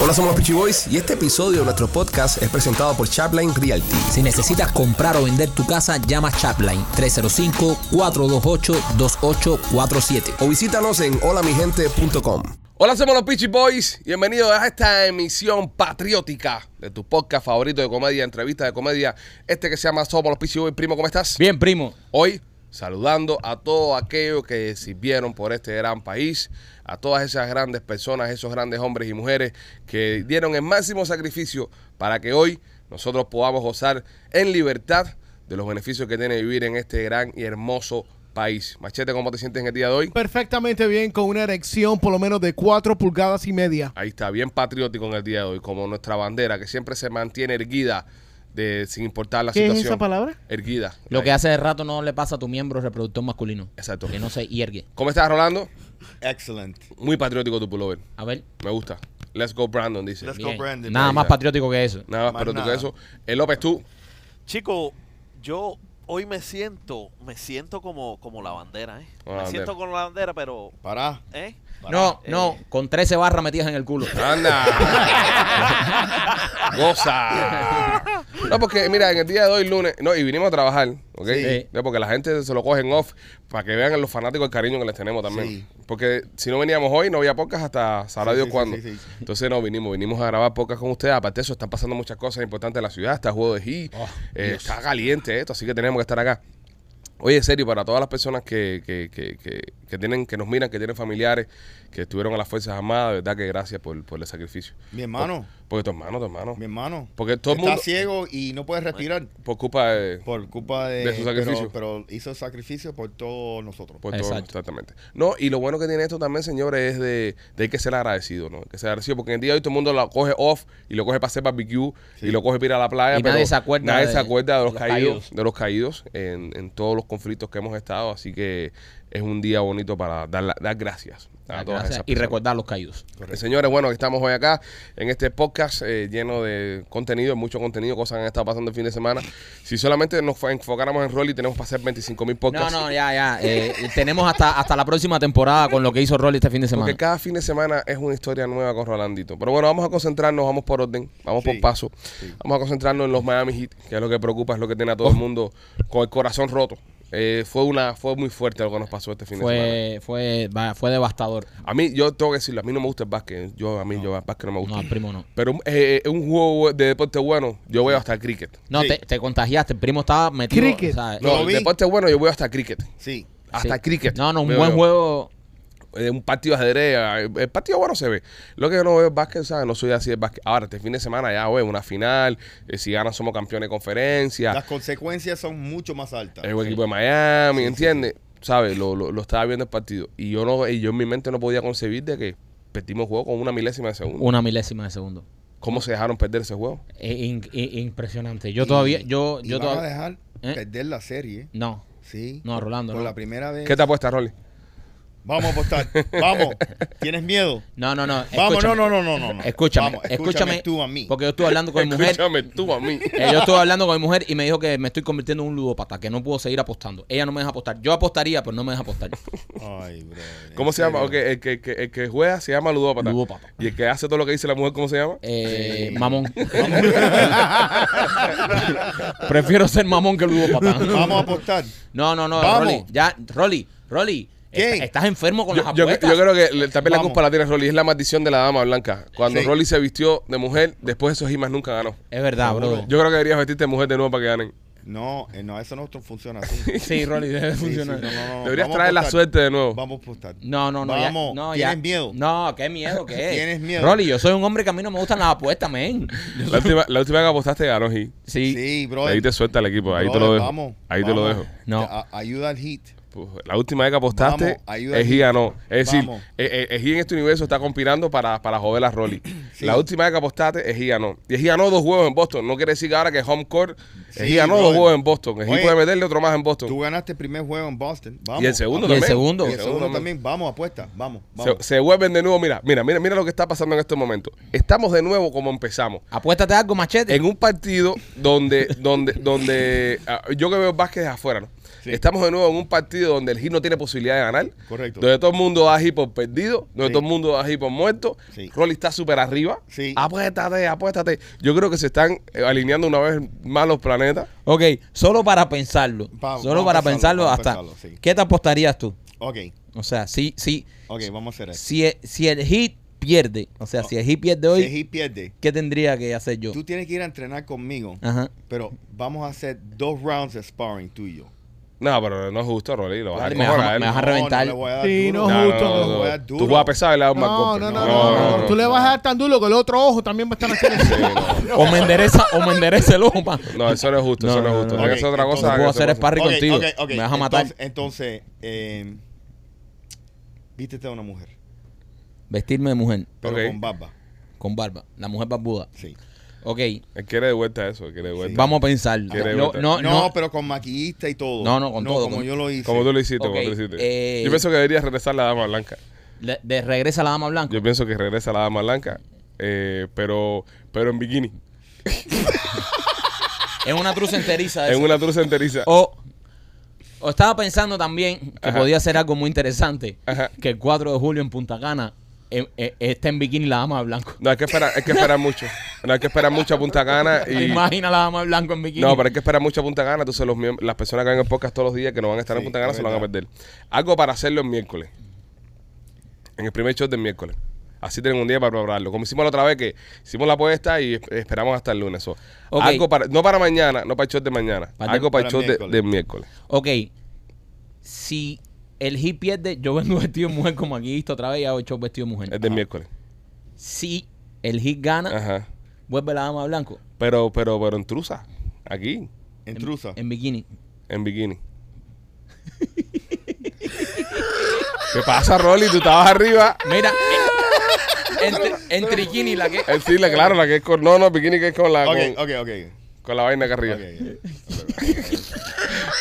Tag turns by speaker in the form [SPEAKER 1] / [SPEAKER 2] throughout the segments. [SPEAKER 1] Hola, somos los Peachy Boys y este episodio de nuestro podcast es presentado por Chapline Realty.
[SPEAKER 2] Si necesitas comprar o vender tu casa, llama Chapline 305-428-2847.
[SPEAKER 1] O visítanos en holamigente.com.
[SPEAKER 3] Hola, somos los Peachy Boys. Bienvenidos a esta emisión patriótica de tu podcast favorito de comedia, entrevista de comedia. Este que se llama Somos los Peachy Boys. Primo, ¿cómo estás?
[SPEAKER 4] Bien, primo.
[SPEAKER 3] Hoy saludando a todos aquellos que sirvieron por este gran país, a todas esas grandes personas, esos grandes hombres y mujeres que dieron el máximo sacrificio para que hoy nosotros podamos gozar en libertad de los beneficios que tiene vivir en este gran y hermoso país. Machete, ¿cómo te sientes en el día de hoy?
[SPEAKER 5] perfectamente bien con una erección por lo menos de 4 pulgadas y media.
[SPEAKER 3] Ahí está, bien patriótico en el día de hoy, como nuestra bandera que siempre se mantiene erguida de, sin importar la
[SPEAKER 5] ¿Qué es
[SPEAKER 3] situación.
[SPEAKER 5] esa palabra?
[SPEAKER 3] Erguida.
[SPEAKER 4] Lo
[SPEAKER 3] Ahí.
[SPEAKER 4] que hace de rato no le pasa a tu miembro reproductor masculino.
[SPEAKER 3] Exacto.
[SPEAKER 4] Que no se hiergue.
[SPEAKER 3] ¿Cómo estás, Rolando?
[SPEAKER 6] Excellent.
[SPEAKER 3] Muy patriótico tu pullover.
[SPEAKER 4] A ver.
[SPEAKER 3] Me gusta. Let's go, Brandon, dice.
[SPEAKER 6] Let's
[SPEAKER 4] bien.
[SPEAKER 6] go, Brandon.
[SPEAKER 4] Nada
[SPEAKER 3] Ahí
[SPEAKER 4] más
[SPEAKER 3] está.
[SPEAKER 4] patriótico que eso.
[SPEAKER 3] Nada más
[SPEAKER 6] Más
[SPEAKER 3] patriótico
[SPEAKER 6] nada.
[SPEAKER 3] que eso. Eh, López, tú.
[SPEAKER 7] Chico, yo hoy me siento, me siento como, como la bandera, ¿eh?
[SPEAKER 3] Como la
[SPEAKER 7] me
[SPEAKER 3] bandera.
[SPEAKER 7] siento como la bandera, pero,
[SPEAKER 6] Pará.
[SPEAKER 7] ¿eh?
[SPEAKER 4] No,
[SPEAKER 7] Eh.
[SPEAKER 4] no, con 13 barras metidas en el culo.
[SPEAKER 3] Anda. Goza. No, porque mira, en el día de hoy, lunes, no, y vinimos a trabajar, ¿ok?
[SPEAKER 4] Sí.
[SPEAKER 3] No, Porque la gente se lo cogen off para que vean a los fanáticos el cariño que les tenemos también.
[SPEAKER 6] Sí.
[SPEAKER 3] Porque si no veníamos hoy, no había podcast hasta sabrá
[SPEAKER 6] Sí,
[SPEAKER 3] Dios
[SPEAKER 6] sí,
[SPEAKER 3] cuándo.
[SPEAKER 6] sí, sí, sí.
[SPEAKER 3] Entonces, no, vinimos, vinimos a grabar podcast con ustedes. Aparte de eso, están pasando muchas cosas importantes en la ciudad. Está el juego de G,
[SPEAKER 6] Oh,
[SPEAKER 3] eh, está caliente esto, así que tenemos que estar acá. Oye, en serio, para todas las personas que, que, que, que, que tienen, que nos miran, que tienen familiares, que estuvieron en las Fuerzas Armadas, de verdad que gracias por, por el sacrificio.
[SPEAKER 6] Mi hermano.
[SPEAKER 3] Porque tu hermano, tu hermano.
[SPEAKER 6] Mi hermano.
[SPEAKER 3] Porque todo el
[SPEAKER 6] está
[SPEAKER 3] mundo-
[SPEAKER 6] ciego y no puede respirar
[SPEAKER 3] Por culpa de...
[SPEAKER 6] por culpa de,
[SPEAKER 3] De su sacrificio.
[SPEAKER 6] Pero, pero hizo sacrificio por todos nosotros.
[SPEAKER 3] Por todo,
[SPEAKER 4] Exacto.
[SPEAKER 3] exactamente. No, y lo bueno que tiene esto también, señores, es de, de hay que ser agradecido, ¿no? Hay que ser agradecido, porque en el día de hoy todo el mundo lo coge off y lo coge para hacer barbecue y lo coge para ir a la playa.
[SPEAKER 4] Y nadie se acuerda
[SPEAKER 3] nadie
[SPEAKER 4] de-
[SPEAKER 3] se acuerda de los,
[SPEAKER 4] de los
[SPEAKER 3] caídos,
[SPEAKER 4] caídos.
[SPEAKER 3] de los caídos en, en todos los conflictos que hemos estado. Así que es un día bonito para dar, la- dar gracias a todas
[SPEAKER 4] Ah, gracias.
[SPEAKER 3] esas
[SPEAKER 4] Y
[SPEAKER 3] personas.
[SPEAKER 4] recordar los caídos.
[SPEAKER 3] Eh, Señores, bueno, estamos hoy acá en este podcast eh, lleno de contenido, mucho contenido, cosas que han estado pasando el fin de semana. Si solamente nos fo- enfocáramos en Rolly, tenemos para hacer 25 mil
[SPEAKER 4] No,
[SPEAKER 3] podcasts.
[SPEAKER 4] no, ya, ya. Eh, tenemos hasta, hasta la próxima temporada con lo que hizo Rolly este fin de semana.
[SPEAKER 3] Porque cada fin de semana es una historia nueva con Rolandito. Pero bueno, vamos a concentrarnos, vamos por orden, vamos por
[SPEAKER 6] Sí,
[SPEAKER 3] paso. Vamos a concentrarnos en los Miami Heat, que es lo que preocupa, es lo que tiene a todo el mundo con el corazón roto. Eh, fue una fue muy fuerte lo que nos pasó este fin de semana.
[SPEAKER 4] Fue, fue, vaya, fue devastador.
[SPEAKER 3] A mí, yo tengo que decirlo, a mí no me gusta el básquet. Yo, a mí, yo el básquet no me gusta.
[SPEAKER 4] No, primo, no.
[SPEAKER 3] Pero eh, eh, un juego de deporte bueno, yo voy hasta el cricket.
[SPEAKER 4] No,
[SPEAKER 6] Sí.
[SPEAKER 4] te, te contagiaste. El primo estaba metido.
[SPEAKER 5] Cricket.
[SPEAKER 4] ¿sabes?
[SPEAKER 6] Lo
[SPEAKER 3] No,
[SPEAKER 6] vi.
[SPEAKER 3] deporte bueno, yo voy hasta cricket.
[SPEAKER 6] Sí.
[SPEAKER 3] Hasta
[SPEAKER 4] Sí.
[SPEAKER 3] cricket.
[SPEAKER 4] No, no, un
[SPEAKER 3] Veo-
[SPEAKER 4] buen
[SPEAKER 3] veo.
[SPEAKER 4] juego.
[SPEAKER 3] Eh, un partido de ajedrez. eh, El partido bueno se ve. Lo que yo no veo es básquet, ¿sabes? No soy así de básquet. Ahora, este fin de semana ya, güey, una final. eh, si ganan, somos campeones de
[SPEAKER 6] Las
[SPEAKER 3] conferencia.
[SPEAKER 6] consecuencias son mucho más altas.
[SPEAKER 3] El buen equipo de Miami, ¿entiendes? ¿Sabes? Lo, lo- lo estaba viendo el partido. Y yo no y yo en mi mente no podía concebir de que perdimos el juego con una milésima de segundo.
[SPEAKER 4] Una milésima de segundo.
[SPEAKER 3] ¿Cómo se dejaron perder ese juego?
[SPEAKER 4] Eh, in- i- impresionante. Yo todavía, yo,
[SPEAKER 6] Y
[SPEAKER 4] yo
[SPEAKER 6] van a
[SPEAKER 4] todavía.
[SPEAKER 6] dejar
[SPEAKER 4] ¿Eh?
[SPEAKER 6] perder la serie.
[SPEAKER 4] No.
[SPEAKER 6] Sí.
[SPEAKER 4] No, Rolando,
[SPEAKER 6] Por
[SPEAKER 4] no.
[SPEAKER 6] la primera vez.
[SPEAKER 3] ¿Qué te apuesta, Rolly?
[SPEAKER 6] Vamos a apostar. Vamos. ¿Tienes miedo?
[SPEAKER 4] No, no, no.
[SPEAKER 6] Vamos, no,
[SPEAKER 4] escúchame.
[SPEAKER 6] no, no, no, no. no.
[SPEAKER 4] Escúchame,
[SPEAKER 6] Vamos,
[SPEAKER 4] escúchame,
[SPEAKER 6] tú a mí.
[SPEAKER 4] Porque yo estuve hablando con mi mujer.
[SPEAKER 3] Escúchame tú a mí.
[SPEAKER 4] eh, yo estuve hablando con mi mujer y me dijo que me estoy convirtiendo en un ludópata, que no puedo seguir apostando. Ella no me deja apostar. Yo apostaría, pero no me deja apostar.
[SPEAKER 6] Ay, brother,
[SPEAKER 3] ¿Cómo
[SPEAKER 6] en
[SPEAKER 3] se llama?
[SPEAKER 6] serio.
[SPEAKER 3] Ok, el, que, que- el que juega se llama ludópata.
[SPEAKER 4] Este, Ludópata.
[SPEAKER 3] Y el que hace todo lo que dice la mujer, ¿cómo se llama?
[SPEAKER 4] Eh, Mamón. Prefiero ser mamón que ludópata.
[SPEAKER 6] Vamos a apostar.
[SPEAKER 4] No, no, no,
[SPEAKER 6] Vamos.
[SPEAKER 4] Rolly. Ya, Rolly, Rolly.
[SPEAKER 6] ¿Qué?
[SPEAKER 4] est- Estás enfermo con
[SPEAKER 3] Yo,
[SPEAKER 4] las
[SPEAKER 3] yo-
[SPEAKER 4] apuestas.
[SPEAKER 3] yo creo que le- también la
[SPEAKER 6] Vamos.
[SPEAKER 3] culpa la tiene Rolly. Es la maldición de la dama blanca. Cuando
[SPEAKER 6] Sí.
[SPEAKER 3] Rolly se vistió de mujer, después esos Gimas nunca ganó.
[SPEAKER 4] Es verdad,
[SPEAKER 6] Seguro.
[SPEAKER 4] bro.
[SPEAKER 3] Yo creo que deberías vestirte de mujer de nuevo para que ganen.
[SPEAKER 6] No, eh, no, eso no funciona así. Sí,
[SPEAKER 4] Sí, Rolly, debe
[SPEAKER 6] sí,
[SPEAKER 4] funcionar.
[SPEAKER 6] no, no, no, no.
[SPEAKER 3] deberías
[SPEAKER 6] Vamos a
[SPEAKER 3] traer la
[SPEAKER 6] apostar.
[SPEAKER 3] suerte de nuevo.
[SPEAKER 6] Vamos a apostar.
[SPEAKER 4] No, no, no. ya-
[SPEAKER 6] Vamos,
[SPEAKER 4] no,
[SPEAKER 6] ¿tienes
[SPEAKER 4] ya-
[SPEAKER 6] miedo?
[SPEAKER 4] No, qué miedo, qué es.
[SPEAKER 6] ¿Tienes miedo?
[SPEAKER 4] Rolly, yo soy un hombre que a mí no me gustan las apuestas, men.
[SPEAKER 3] La última, la última que apostaste ganó G.
[SPEAKER 4] Sí.
[SPEAKER 6] Sí, bro.
[SPEAKER 3] Ahí te suelta el equipo. Ahí te lo
[SPEAKER 6] Brother,
[SPEAKER 3] dejo.
[SPEAKER 6] vamos,
[SPEAKER 3] Ahí te lo
[SPEAKER 6] vamos.
[SPEAKER 3] dejo.
[SPEAKER 4] No.
[SPEAKER 6] A- ayuda al hit.
[SPEAKER 3] Pues, La última vez que apostaste,
[SPEAKER 6] Vamos, ayuda
[SPEAKER 3] Eji
[SPEAKER 6] aquí.
[SPEAKER 3] ganó. Es decir,
[SPEAKER 6] Vamos.
[SPEAKER 3] eh, eh, Ejí en este universo está conspirando para, para joder a Rolly.
[SPEAKER 6] Sí.
[SPEAKER 3] La última vez que apostaste, Ejí ganó. Y Ejí ganó dos juegos en Boston. No quiere decir ahora que home court.
[SPEAKER 6] Sí,
[SPEAKER 3] Ejí ganó dos
[SPEAKER 6] brother.
[SPEAKER 3] juegos en Boston. Ejí
[SPEAKER 6] Oye,
[SPEAKER 3] puede meterle otro más en Boston.
[SPEAKER 6] Tú ganaste el primer juego en Boston. Vamos.
[SPEAKER 3] Y el segundo
[SPEAKER 4] Y el
[SPEAKER 3] también.
[SPEAKER 4] segundo.
[SPEAKER 6] Y el segundo también. Vamos, apuesta. Vamos,
[SPEAKER 3] Se,
[SPEAKER 6] vamos.
[SPEAKER 3] se vuelven de nuevo, mira, mira, mira, mira lo que está pasando en estos momentos. Estamos de nuevo como empezamos.
[SPEAKER 4] Apuéstate algo, machete.
[SPEAKER 3] En un partido donde, donde, donde ah, yo que veo el básquet de afuera, ¿no?
[SPEAKER 6] Sí.
[SPEAKER 3] Estamos de nuevo en un partido donde el hit no tiene posibilidad de ganar.
[SPEAKER 6] Correcto.
[SPEAKER 3] Donde todo el mundo da hit por perdido, donde
[SPEAKER 6] Sí.
[SPEAKER 3] todo el mundo da hit por muerto.
[SPEAKER 6] Sí.
[SPEAKER 3] Rolly está súper arriba.
[SPEAKER 6] Sí.
[SPEAKER 3] Apuéstate, apuéstate. Yo creo que se están eh, alineando una vez más los planetas.
[SPEAKER 4] Ok, solo para pensarlo.
[SPEAKER 6] Va-
[SPEAKER 4] solo
[SPEAKER 6] vamos
[SPEAKER 4] para
[SPEAKER 6] a pensarlo,
[SPEAKER 4] pensarlo,
[SPEAKER 6] vamos a
[SPEAKER 4] hasta.
[SPEAKER 6] pensarlo, sí.
[SPEAKER 4] ¿Qué te apostarías tú?
[SPEAKER 6] Ok,
[SPEAKER 4] O sea, si, si,
[SPEAKER 6] ok, vamos a hacer eso.
[SPEAKER 4] si, e- si el hit pierde, o sea, si el hit pierde hoy,
[SPEAKER 6] Si Heat pierde,
[SPEAKER 4] ¿qué tendría que hacer yo?
[SPEAKER 6] tú tienes que ir a entrenar conmigo,
[SPEAKER 4] Ajá.
[SPEAKER 6] pero vamos a hacer dos rounds de sparring tú y yo.
[SPEAKER 3] No, pero no es justo, Rolly. Lo vas a
[SPEAKER 4] Rolly, me vas a-
[SPEAKER 3] descojonar.
[SPEAKER 4] me vas a
[SPEAKER 6] No,
[SPEAKER 4] reventar.
[SPEAKER 6] No, le voy a dar
[SPEAKER 5] Sí,
[SPEAKER 6] duro.
[SPEAKER 5] no,
[SPEAKER 3] No,
[SPEAKER 5] justo,
[SPEAKER 3] no, no,
[SPEAKER 6] le
[SPEAKER 3] no.
[SPEAKER 6] voy a dar duro.
[SPEAKER 3] Tú vas a pesar y le das un
[SPEAKER 5] No,
[SPEAKER 3] balcón.
[SPEAKER 5] no, no,
[SPEAKER 3] pero
[SPEAKER 5] no, Tú le vas a dar tan duro con el otro ojo también va a estar haciendo así.
[SPEAKER 4] O me endereza, o me endereza el ojo, pa.
[SPEAKER 3] No, eso no es justo, eso
[SPEAKER 4] No,
[SPEAKER 3] no, es
[SPEAKER 4] no,
[SPEAKER 3] justo.
[SPEAKER 4] no.
[SPEAKER 3] Tiene que ser otra
[SPEAKER 6] Ok,
[SPEAKER 3] cosa.
[SPEAKER 6] entonces
[SPEAKER 3] que
[SPEAKER 4] puedo
[SPEAKER 3] otra
[SPEAKER 4] hacer
[SPEAKER 3] cosa.
[SPEAKER 4] sparring
[SPEAKER 6] Ok,
[SPEAKER 4] contigo.
[SPEAKER 6] ok, ok.
[SPEAKER 4] Me vas a matar.
[SPEAKER 6] Entonces, entonces, eh, vístete a una mujer,
[SPEAKER 4] Vestirme de mujer
[SPEAKER 6] pero
[SPEAKER 3] Ok.
[SPEAKER 6] con barba.
[SPEAKER 4] con barba. La mujer barbuda.
[SPEAKER 6] Sí.
[SPEAKER 4] Ok,
[SPEAKER 3] Él quiere de vuelta eso, él quiere de vuelta.
[SPEAKER 4] vamos a pensar.
[SPEAKER 3] Quiere
[SPEAKER 4] No,
[SPEAKER 3] votar.
[SPEAKER 4] no,
[SPEAKER 6] No,
[SPEAKER 4] no.
[SPEAKER 6] pero con maquillista y todo.
[SPEAKER 4] No, no, con todo,
[SPEAKER 6] Como
[SPEAKER 4] con-
[SPEAKER 6] yo lo hice.
[SPEAKER 3] Como tú lo hiciste,
[SPEAKER 4] Ok,
[SPEAKER 3] como tú lo hiciste.
[SPEAKER 4] eh,
[SPEAKER 3] Yo pienso que debería regresar la dama blanca.
[SPEAKER 4] Le- de regresa la dama blanca.
[SPEAKER 3] Yo pienso que regresa la dama blanca, eh, pero, pero en bikini.
[SPEAKER 4] Es una truce enteriza.
[SPEAKER 3] En una truza enteriza.
[SPEAKER 4] O, o estaba pensando también que podía ser algo muy interesante.
[SPEAKER 3] Ajá.
[SPEAKER 4] Que el 4 de julio en Punta Cana eh, eh, esté en bikini la dama de blanco.
[SPEAKER 3] No, hay que esperar, hay que esperar mucho. No, hay que esperar mucho a Punta Cana y...
[SPEAKER 4] Imagina la dama de blanco en bikini.
[SPEAKER 3] No, pero hay que esperar mucho a Punta Cana. Entonces los miemb- las personas que ven el podcast todos los días que no van a estar en
[SPEAKER 6] Sí,
[SPEAKER 3] Punta Cana
[SPEAKER 6] es
[SPEAKER 3] se lo van a
[SPEAKER 6] verdad.
[SPEAKER 3] perder. Algo para hacerlo el miércoles. En el primer show del miércoles. Así tienen un día para probarlo. Como hicimos la otra vez que hicimos la apuesta y es- esperamos hasta el lunes. So,
[SPEAKER 4] Ok.
[SPEAKER 3] Algo para, no para mañana, no para el show de mañana.
[SPEAKER 4] Para-
[SPEAKER 3] algo para el
[SPEAKER 6] para
[SPEAKER 3] show de-
[SPEAKER 6] miércoles.
[SPEAKER 3] del miércoles.
[SPEAKER 4] Ok. Si el hit pierde, yo vengo vestido de mujer como aquí visto otra vez y hago el show vestido de
[SPEAKER 3] Es
[SPEAKER 4] mujer.
[SPEAKER 3] del miércoles.
[SPEAKER 4] Si el hit gana,
[SPEAKER 3] Ajá.
[SPEAKER 4] vuelve la dama de blanco
[SPEAKER 3] Pero, pero, pero en trusa. Aquí.
[SPEAKER 6] Entrusa.
[SPEAKER 4] en bikini.
[SPEAKER 3] En bikini. ¿Qué pasa, Rolly? Tú estabas arriba.
[SPEAKER 4] Mira, eh, entre, entre bikini la que.
[SPEAKER 3] Eh, Sí, la, claro, la que es con. No, no, bikini que es con la.
[SPEAKER 6] ok,
[SPEAKER 3] con-
[SPEAKER 6] ok, ok.
[SPEAKER 3] Con la vaina acá arriba.
[SPEAKER 6] okay.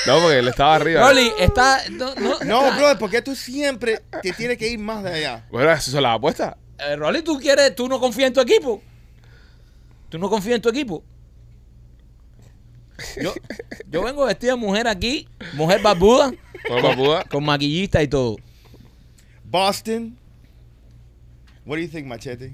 [SPEAKER 3] No, porque él estaba arriba.
[SPEAKER 4] Rolly, está. No, no,
[SPEAKER 6] No,
[SPEAKER 4] está-
[SPEAKER 6] brother, porque tú siempre te tienes que ir más de allá.
[SPEAKER 3] Bueno, eso son las apuestas.
[SPEAKER 4] Eh, Rolly, tú quieres, tú no confías en tu equipo. Tú no confías en tu equipo. Yo, yo vengo vestida de mujer aquí, mujer barbuda,
[SPEAKER 3] Con papuda.
[SPEAKER 4] con maquillista y todo.
[SPEAKER 6] Boston. What do you think, Machete?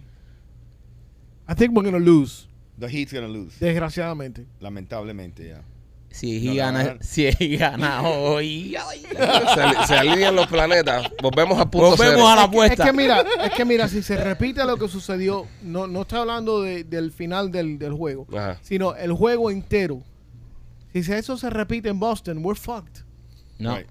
[SPEAKER 5] I think we're gonna lose,
[SPEAKER 6] The Heat's gonna lose.
[SPEAKER 5] desgraciadamente.
[SPEAKER 6] Lamentablemente, ya.
[SPEAKER 4] Si
[SPEAKER 6] No,
[SPEAKER 4] es
[SPEAKER 6] no,
[SPEAKER 4] gana,
[SPEAKER 6] no.
[SPEAKER 4] si es gana hoy. ay,
[SPEAKER 3] Se, ali- se alinean los planetas. Volvemos a punto
[SPEAKER 4] Volvemos
[SPEAKER 3] cero.
[SPEAKER 4] a la
[SPEAKER 5] Es
[SPEAKER 4] apuesta.
[SPEAKER 5] que mira, es que mira, si se repite lo que sucedió, no, no estoy hablando de- del final del, del juego,
[SPEAKER 3] Ajá.
[SPEAKER 5] sino el juego entero. Si se- eso se repite en Boston, we're fucked.
[SPEAKER 4] No.
[SPEAKER 6] Right.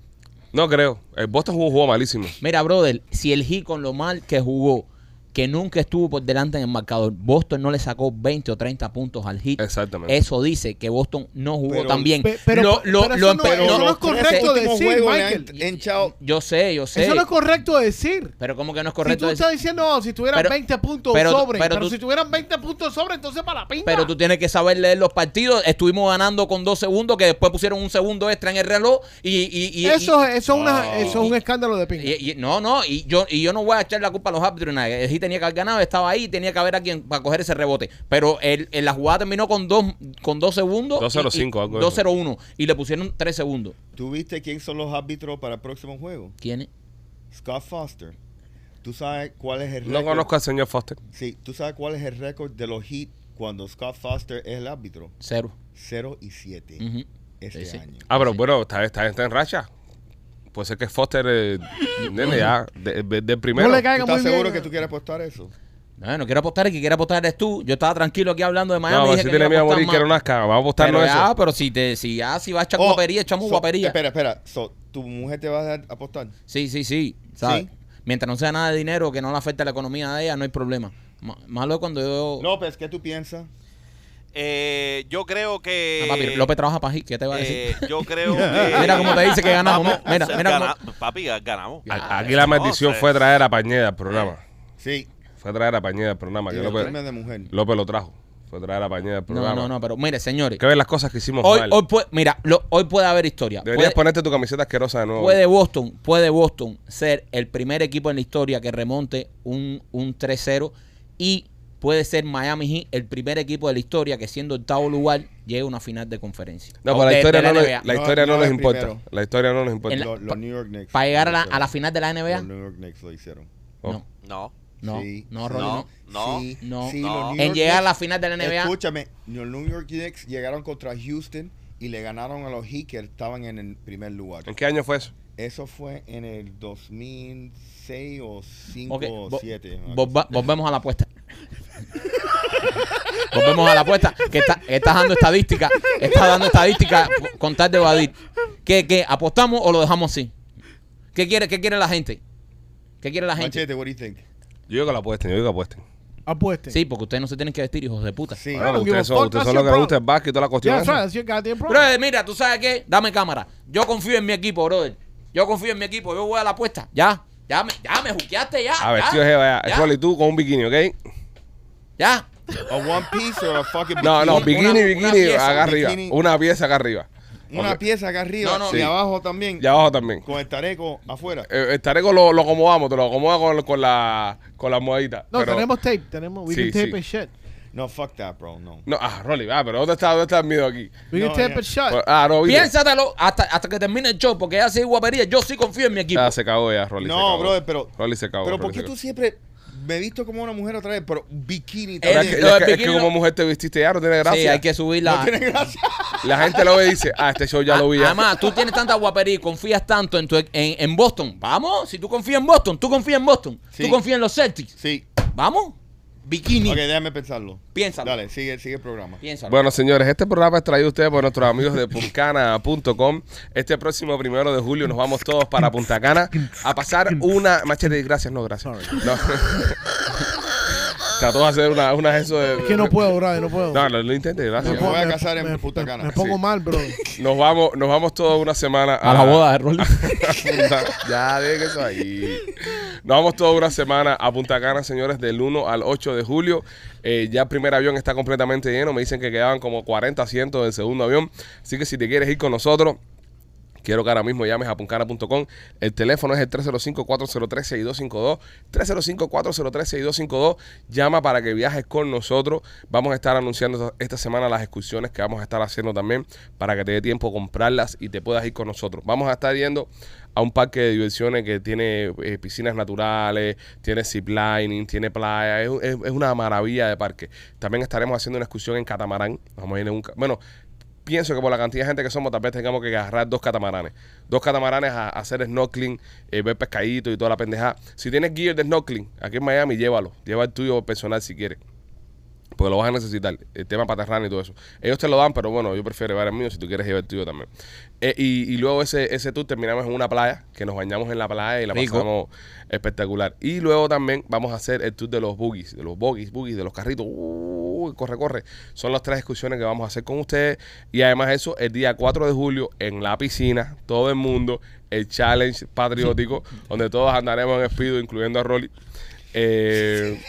[SPEAKER 3] No creo. El Boston jugó, jugó malísimo.
[SPEAKER 4] Mira, brother, si el Heat con lo mal que jugó, que nunca estuvo por delante en el marcador, Boston no le sacó 20 o 30 puntos al Heat.
[SPEAKER 3] Exactamente.
[SPEAKER 4] Eso dice que Boston no jugó
[SPEAKER 6] Pero-
[SPEAKER 4] tan bien.
[SPEAKER 5] Pe- pero-
[SPEAKER 4] Lo- lo-
[SPEAKER 5] pero
[SPEAKER 4] lo
[SPEAKER 5] eso no-
[SPEAKER 4] empe- no-
[SPEAKER 5] eso no es correcto
[SPEAKER 6] Los últimos
[SPEAKER 5] decir,
[SPEAKER 6] juegos le
[SPEAKER 5] Michael.
[SPEAKER 6] han hinchado-
[SPEAKER 4] Yo sé, yo sé.
[SPEAKER 5] Eso no es correcto decir.
[SPEAKER 4] Pero como que no es
[SPEAKER 5] Si
[SPEAKER 4] correcto
[SPEAKER 5] tú
[SPEAKER 4] decir-
[SPEAKER 5] estás diciendo, oh, si tuvieran
[SPEAKER 4] Pero-
[SPEAKER 5] 20 puntos
[SPEAKER 4] pero-
[SPEAKER 5] sobre,
[SPEAKER 4] pero
[SPEAKER 5] pero,
[SPEAKER 4] tú-
[SPEAKER 5] si tuvieran 20 puntos sobre, entonces para la pinga.
[SPEAKER 4] Pero tú tienes que saber leer los partidos. Estuvimos ganando con dos segundos, que después pusieron un segundo extra en el reloj. Y, y- y-
[SPEAKER 5] eso, es- eso es una-
[SPEAKER 6] No.
[SPEAKER 5] eso es un escándalo de pinga.
[SPEAKER 4] y- y- no, no, y yo, y yo no voy a echar la culpa a los árbitros. nada. El Heat tenía que haber ganado, estaba ahí, tenía que haber a quien para coger ese rebote. Pero el, el- la jugada terminó con dos, con dos segundos.
[SPEAKER 3] 2-0-5, algo de eso.
[SPEAKER 4] 2-0-1. Y le pusieron tres segundos.
[SPEAKER 6] ¿Tú viste quién son los árbitros para el próximo juego?
[SPEAKER 4] ¿Quién es?
[SPEAKER 6] Scott Foster. ¿Tú sabes cuál es el
[SPEAKER 3] No
[SPEAKER 6] récord?
[SPEAKER 3] conozco al señor Foster.
[SPEAKER 6] Sí, ¿tú sabes cuál es el récord de los Heat cuando Scott Foster es el árbitro?
[SPEAKER 4] Cero.
[SPEAKER 6] 0 y 7
[SPEAKER 4] Ujú.
[SPEAKER 6] este
[SPEAKER 4] Sí, sí.
[SPEAKER 6] año.
[SPEAKER 3] Ah, pero bueno, está, está, está en racha. Puede ser que Foster. Eh, nene, ya. de- de- del primero.
[SPEAKER 5] no le caiga
[SPEAKER 6] ¿Tú
[SPEAKER 5] muy
[SPEAKER 6] estás
[SPEAKER 5] bien.
[SPEAKER 6] seguro que tú quieres apostar eso?
[SPEAKER 4] No, no quiero apostar, el que quiere apostar eres tú. Yo estaba tranquilo aquí hablando de
[SPEAKER 3] No,
[SPEAKER 4] Miami.
[SPEAKER 3] a
[SPEAKER 4] dije
[SPEAKER 3] ver si
[SPEAKER 4] que no
[SPEAKER 3] tiene
[SPEAKER 4] iba
[SPEAKER 3] miedo
[SPEAKER 4] a
[SPEAKER 3] a morir,
[SPEAKER 4] apostar
[SPEAKER 3] que era
[SPEAKER 4] más.
[SPEAKER 3] una caga. Vamos a apostarnos
[SPEAKER 4] Pero ya,
[SPEAKER 3] eso.
[SPEAKER 4] pero si, te, si ya si va a echar
[SPEAKER 6] Oh,
[SPEAKER 4] guapería, echamos
[SPEAKER 6] so,
[SPEAKER 4] guapería.
[SPEAKER 6] Espera, espera. So, ¿Tu mujer te va a dar a apostar?
[SPEAKER 4] Sí, sí, sí. ¿sabes?
[SPEAKER 6] Sí.
[SPEAKER 4] Mientras no sea nada de dinero, que no le afecte a la economía de ella, no hay problema. Ma- Malo es cuando yo...
[SPEAKER 6] López, ¿qué tú piensas?
[SPEAKER 7] Eh, yo creo que.
[SPEAKER 4] Ah,
[SPEAKER 6] eh,
[SPEAKER 4] papi, López trabaja para aquí, ¿qué te va a decir?
[SPEAKER 7] eh, yo creo que.
[SPEAKER 4] Mira cómo te dice que ganamos.
[SPEAKER 7] Vamos,
[SPEAKER 4] Mira,
[SPEAKER 7] se-
[SPEAKER 4] mira
[SPEAKER 7] gana- Papi, ganamos.
[SPEAKER 3] A- Aquí la maldición fue traer a Pañeda al programa.
[SPEAKER 6] Sí.
[SPEAKER 3] Fue traer a Pañeda al programa.
[SPEAKER 6] Y
[SPEAKER 3] Que
[SPEAKER 6] vestirme
[SPEAKER 3] López,
[SPEAKER 6] de mujer.
[SPEAKER 3] López lo trajo. Fue traer a Pañeda al
[SPEAKER 4] No,
[SPEAKER 3] programa.
[SPEAKER 4] no, no, pero mire, señores.
[SPEAKER 3] Hay que ver las cosas que hicimos
[SPEAKER 4] Hoy,
[SPEAKER 3] mal.
[SPEAKER 4] hoy puede, mira, lo- hoy puede haber historia.
[SPEAKER 3] Deberías
[SPEAKER 4] Puede-
[SPEAKER 3] ponerte tu camiseta asquerosa de nuevo.
[SPEAKER 4] Puede Boston, puede Boston ser el primer equipo en la historia que remonte un, un 3-0 y puede ser Miami Heat el primer equipo de la historia que siendo octavo lugar llegue a una final de conferencia.
[SPEAKER 3] No,
[SPEAKER 4] O
[SPEAKER 3] pero la
[SPEAKER 4] de-
[SPEAKER 3] historia
[SPEAKER 4] de
[SPEAKER 3] no, nos-
[SPEAKER 4] NBA.
[SPEAKER 3] la
[SPEAKER 6] No,
[SPEAKER 3] historia no
[SPEAKER 6] no
[SPEAKER 3] nos
[SPEAKER 6] es
[SPEAKER 3] importa.
[SPEAKER 6] primero.
[SPEAKER 3] La historia no nos importa.
[SPEAKER 4] En la-
[SPEAKER 6] Los, los New York Knicks.
[SPEAKER 4] Para llegar a la,
[SPEAKER 6] lo
[SPEAKER 4] a la final de la NBA.
[SPEAKER 6] hicieron. Los New York Knicks lo hicieron.
[SPEAKER 3] Oh.
[SPEAKER 4] No,
[SPEAKER 7] No.
[SPEAKER 4] no,
[SPEAKER 6] Sí,
[SPEAKER 4] no,
[SPEAKER 6] sí,
[SPEAKER 4] Rolly, no.
[SPEAKER 7] no,
[SPEAKER 6] sí,
[SPEAKER 4] no,
[SPEAKER 6] sí,
[SPEAKER 7] no.
[SPEAKER 6] los New
[SPEAKER 4] En
[SPEAKER 6] York
[SPEAKER 4] llegar a la
[SPEAKER 6] Knicks-
[SPEAKER 4] final de la NBA.
[SPEAKER 6] Escúchame, los New York Knicks llegaron contra Houston y le ganaron a los Heat que estaban en el primer lugar.
[SPEAKER 3] ¿En qué año fue eso?
[SPEAKER 6] Eso fue en el 2006 o 5
[SPEAKER 4] Ok,
[SPEAKER 6] o
[SPEAKER 4] vo-
[SPEAKER 6] 7.
[SPEAKER 4] volva- volvemos a la apuesta. volvemos a la apuesta. Que está, está dando estadística. Está dando estadística con tal de evadir. ¿Qué, qué? ¿Apostamos o lo dejamos así? ¿Qué quiere, qué quiere la gente? ¿Qué quiere la gente?
[SPEAKER 6] Machete, what do you think?
[SPEAKER 3] Yo digo que la apuesten, yo digo que apuesten.
[SPEAKER 5] Apuesten.
[SPEAKER 4] Sí, porque ustedes no se tienen que vestir, hijos de puta.
[SPEAKER 6] Sí.
[SPEAKER 3] Bueno,
[SPEAKER 5] don't give a
[SPEAKER 3] ustedes son,
[SPEAKER 5] fuck,
[SPEAKER 3] ustedes
[SPEAKER 5] that's
[SPEAKER 3] son los que
[SPEAKER 5] your
[SPEAKER 3] les gusta el
[SPEAKER 5] problem.
[SPEAKER 3] básquet y toda la cuestión.
[SPEAKER 5] That's
[SPEAKER 3] esa.
[SPEAKER 5] right, that's your goddamn problem.
[SPEAKER 4] Brother, mira, tú sabes qué, dame cámara. Yo confío en mi equipo, brother. Yo confío en mi equipo, yo voy a la apuesta. Ya, ya me, ya me juqueaste, ya.
[SPEAKER 3] A ver,
[SPEAKER 4] ya,
[SPEAKER 3] tío Jeva, ya.
[SPEAKER 4] ya,
[SPEAKER 3] Rolly, tú con un bikini, ¿ok?
[SPEAKER 4] ya.
[SPEAKER 6] A one piece or a fucking
[SPEAKER 3] No, no,
[SPEAKER 4] Una-
[SPEAKER 3] bikini,
[SPEAKER 4] una
[SPEAKER 3] bikini,
[SPEAKER 4] pieza,
[SPEAKER 3] acá
[SPEAKER 6] un
[SPEAKER 3] arriba.
[SPEAKER 6] bikini.
[SPEAKER 3] Una pieza acá arriba.
[SPEAKER 6] Una
[SPEAKER 3] Ok.
[SPEAKER 6] pieza acá arriba
[SPEAKER 4] No, no,
[SPEAKER 6] y
[SPEAKER 3] sí.
[SPEAKER 6] abajo también.
[SPEAKER 3] Y abajo también.
[SPEAKER 6] Con el tareco afuera.
[SPEAKER 3] Eh, el tareco lo, lo acomodamos, te lo acomoda con, con la con la almohadita.
[SPEAKER 5] No,
[SPEAKER 3] pero-
[SPEAKER 5] tenemos tape, tenemos. We
[SPEAKER 3] Sí,
[SPEAKER 5] can tape
[SPEAKER 3] sí.
[SPEAKER 5] a shit.
[SPEAKER 6] No, fuck that, bro. No.
[SPEAKER 3] No, ah, Rolly, ah, pero ¿dónde está, dónde está el miedo aquí?
[SPEAKER 5] We can
[SPEAKER 6] No,
[SPEAKER 5] tape
[SPEAKER 6] ya.
[SPEAKER 5] a shit.
[SPEAKER 3] Ah, no, viste.
[SPEAKER 4] Piénsatelo hasta, hasta que termine el show, porque ya se guapería. Yo sí confío en mi equipo.
[SPEAKER 3] Ah, se cagó ya, Rolly. se
[SPEAKER 6] No,
[SPEAKER 3] cagó.
[SPEAKER 6] brother, pero.
[SPEAKER 3] Rolly se cagó.
[SPEAKER 6] Pero
[SPEAKER 3] Rolly
[SPEAKER 6] ¿por
[SPEAKER 3] se
[SPEAKER 6] qué tú
[SPEAKER 3] cagó.
[SPEAKER 6] siempre me he visto como una mujer otra vez? Pero bikini
[SPEAKER 4] Pero
[SPEAKER 3] Pero
[SPEAKER 6] también.
[SPEAKER 3] es que,
[SPEAKER 4] Lo
[SPEAKER 3] es
[SPEAKER 4] del
[SPEAKER 3] que- es
[SPEAKER 4] bikini
[SPEAKER 3] que como
[SPEAKER 4] no-
[SPEAKER 3] mujer te vististe ya, no tiene gracia.
[SPEAKER 4] Sí, hay que subir la.
[SPEAKER 6] No tiene gracia.
[SPEAKER 3] La gente lo ve y dice, ah, este show ya lo vi. ya.
[SPEAKER 4] Además, tú tienes tanta guapería y confías tanto en, tu, e, en, en Boston. Vamos, si tú confías en Boston, tú confías en Boston.
[SPEAKER 6] Sí.
[SPEAKER 4] Tú confías en los Celtics.
[SPEAKER 6] Sí.
[SPEAKER 4] Vamos, bikini.
[SPEAKER 6] Ok, déjame pensarlo.
[SPEAKER 4] Piénsalo.
[SPEAKER 6] Dale, sigue, sigue el programa.
[SPEAKER 4] Piénsalo.
[SPEAKER 3] Bueno, señores, este programa es traído a ustedes por nuestros amigos de puncana.com. Este próximo primero de julio nos vamos todos para Punta Cana a pasar una. Machete, gracias, no, gracias. No. Trató de hacer una, una de eso de.
[SPEAKER 5] Que no puedo, brother, no puedo.
[SPEAKER 3] No, lo, lo intenté, gracias.
[SPEAKER 6] Me voy a
[SPEAKER 5] Me-
[SPEAKER 6] casar en
[SPEAKER 5] me-
[SPEAKER 6] puta cana.
[SPEAKER 5] Me pongo
[SPEAKER 6] Sí.
[SPEAKER 5] mal, bro.
[SPEAKER 3] Nos vamos, nos vamos todos una semana
[SPEAKER 4] a la boda de Rolly.
[SPEAKER 3] Punta- ya, dejen eso ahí. Nos vamos toda una semana a Punta Cana, señores, del 1 al 8 de julio. Eh, ya el primer avión está completamente lleno. Me dicen que quedaban como 40 asientos del segundo avión. Así que si te quieres ir con nosotros, Quiero que ahora mismo llames a puncana.com. El teléfono es el 305-403-6252. 305-403-6252. Llama para que viajes con nosotros. Vamos a estar anunciando esta- esta semana las excursiones que vamos a estar haciendo también para que te dé tiempo a comprarlas y te puedas ir con nosotros. Vamos a estar yendo a un parque de diversiones que tiene eh, piscinas naturales, tiene ziplining, tiene playa. Es, un- es- es una maravilla de parque. También estaremos haciendo una excursión en catamarán. Vamos a ir en un... ca- Bueno, pienso que por la cantidad de gente que somos, tal vez tengamos que agarrar dos catamaranes. Dos catamaranes a, a hacer snorkeling, eh, ver pescadito y toda la pendejada. Si tienes gear de snorkeling aquí en Miami, llévalo. Lleva el tuyo personal si quieres. Porque lo vas a necesitar. El tema paterrano y todo eso. Ellos te lo dan, pero bueno, yo prefiero llevar el mío si tú quieres llevar el tuyo también. Eh, y, y luego ese, ese tour terminamos en una playa, que nos bañamos en la playa y la
[SPEAKER 4] Rico.
[SPEAKER 3] pasamos espectacular. Y luego también vamos a hacer el tour de los boogies, de los boogies, boogies, de los carritos. Uy, corre, corre. Son las tres excursiones que vamos a hacer con ustedes. Y además eso, el día 4 de julio en la piscina, todo el mundo, el challenge patriótico, donde todos andaremos en speedo, incluyendo a Rolly. Eh,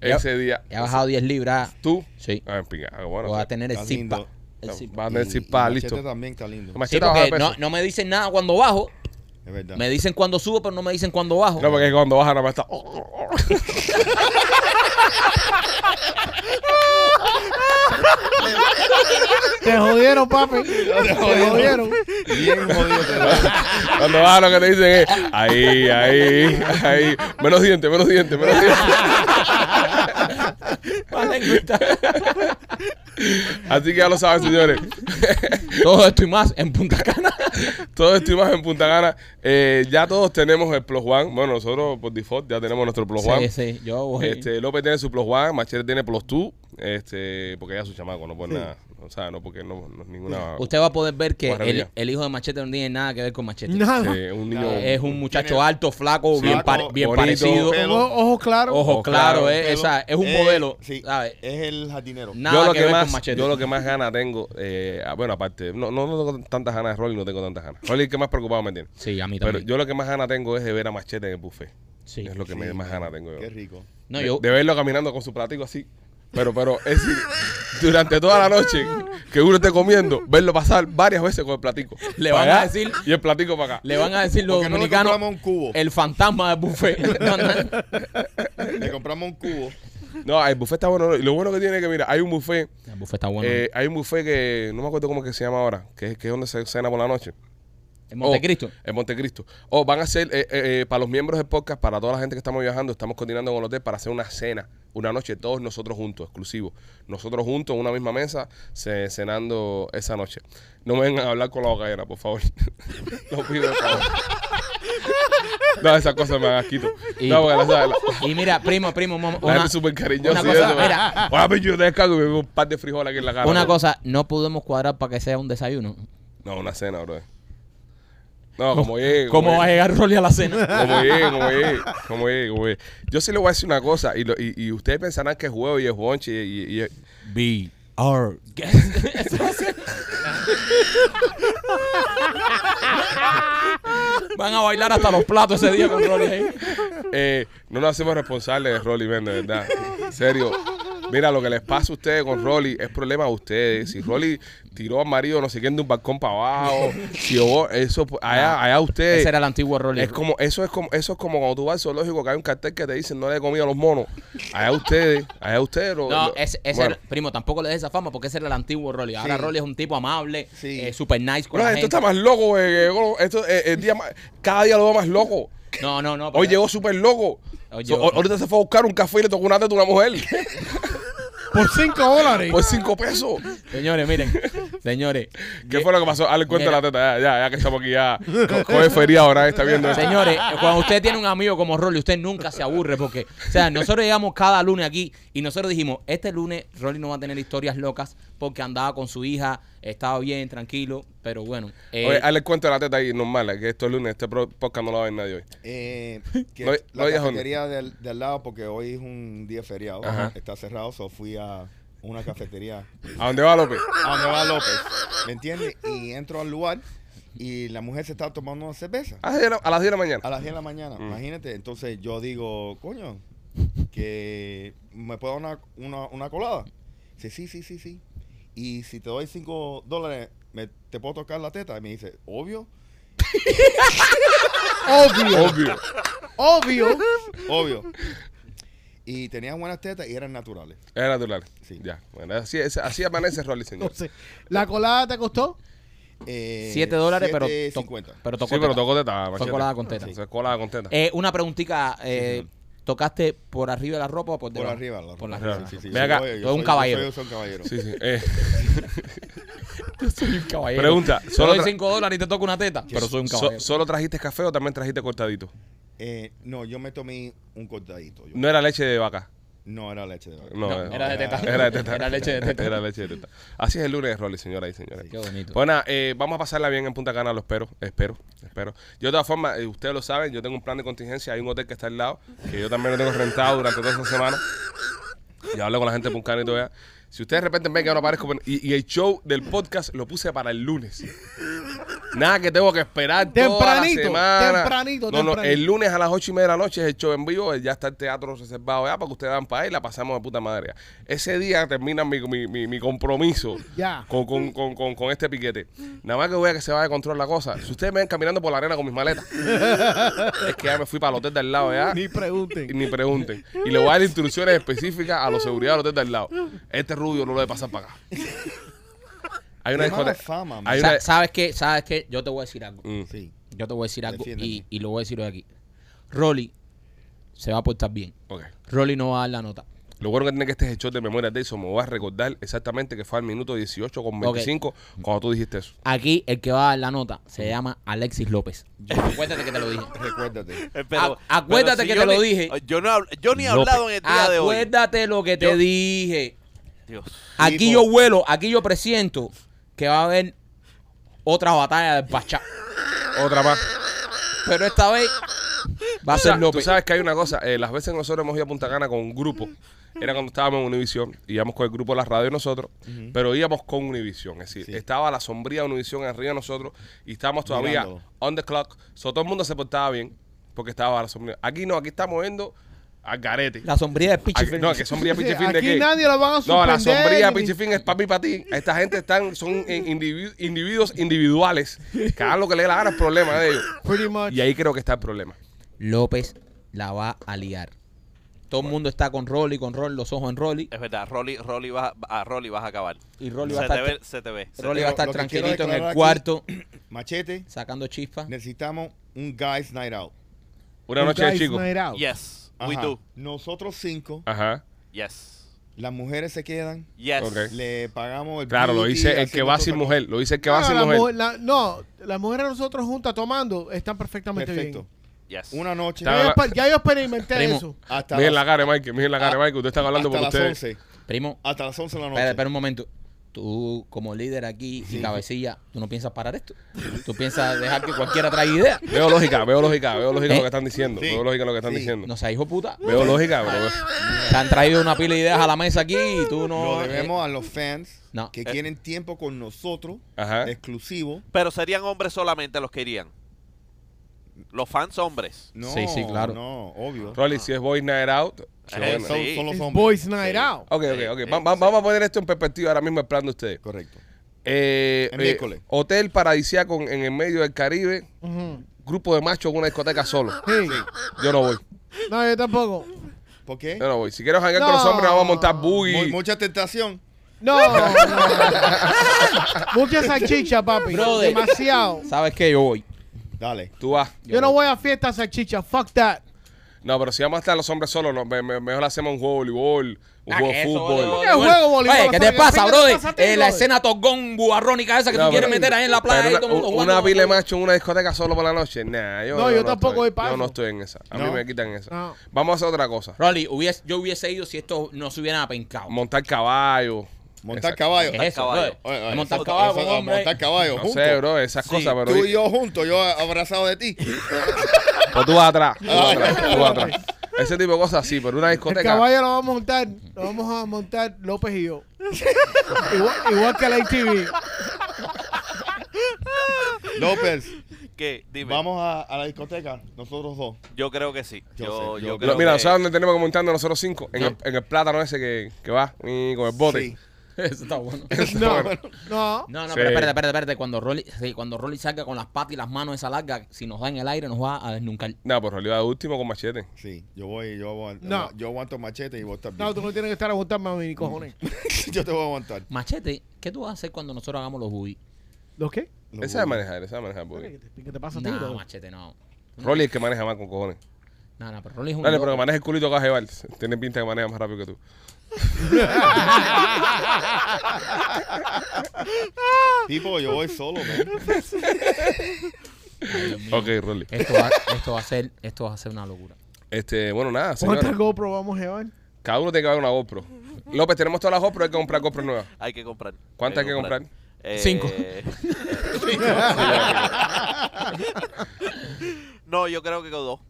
[SPEAKER 3] ese día.
[SPEAKER 4] He bajado 10 libras.
[SPEAKER 3] ¿Tú?
[SPEAKER 4] Sí.
[SPEAKER 3] Ah, pinga. Ah, bueno,
[SPEAKER 4] Voy a
[SPEAKER 3] sí.
[SPEAKER 4] tener el
[SPEAKER 6] Está
[SPEAKER 4] zip
[SPEAKER 6] lindo.
[SPEAKER 4] El zip
[SPEAKER 3] Va a
[SPEAKER 6] Y-
[SPEAKER 3] tener zip
[SPEAKER 6] y
[SPEAKER 3] pack,
[SPEAKER 6] Machete
[SPEAKER 3] listo.
[SPEAKER 6] también está lindo.
[SPEAKER 3] Machete
[SPEAKER 4] Sí,
[SPEAKER 3] baja de
[SPEAKER 4] porque
[SPEAKER 3] peso.
[SPEAKER 4] no, no me dicen nada cuando bajo.
[SPEAKER 6] Es verdad.
[SPEAKER 4] Me dicen cuando subo, pero no me dicen cuando bajo.
[SPEAKER 3] No, porque cuando baja nada más está.
[SPEAKER 5] Te jodieron, papi. Te jodieron.
[SPEAKER 6] Bien jodido. te lo digo.
[SPEAKER 3] Cuando baja lo que te dicen es. Ahí, ahí, ahí. Menos dientes, menos dientes, menos dientes.
[SPEAKER 4] Vale, grita.
[SPEAKER 3] Así que ya lo saben, señores.
[SPEAKER 4] Todo esto y más en Punta Cana.
[SPEAKER 3] Todo esto y más en Punta Gana. Eh, ya todos tenemos el Plus One. Bueno, nosotros por default ya tenemos nuestro Plus One.
[SPEAKER 4] Sí, sí, yo voy.
[SPEAKER 3] Este, López tiene su Plus One, Machete tiene Plus Two, este, porque ya es su chamaco, no por nada. O sea, no porque no, no es ninguna.
[SPEAKER 4] Usted va a poder ver que el,
[SPEAKER 3] Maravilla.
[SPEAKER 4] el hijo de Machete no tiene nada que ver con Machete.
[SPEAKER 5] Nada.
[SPEAKER 3] eh, un niño.
[SPEAKER 4] Eh, Es un muchacho alto, flaco,
[SPEAKER 3] Sí,
[SPEAKER 4] bien,
[SPEAKER 6] flaco,
[SPEAKER 4] pare- bien
[SPEAKER 3] bonito,
[SPEAKER 4] parecido.
[SPEAKER 6] pelo.
[SPEAKER 5] Ojo, ojo claro.
[SPEAKER 4] Ojo,
[SPEAKER 3] Ojo
[SPEAKER 4] claro,
[SPEAKER 3] claro,
[SPEAKER 4] eh,
[SPEAKER 6] Pero
[SPEAKER 4] esa- es un
[SPEAKER 6] es-
[SPEAKER 4] modelo.
[SPEAKER 6] Sí,
[SPEAKER 4] ¿sabes?
[SPEAKER 6] es el jardinero.
[SPEAKER 4] Nada
[SPEAKER 3] yo lo
[SPEAKER 4] que,
[SPEAKER 3] que,
[SPEAKER 4] ver con
[SPEAKER 3] más,
[SPEAKER 4] Machete.
[SPEAKER 3] yo lo que más ganas tengo, eh, ah, bueno, aparte, no, no, no tengo tantas ganas de Rolly, no tengo tantas ganas. Rolly es el que más preocupado me tiene.
[SPEAKER 4] Sí, a mí
[SPEAKER 3] Pero
[SPEAKER 4] también.
[SPEAKER 3] yo lo que más ganas tengo es de ver a Machete en el buffet.
[SPEAKER 4] Sí.
[SPEAKER 3] Es lo que me- más ganas tengo yo.
[SPEAKER 6] Qué rico.
[SPEAKER 4] No,
[SPEAKER 3] de,
[SPEAKER 4] yo,
[SPEAKER 3] de verlo caminando con su platico así. Pero, pero, es decir, durante toda la noche que uno esté comiendo, verlo pasar varias veces con el platico.
[SPEAKER 4] Le
[SPEAKER 3] Pa'
[SPEAKER 4] van a
[SPEAKER 3] allá
[SPEAKER 4] decir-
[SPEAKER 3] Y el platico para acá.
[SPEAKER 4] le van a decir los
[SPEAKER 6] Porque no le
[SPEAKER 4] dominicanos
[SPEAKER 6] compramos un cubo.
[SPEAKER 4] el fantasma del buffet. No, no.
[SPEAKER 6] Le compramos un cubo.
[SPEAKER 3] No, el buffet está bueno. Y lo bueno que tiene es que, mira, hay un buffet.
[SPEAKER 4] El buffet está bueno.
[SPEAKER 3] eh, hay un buffet que no me acuerdo cómo es que se llama ahora, que es, que es donde se cena por la noche.
[SPEAKER 4] en Montecristo.
[SPEAKER 3] Oh, En Montecristo. O van a hacer, eh, eh, eh, para los miembros del podcast, para toda la gente que estamos viajando, estamos coordinando con el hotel para hacer una cena, una noche, todos nosotros juntos, exclusivo. Nosotros juntos en una misma mesa, ce- cenando esa noche. No me vengan a hablar con la boca llena, por favor. Lo pido, por favor. No, esas cosas me hagan quito.
[SPEAKER 4] Y-
[SPEAKER 3] No, porque la, la- la-
[SPEAKER 4] Y mira, primo, primo, un mom-
[SPEAKER 3] oh. la gente
[SPEAKER 4] una,
[SPEAKER 3] es súper cariñosa.
[SPEAKER 4] una
[SPEAKER 3] y eso,
[SPEAKER 4] cosa,
[SPEAKER 3] me-
[SPEAKER 4] mira.
[SPEAKER 3] Ahora me- yo te descargo y me veo un par de frijoles aquí en la cara.
[SPEAKER 4] una
[SPEAKER 3] bro.
[SPEAKER 4] cosa, no pudimos cuadrar para que sea un desayuno.
[SPEAKER 3] No, una cena, bro. No, como llegue.
[SPEAKER 4] ¿Cómo va a
[SPEAKER 3] llegue.
[SPEAKER 4] llegar Rolly a la cena?
[SPEAKER 3] Como llegue, como llegue, como llegue, como llegue. Yo sí le voy a decir una cosa y, lo- y, y ustedes pensarán que es huevo y es bonche y, y- y-
[SPEAKER 4] Be our Van a bailar hasta los platos ese día con Rolly ahí.
[SPEAKER 3] eh, no nos hacemos responsables de Rolly, ven, de verdad. En serio. Mira, lo que les pasa a ustedes con Rolly es problema de ustedes. Si Rolly tiró al marido no sé quién de un balcón para abajo, si hubo- eso, pues, allá, allá ustedes...
[SPEAKER 4] Ese Ah, era el antiguo Rolly.
[SPEAKER 3] Es como, eso es como, eso es como cuando tú vas al zoológico que hay un cartel que te dicen no le he comido a los monos. Allá ustedes, allá ustedes. lo-
[SPEAKER 4] No,
[SPEAKER 3] lo-
[SPEAKER 4] ese, ese
[SPEAKER 3] bueno.
[SPEAKER 4] era- primo, tampoco le des esa fama porque ese era el antiguo Rolly. Ahora
[SPEAKER 6] Sí.
[SPEAKER 4] Rolly es un tipo amable,
[SPEAKER 6] Sí.
[SPEAKER 4] eh, super nice con
[SPEAKER 3] Bro,
[SPEAKER 4] la
[SPEAKER 3] esto
[SPEAKER 4] gente.
[SPEAKER 3] está más loco, güey, que- bro, esto, eh, el día más- cada día lo veo más loco.
[SPEAKER 4] No, no, no.
[SPEAKER 3] Hoy
[SPEAKER 4] pero-
[SPEAKER 3] llegó súper loco.
[SPEAKER 4] Hoy
[SPEAKER 3] So,
[SPEAKER 4] llegó-
[SPEAKER 3] o- ahorita se fue a buscar un café y le tocó una teta a una mujer
[SPEAKER 5] Por 5 dólares.
[SPEAKER 3] por cinco pesos.
[SPEAKER 4] Señores, miren. Señores.
[SPEAKER 3] ¿Qué
[SPEAKER 4] Ye-
[SPEAKER 3] fue lo que pasó? Hazle cuenta de la
[SPEAKER 4] Mira.
[SPEAKER 3] teta, ya, ya, ya que estamos aquí, ya. Co- Coge feria ahora, está viendo esto.
[SPEAKER 4] Señores, cuando usted tiene un amigo como Rolly, usted nunca se aburre porque, o sea, nosotros llegamos cada lunes aquí y nosotros dijimos, este lunes Rolly no va a tener historias locas porque andaba con su hija, estaba bien, tranquilo, pero bueno. eh,
[SPEAKER 3] Oye, hazle cuenta de la teta ahí, normal, que esto es lunes, este pro- podcast no lo va a ver nadie hoy.
[SPEAKER 6] Eh, que
[SPEAKER 3] No- no
[SPEAKER 6] la
[SPEAKER 3] digas dónde.
[SPEAKER 6] cafetería del, del lado, porque hoy es un día feriado,
[SPEAKER 3] Ajá.
[SPEAKER 6] está cerrado, so fui a una cafetería
[SPEAKER 3] ¿A dónde va López?
[SPEAKER 6] a donde va López, ¿me entiendes? Y entro al lugar y la mujer se estaba tomando una cerveza
[SPEAKER 3] A las diez de la- a las 10 de la mañana.
[SPEAKER 6] a las 10 de la mañana, imagínate. Entonces yo digo, coño, que me puedo dar una, una, una colada. Dice, sí, sí, sí, sí. Y si te doy 5 dólares, me, ¿te puedo tocar la teta? Y me dice, obvio,
[SPEAKER 5] Obvio.
[SPEAKER 3] Obvio.
[SPEAKER 5] Obvio.
[SPEAKER 6] obvio. Y tenían buenas tetas y eran naturales.
[SPEAKER 3] Es natural.
[SPEAKER 6] Sí.
[SPEAKER 3] Ya. Bueno, así, es- así amanece Rolly, señor.
[SPEAKER 5] No sé. ¿La colada te costó?
[SPEAKER 6] Eh,
[SPEAKER 4] 7 dólares, pero,
[SPEAKER 6] siete
[SPEAKER 4] to-
[SPEAKER 6] cincuenta.
[SPEAKER 4] pero
[SPEAKER 3] Sí,
[SPEAKER 4] tocó
[SPEAKER 3] pero
[SPEAKER 4] teta.
[SPEAKER 3] tocó teta, machete.
[SPEAKER 4] colada con teta.
[SPEAKER 3] Fue colada con teta.
[SPEAKER 4] Eh, una preguntica, eh, ¿tocaste por arriba de la ropa o por
[SPEAKER 6] Por
[SPEAKER 4] debajo?
[SPEAKER 6] arriba. la-
[SPEAKER 4] Por la
[SPEAKER 3] arriba.
[SPEAKER 4] arriba.
[SPEAKER 6] Sí, sí, sí.
[SPEAKER 3] Ven acá,
[SPEAKER 6] Oye,
[SPEAKER 4] tú
[SPEAKER 6] yo
[SPEAKER 4] eres un
[SPEAKER 6] soy-
[SPEAKER 4] caballero.
[SPEAKER 6] Yo soy un caballero.
[SPEAKER 3] Sí, sí. Eh,
[SPEAKER 4] Soy un caballero.
[SPEAKER 3] Pregunta,
[SPEAKER 4] Te
[SPEAKER 3] solo
[SPEAKER 4] doy
[SPEAKER 3] tra-
[SPEAKER 4] 5 dólares y te toco una teta, pero soy un
[SPEAKER 3] so-
[SPEAKER 4] caballero.
[SPEAKER 3] ¿Solo trajiste café o también trajiste cortadito?
[SPEAKER 6] Eh, no, yo me tomé un cortadito. yo.
[SPEAKER 3] No era leche de vaca.
[SPEAKER 6] No era leche de vaca.
[SPEAKER 3] No,
[SPEAKER 4] No, era de teta.
[SPEAKER 3] Era de teta.
[SPEAKER 4] Era leche de teta.
[SPEAKER 3] Era leche de teta. Así es el lunes de Rolly, señoras y señores.
[SPEAKER 4] Qué bonito.
[SPEAKER 3] Bueno, eh, vamos a pasarla bien en Punta Cana, lo espero, espero, espero. Yo de todas formas, eh, ustedes lo saben, yo tengo un plan de contingencia, hay un hotel que está al lado, que yo también lo tengo rentado durante toda esta semana. Y hablo con la gente de Punta Cana y todo ya. Si ustedes de repente ven que ahora aparezco, con- y, y el show del podcast lo puse para el lunes. Nada que tengo que esperar toda la
[SPEAKER 5] Tempranito,
[SPEAKER 3] semana.
[SPEAKER 5] tempranito,
[SPEAKER 3] no, No,
[SPEAKER 5] tempranito.
[SPEAKER 3] el lunes a las ocho y media de la noche es el show en vivo, ya está el teatro reservado ya para que ustedes van para ahí y la pasamos de puta madre. ya. Ese día termina mi, mi- mi- mi compromiso
[SPEAKER 5] Ya.
[SPEAKER 3] con, con- con- con- con este piquete. Nada más que voy a que se vaya a control la cosa. Si ustedes me ven caminando por la arena con mis maletas, es que ya me fui para el hotel del lado ya.
[SPEAKER 5] Ni
[SPEAKER 3] Y
[SPEAKER 5] pregunten.
[SPEAKER 3] ni pregunten. Y le voy a dar instrucciones específicas a los seguridad del hotel del lado. Este rubio no lo debe pasar para acá. Hay una
[SPEAKER 6] Qué mala
[SPEAKER 3] discoteca-
[SPEAKER 6] fama, man.
[SPEAKER 3] hay
[SPEAKER 4] Sa-
[SPEAKER 3] una-
[SPEAKER 4] ¿Sabes qué? ¿Sabes qué? Yo te voy a decir algo.
[SPEAKER 3] Mm.
[SPEAKER 6] Sí.
[SPEAKER 4] Yo te voy a decir algo y,
[SPEAKER 6] Defiéndeme.
[SPEAKER 4] y lo voy a decir hoy aquí. Rolly se va a portar bien.
[SPEAKER 3] Ok.
[SPEAKER 4] Rolly no va a dar la nota.
[SPEAKER 3] Lo bueno que tiene que este es el show de memoria de eso. Me voy a recordar exactamente que fue al minuto 18 con 25 cuando tú dijiste eso.
[SPEAKER 4] Aquí el que va a dar la nota se llama Alexis López. Acuérdate que te lo dije.
[SPEAKER 6] Recuérdate.
[SPEAKER 7] Eh, pero-
[SPEAKER 4] A- acuérdate que
[SPEAKER 7] yo
[SPEAKER 4] te lo
[SPEAKER 7] ni- eh,
[SPEAKER 4] dije.
[SPEAKER 7] Yo, no, habl- yo ni he hablado en el día de hoy.
[SPEAKER 4] Acuérdate lo que te
[SPEAKER 7] Yo-
[SPEAKER 4] dije.
[SPEAKER 7] Dios.
[SPEAKER 4] Aquí
[SPEAKER 6] Tipo-
[SPEAKER 4] yo vuelo, aquí yo presiento que va a haber otra batalla del Pachá.
[SPEAKER 3] Otra más.
[SPEAKER 4] Pero esta vez va a
[SPEAKER 3] Tú sa-
[SPEAKER 4] ser
[SPEAKER 3] Tú
[SPEAKER 4] López.
[SPEAKER 3] sabes que hay una cosa, eh, las veces que nosotros hemos ido a Punta Cana con un grupo, era cuando estábamos en Univisión, íbamos con el grupo de la radio nosotros, pero íbamos con Univisión, es decir,
[SPEAKER 6] Sí.
[SPEAKER 3] estaba la sombría Univisión arriba de nosotros y estábamos todavía
[SPEAKER 6] Mirándolo.
[SPEAKER 3] on the clock, so, todo el mundo se portaba bien porque estaba la sombría. Aquí no, aquí estamos viendo al garete.
[SPEAKER 4] La sombría de Pichi.
[SPEAKER 3] Aquí- no, que sombría
[SPEAKER 5] Sí,
[SPEAKER 3] pichifín de
[SPEAKER 5] aquí
[SPEAKER 3] qué.
[SPEAKER 5] nadie la van a
[SPEAKER 3] No, la
[SPEAKER 5] suspender,
[SPEAKER 3] sombría
[SPEAKER 5] ni-
[SPEAKER 3] pichifín es para mí, para ti. Esta gente están, son eh, individu- individuos individuales que hagan lo que le dé la gana, es problema de ellos.
[SPEAKER 5] Pretty much.
[SPEAKER 3] Y ahí creo que está el problema.
[SPEAKER 4] López la va a liar. Todo el mundo está con Rolly, con Rolly, los ojos en Rolly.
[SPEAKER 7] Es verdad, Rolly, Rolly vas a, a Rolly vas a acabar.
[SPEAKER 4] Y Rolly
[SPEAKER 7] se,
[SPEAKER 4] va a
[SPEAKER 7] te
[SPEAKER 4] estar,
[SPEAKER 7] ve, se te ve. se
[SPEAKER 4] Rolly
[SPEAKER 7] te
[SPEAKER 4] va a
[SPEAKER 7] ve.
[SPEAKER 4] estar
[SPEAKER 6] Lo que quiero
[SPEAKER 4] tranquilito en el
[SPEAKER 6] declarar aquí-
[SPEAKER 4] cuarto,
[SPEAKER 6] Machete,
[SPEAKER 4] sacando chispas.
[SPEAKER 6] necesitamos un guys night out.
[SPEAKER 3] Una noche de chicos.
[SPEAKER 7] Yes, we
[SPEAKER 6] Ajá.
[SPEAKER 7] do.
[SPEAKER 6] Nosotros cinco,
[SPEAKER 3] Ajá.
[SPEAKER 7] Yes.
[SPEAKER 6] las mujeres se quedan,
[SPEAKER 7] Yes.
[SPEAKER 3] Ok.
[SPEAKER 6] le pagamos el
[SPEAKER 3] Claro, lo
[SPEAKER 6] beauty,
[SPEAKER 3] dice el que
[SPEAKER 6] hacemos
[SPEAKER 3] va
[SPEAKER 6] todo
[SPEAKER 3] sin
[SPEAKER 6] eso.
[SPEAKER 3] mujer. Lo dice el que
[SPEAKER 5] No,
[SPEAKER 3] va sin
[SPEAKER 5] Ah, la
[SPEAKER 3] mujer.
[SPEAKER 5] mujer- la- no, las mujeres nosotros juntas tomando están perfectamente
[SPEAKER 6] Perfecto.
[SPEAKER 5] bien.
[SPEAKER 7] Yes.
[SPEAKER 6] Una noche.
[SPEAKER 3] Está-
[SPEAKER 5] Ya yo, exper- ya yo experimenté
[SPEAKER 4] Primo.
[SPEAKER 5] eso.
[SPEAKER 6] Hasta
[SPEAKER 3] Miren la
[SPEAKER 6] las-
[SPEAKER 3] cara de Mike, miren la cara de Mike. Usted está hablando por
[SPEAKER 6] hasta las
[SPEAKER 3] ustedes.
[SPEAKER 6] 11.
[SPEAKER 4] Primo,
[SPEAKER 6] Hasta las 11 de la noche.
[SPEAKER 4] espera, espera un momento. Tú, como líder aquí y cabecilla, tú no piensas parar esto. Tú piensas dejar que cualquiera traiga idea.
[SPEAKER 3] Veo lógica, veo lógica, veo lógica
[SPEAKER 4] ¿Eh?
[SPEAKER 3] lo que están diciendo.
[SPEAKER 6] Sí.
[SPEAKER 3] Veo lógica lo que están
[SPEAKER 6] Sí.
[SPEAKER 3] diciendo.
[SPEAKER 4] No seas hijo puta.
[SPEAKER 3] Veo lógica, pero
[SPEAKER 4] Te han traído una pila de ideas a la mesa aquí y tú no. eh,
[SPEAKER 6] Lo debemos a los fans
[SPEAKER 4] no,
[SPEAKER 6] que
[SPEAKER 4] eh.
[SPEAKER 6] quieren tiempo con nosotros,
[SPEAKER 3] Ajá.
[SPEAKER 6] exclusivo.
[SPEAKER 7] Pero serían hombres solamente los que irían. Los fans hombres.
[SPEAKER 6] No,
[SPEAKER 4] Sí, sí, claro.
[SPEAKER 6] No, obvio.
[SPEAKER 3] Rolly, si es Boys Night Out. se
[SPEAKER 7] Eh,
[SPEAKER 3] van a-
[SPEAKER 6] Son,
[SPEAKER 7] sí.
[SPEAKER 6] son los
[SPEAKER 5] Es
[SPEAKER 6] hombres.
[SPEAKER 5] Boys Night
[SPEAKER 7] Sí.
[SPEAKER 5] Out.
[SPEAKER 4] Oh,
[SPEAKER 3] Ok, ok,
[SPEAKER 7] Eh,
[SPEAKER 3] ok.
[SPEAKER 7] eh,
[SPEAKER 3] Va- va-
[SPEAKER 7] sí.
[SPEAKER 3] Vamos a poner esto en perspectiva ahora mismo el plan de ustedes.
[SPEAKER 6] Correcto.
[SPEAKER 3] Eh,
[SPEAKER 6] El
[SPEAKER 3] eh,
[SPEAKER 6] miércoles.
[SPEAKER 3] hotel paradisíaco en, en el medio del Caribe.
[SPEAKER 5] Ujú.
[SPEAKER 3] Grupo de machos en una discoteca solo.
[SPEAKER 5] Sí.
[SPEAKER 3] Yo no voy.
[SPEAKER 5] No, yo tampoco.
[SPEAKER 6] ¿Por qué?
[SPEAKER 3] Yo no voy. Si quieres jangar con los
[SPEAKER 5] No.
[SPEAKER 3] hombres, vamos a montar
[SPEAKER 6] Mu-
[SPEAKER 3] boogie.
[SPEAKER 6] mucha tentación.
[SPEAKER 5] No, no, no. Mucha salchicha, papi.
[SPEAKER 4] Brother.
[SPEAKER 5] Demasiado.
[SPEAKER 4] ¿Sabes qué? Yo voy.
[SPEAKER 6] Dale.
[SPEAKER 3] Tú vas.
[SPEAKER 5] Yo no voy a fiestas salchicha. Fuck that.
[SPEAKER 3] No, pero si vamos a estar los hombres solos, no, me- me- mejor hacemos un juego de voleibol, un
[SPEAKER 4] Ah,
[SPEAKER 3] juego
[SPEAKER 4] que
[SPEAKER 3] de
[SPEAKER 4] eso,
[SPEAKER 3] fútbol.
[SPEAKER 4] boludo.
[SPEAKER 5] ¿Qué juego, boludo?
[SPEAKER 4] Oye, ¿qué te
[SPEAKER 5] ¿Qué
[SPEAKER 4] pasa,
[SPEAKER 5] te
[SPEAKER 4] brother?
[SPEAKER 5] pasa a ti,
[SPEAKER 4] Eh, la
[SPEAKER 5] brother?
[SPEAKER 4] escena Togón, guarrónica esa que
[SPEAKER 3] No,
[SPEAKER 4] tú quieres
[SPEAKER 3] pero-
[SPEAKER 4] meter ahí en la playa.
[SPEAKER 3] pero
[SPEAKER 4] y todo el mundo
[SPEAKER 3] una,
[SPEAKER 4] jugando.
[SPEAKER 3] una pila de macho en una discoteca solo por la noche. Nah, yo
[SPEAKER 5] No, yo tampoco
[SPEAKER 3] estoy,
[SPEAKER 5] voy pa'
[SPEAKER 3] Yo no
[SPEAKER 5] eso.
[SPEAKER 3] estoy en esa. A mí
[SPEAKER 6] No.
[SPEAKER 3] me quitan esa.
[SPEAKER 5] No.
[SPEAKER 3] Vamos a hacer otra cosa.
[SPEAKER 4] Rolly, hubiese- yo hubiese ido si esto no se hubiera apencado.
[SPEAKER 3] Montar caballo.
[SPEAKER 6] Montar
[SPEAKER 3] Esa-
[SPEAKER 6] caballo.
[SPEAKER 4] ¿Qué es eso,
[SPEAKER 7] caballo.
[SPEAKER 4] brother?
[SPEAKER 6] Oye, oye,
[SPEAKER 4] Eh, montar
[SPEAKER 6] eso-
[SPEAKER 4] caballo
[SPEAKER 6] eso-
[SPEAKER 4] con hombre.
[SPEAKER 6] Montar caballo.
[SPEAKER 3] No
[SPEAKER 6] juntos.
[SPEAKER 3] sé, bro, esas cosas, pero.
[SPEAKER 6] Tú y yo juntos, yo abrazado de ti.
[SPEAKER 3] O Pues tú vas atrás. Tú vas atrás. tú vas atrás. Ese tipo de cosas sí, pero una
[SPEAKER 5] El
[SPEAKER 3] discoteca.
[SPEAKER 5] caballo lo vamos a montar. Lo vamos a montar López y yo. igual, igual que la ATV.
[SPEAKER 6] López,
[SPEAKER 7] ¿Qué? Dime.
[SPEAKER 6] vamos a, a la discoteca, nosotros dos.
[SPEAKER 7] Yo creo que sí.
[SPEAKER 6] Yo
[SPEAKER 7] Yo,
[SPEAKER 6] sé, yo-
[SPEAKER 7] yo
[SPEAKER 6] Lo-
[SPEAKER 7] creo
[SPEAKER 3] Lo- mira,
[SPEAKER 7] que-
[SPEAKER 3] ¿sabes dónde tenemos que montarnos nosotros cinco? En, el, en el plátano ese que, que va mm, con el bote.
[SPEAKER 6] Sí.
[SPEAKER 4] Eso está bueno.
[SPEAKER 5] No, no.
[SPEAKER 4] No, no,
[SPEAKER 3] Sí.
[SPEAKER 4] pero espérate, espérate, espérate. Cuando Rolly, sí, cuando Rolly salga con las patas y las manos esa larga, si nos da en el aire, nos va a desnuncar.
[SPEAKER 3] No, pues realidad último con machete.
[SPEAKER 6] Sí, yo voy, yo voy,
[SPEAKER 5] No.
[SPEAKER 6] yo aguanto machete y voy a estar bien.
[SPEAKER 5] No, tú no tienes que estar aguantando a mis cojones.
[SPEAKER 6] yo te voy a aguantar.
[SPEAKER 4] Machete, ¿qué tú vas a hacer cuando nosotros hagamos los boogies?
[SPEAKER 5] ¿Los qué?
[SPEAKER 6] Lo
[SPEAKER 3] esa es
[SPEAKER 6] voy.
[SPEAKER 3] manejar, esa es manejar. porque-
[SPEAKER 5] ¿Qué te, qué te pasa a ti?
[SPEAKER 4] No,
[SPEAKER 5] bro?
[SPEAKER 4] machete, no.
[SPEAKER 3] Rolly es el que maneja más con cojones.
[SPEAKER 4] No, no, pero Rolly es un.
[SPEAKER 3] Dale,
[SPEAKER 4] loco.
[SPEAKER 3] pero que maneja el culito que vas a llevar. Tiene pinta que maneja más rápido que tú.
[SPEAKER 6] Tipo, yo voy solo, man.
[SPEAKER 4] Ay, Dios mío.
[SPEAKER 3] Ok, Rolly.
[SPEAKER 4] Esto va, esto, va a ser, esto va a ser una locura.
[SPEAKER 3] Este, bueno, nada,
[SPEAKER 5] ¿Cuántas
[SPEAKER 3] señores.
[SPEAKER 5] GoPro vamos a llevar?
[SPEAKER 3] Cada uno tiene que haber una GoPro. López, tenemos todas las GoPro, hay que comprar GoPro nuevas.
[SPEAKER 7] Hay que comprar.
[SPEAKER 3] ¿Cuántas hay que comprar?
[SPEAKER 7] Eh,
[SPEAKER 4] Cinco.
[SPEAKER 7] no, yo creo que dos.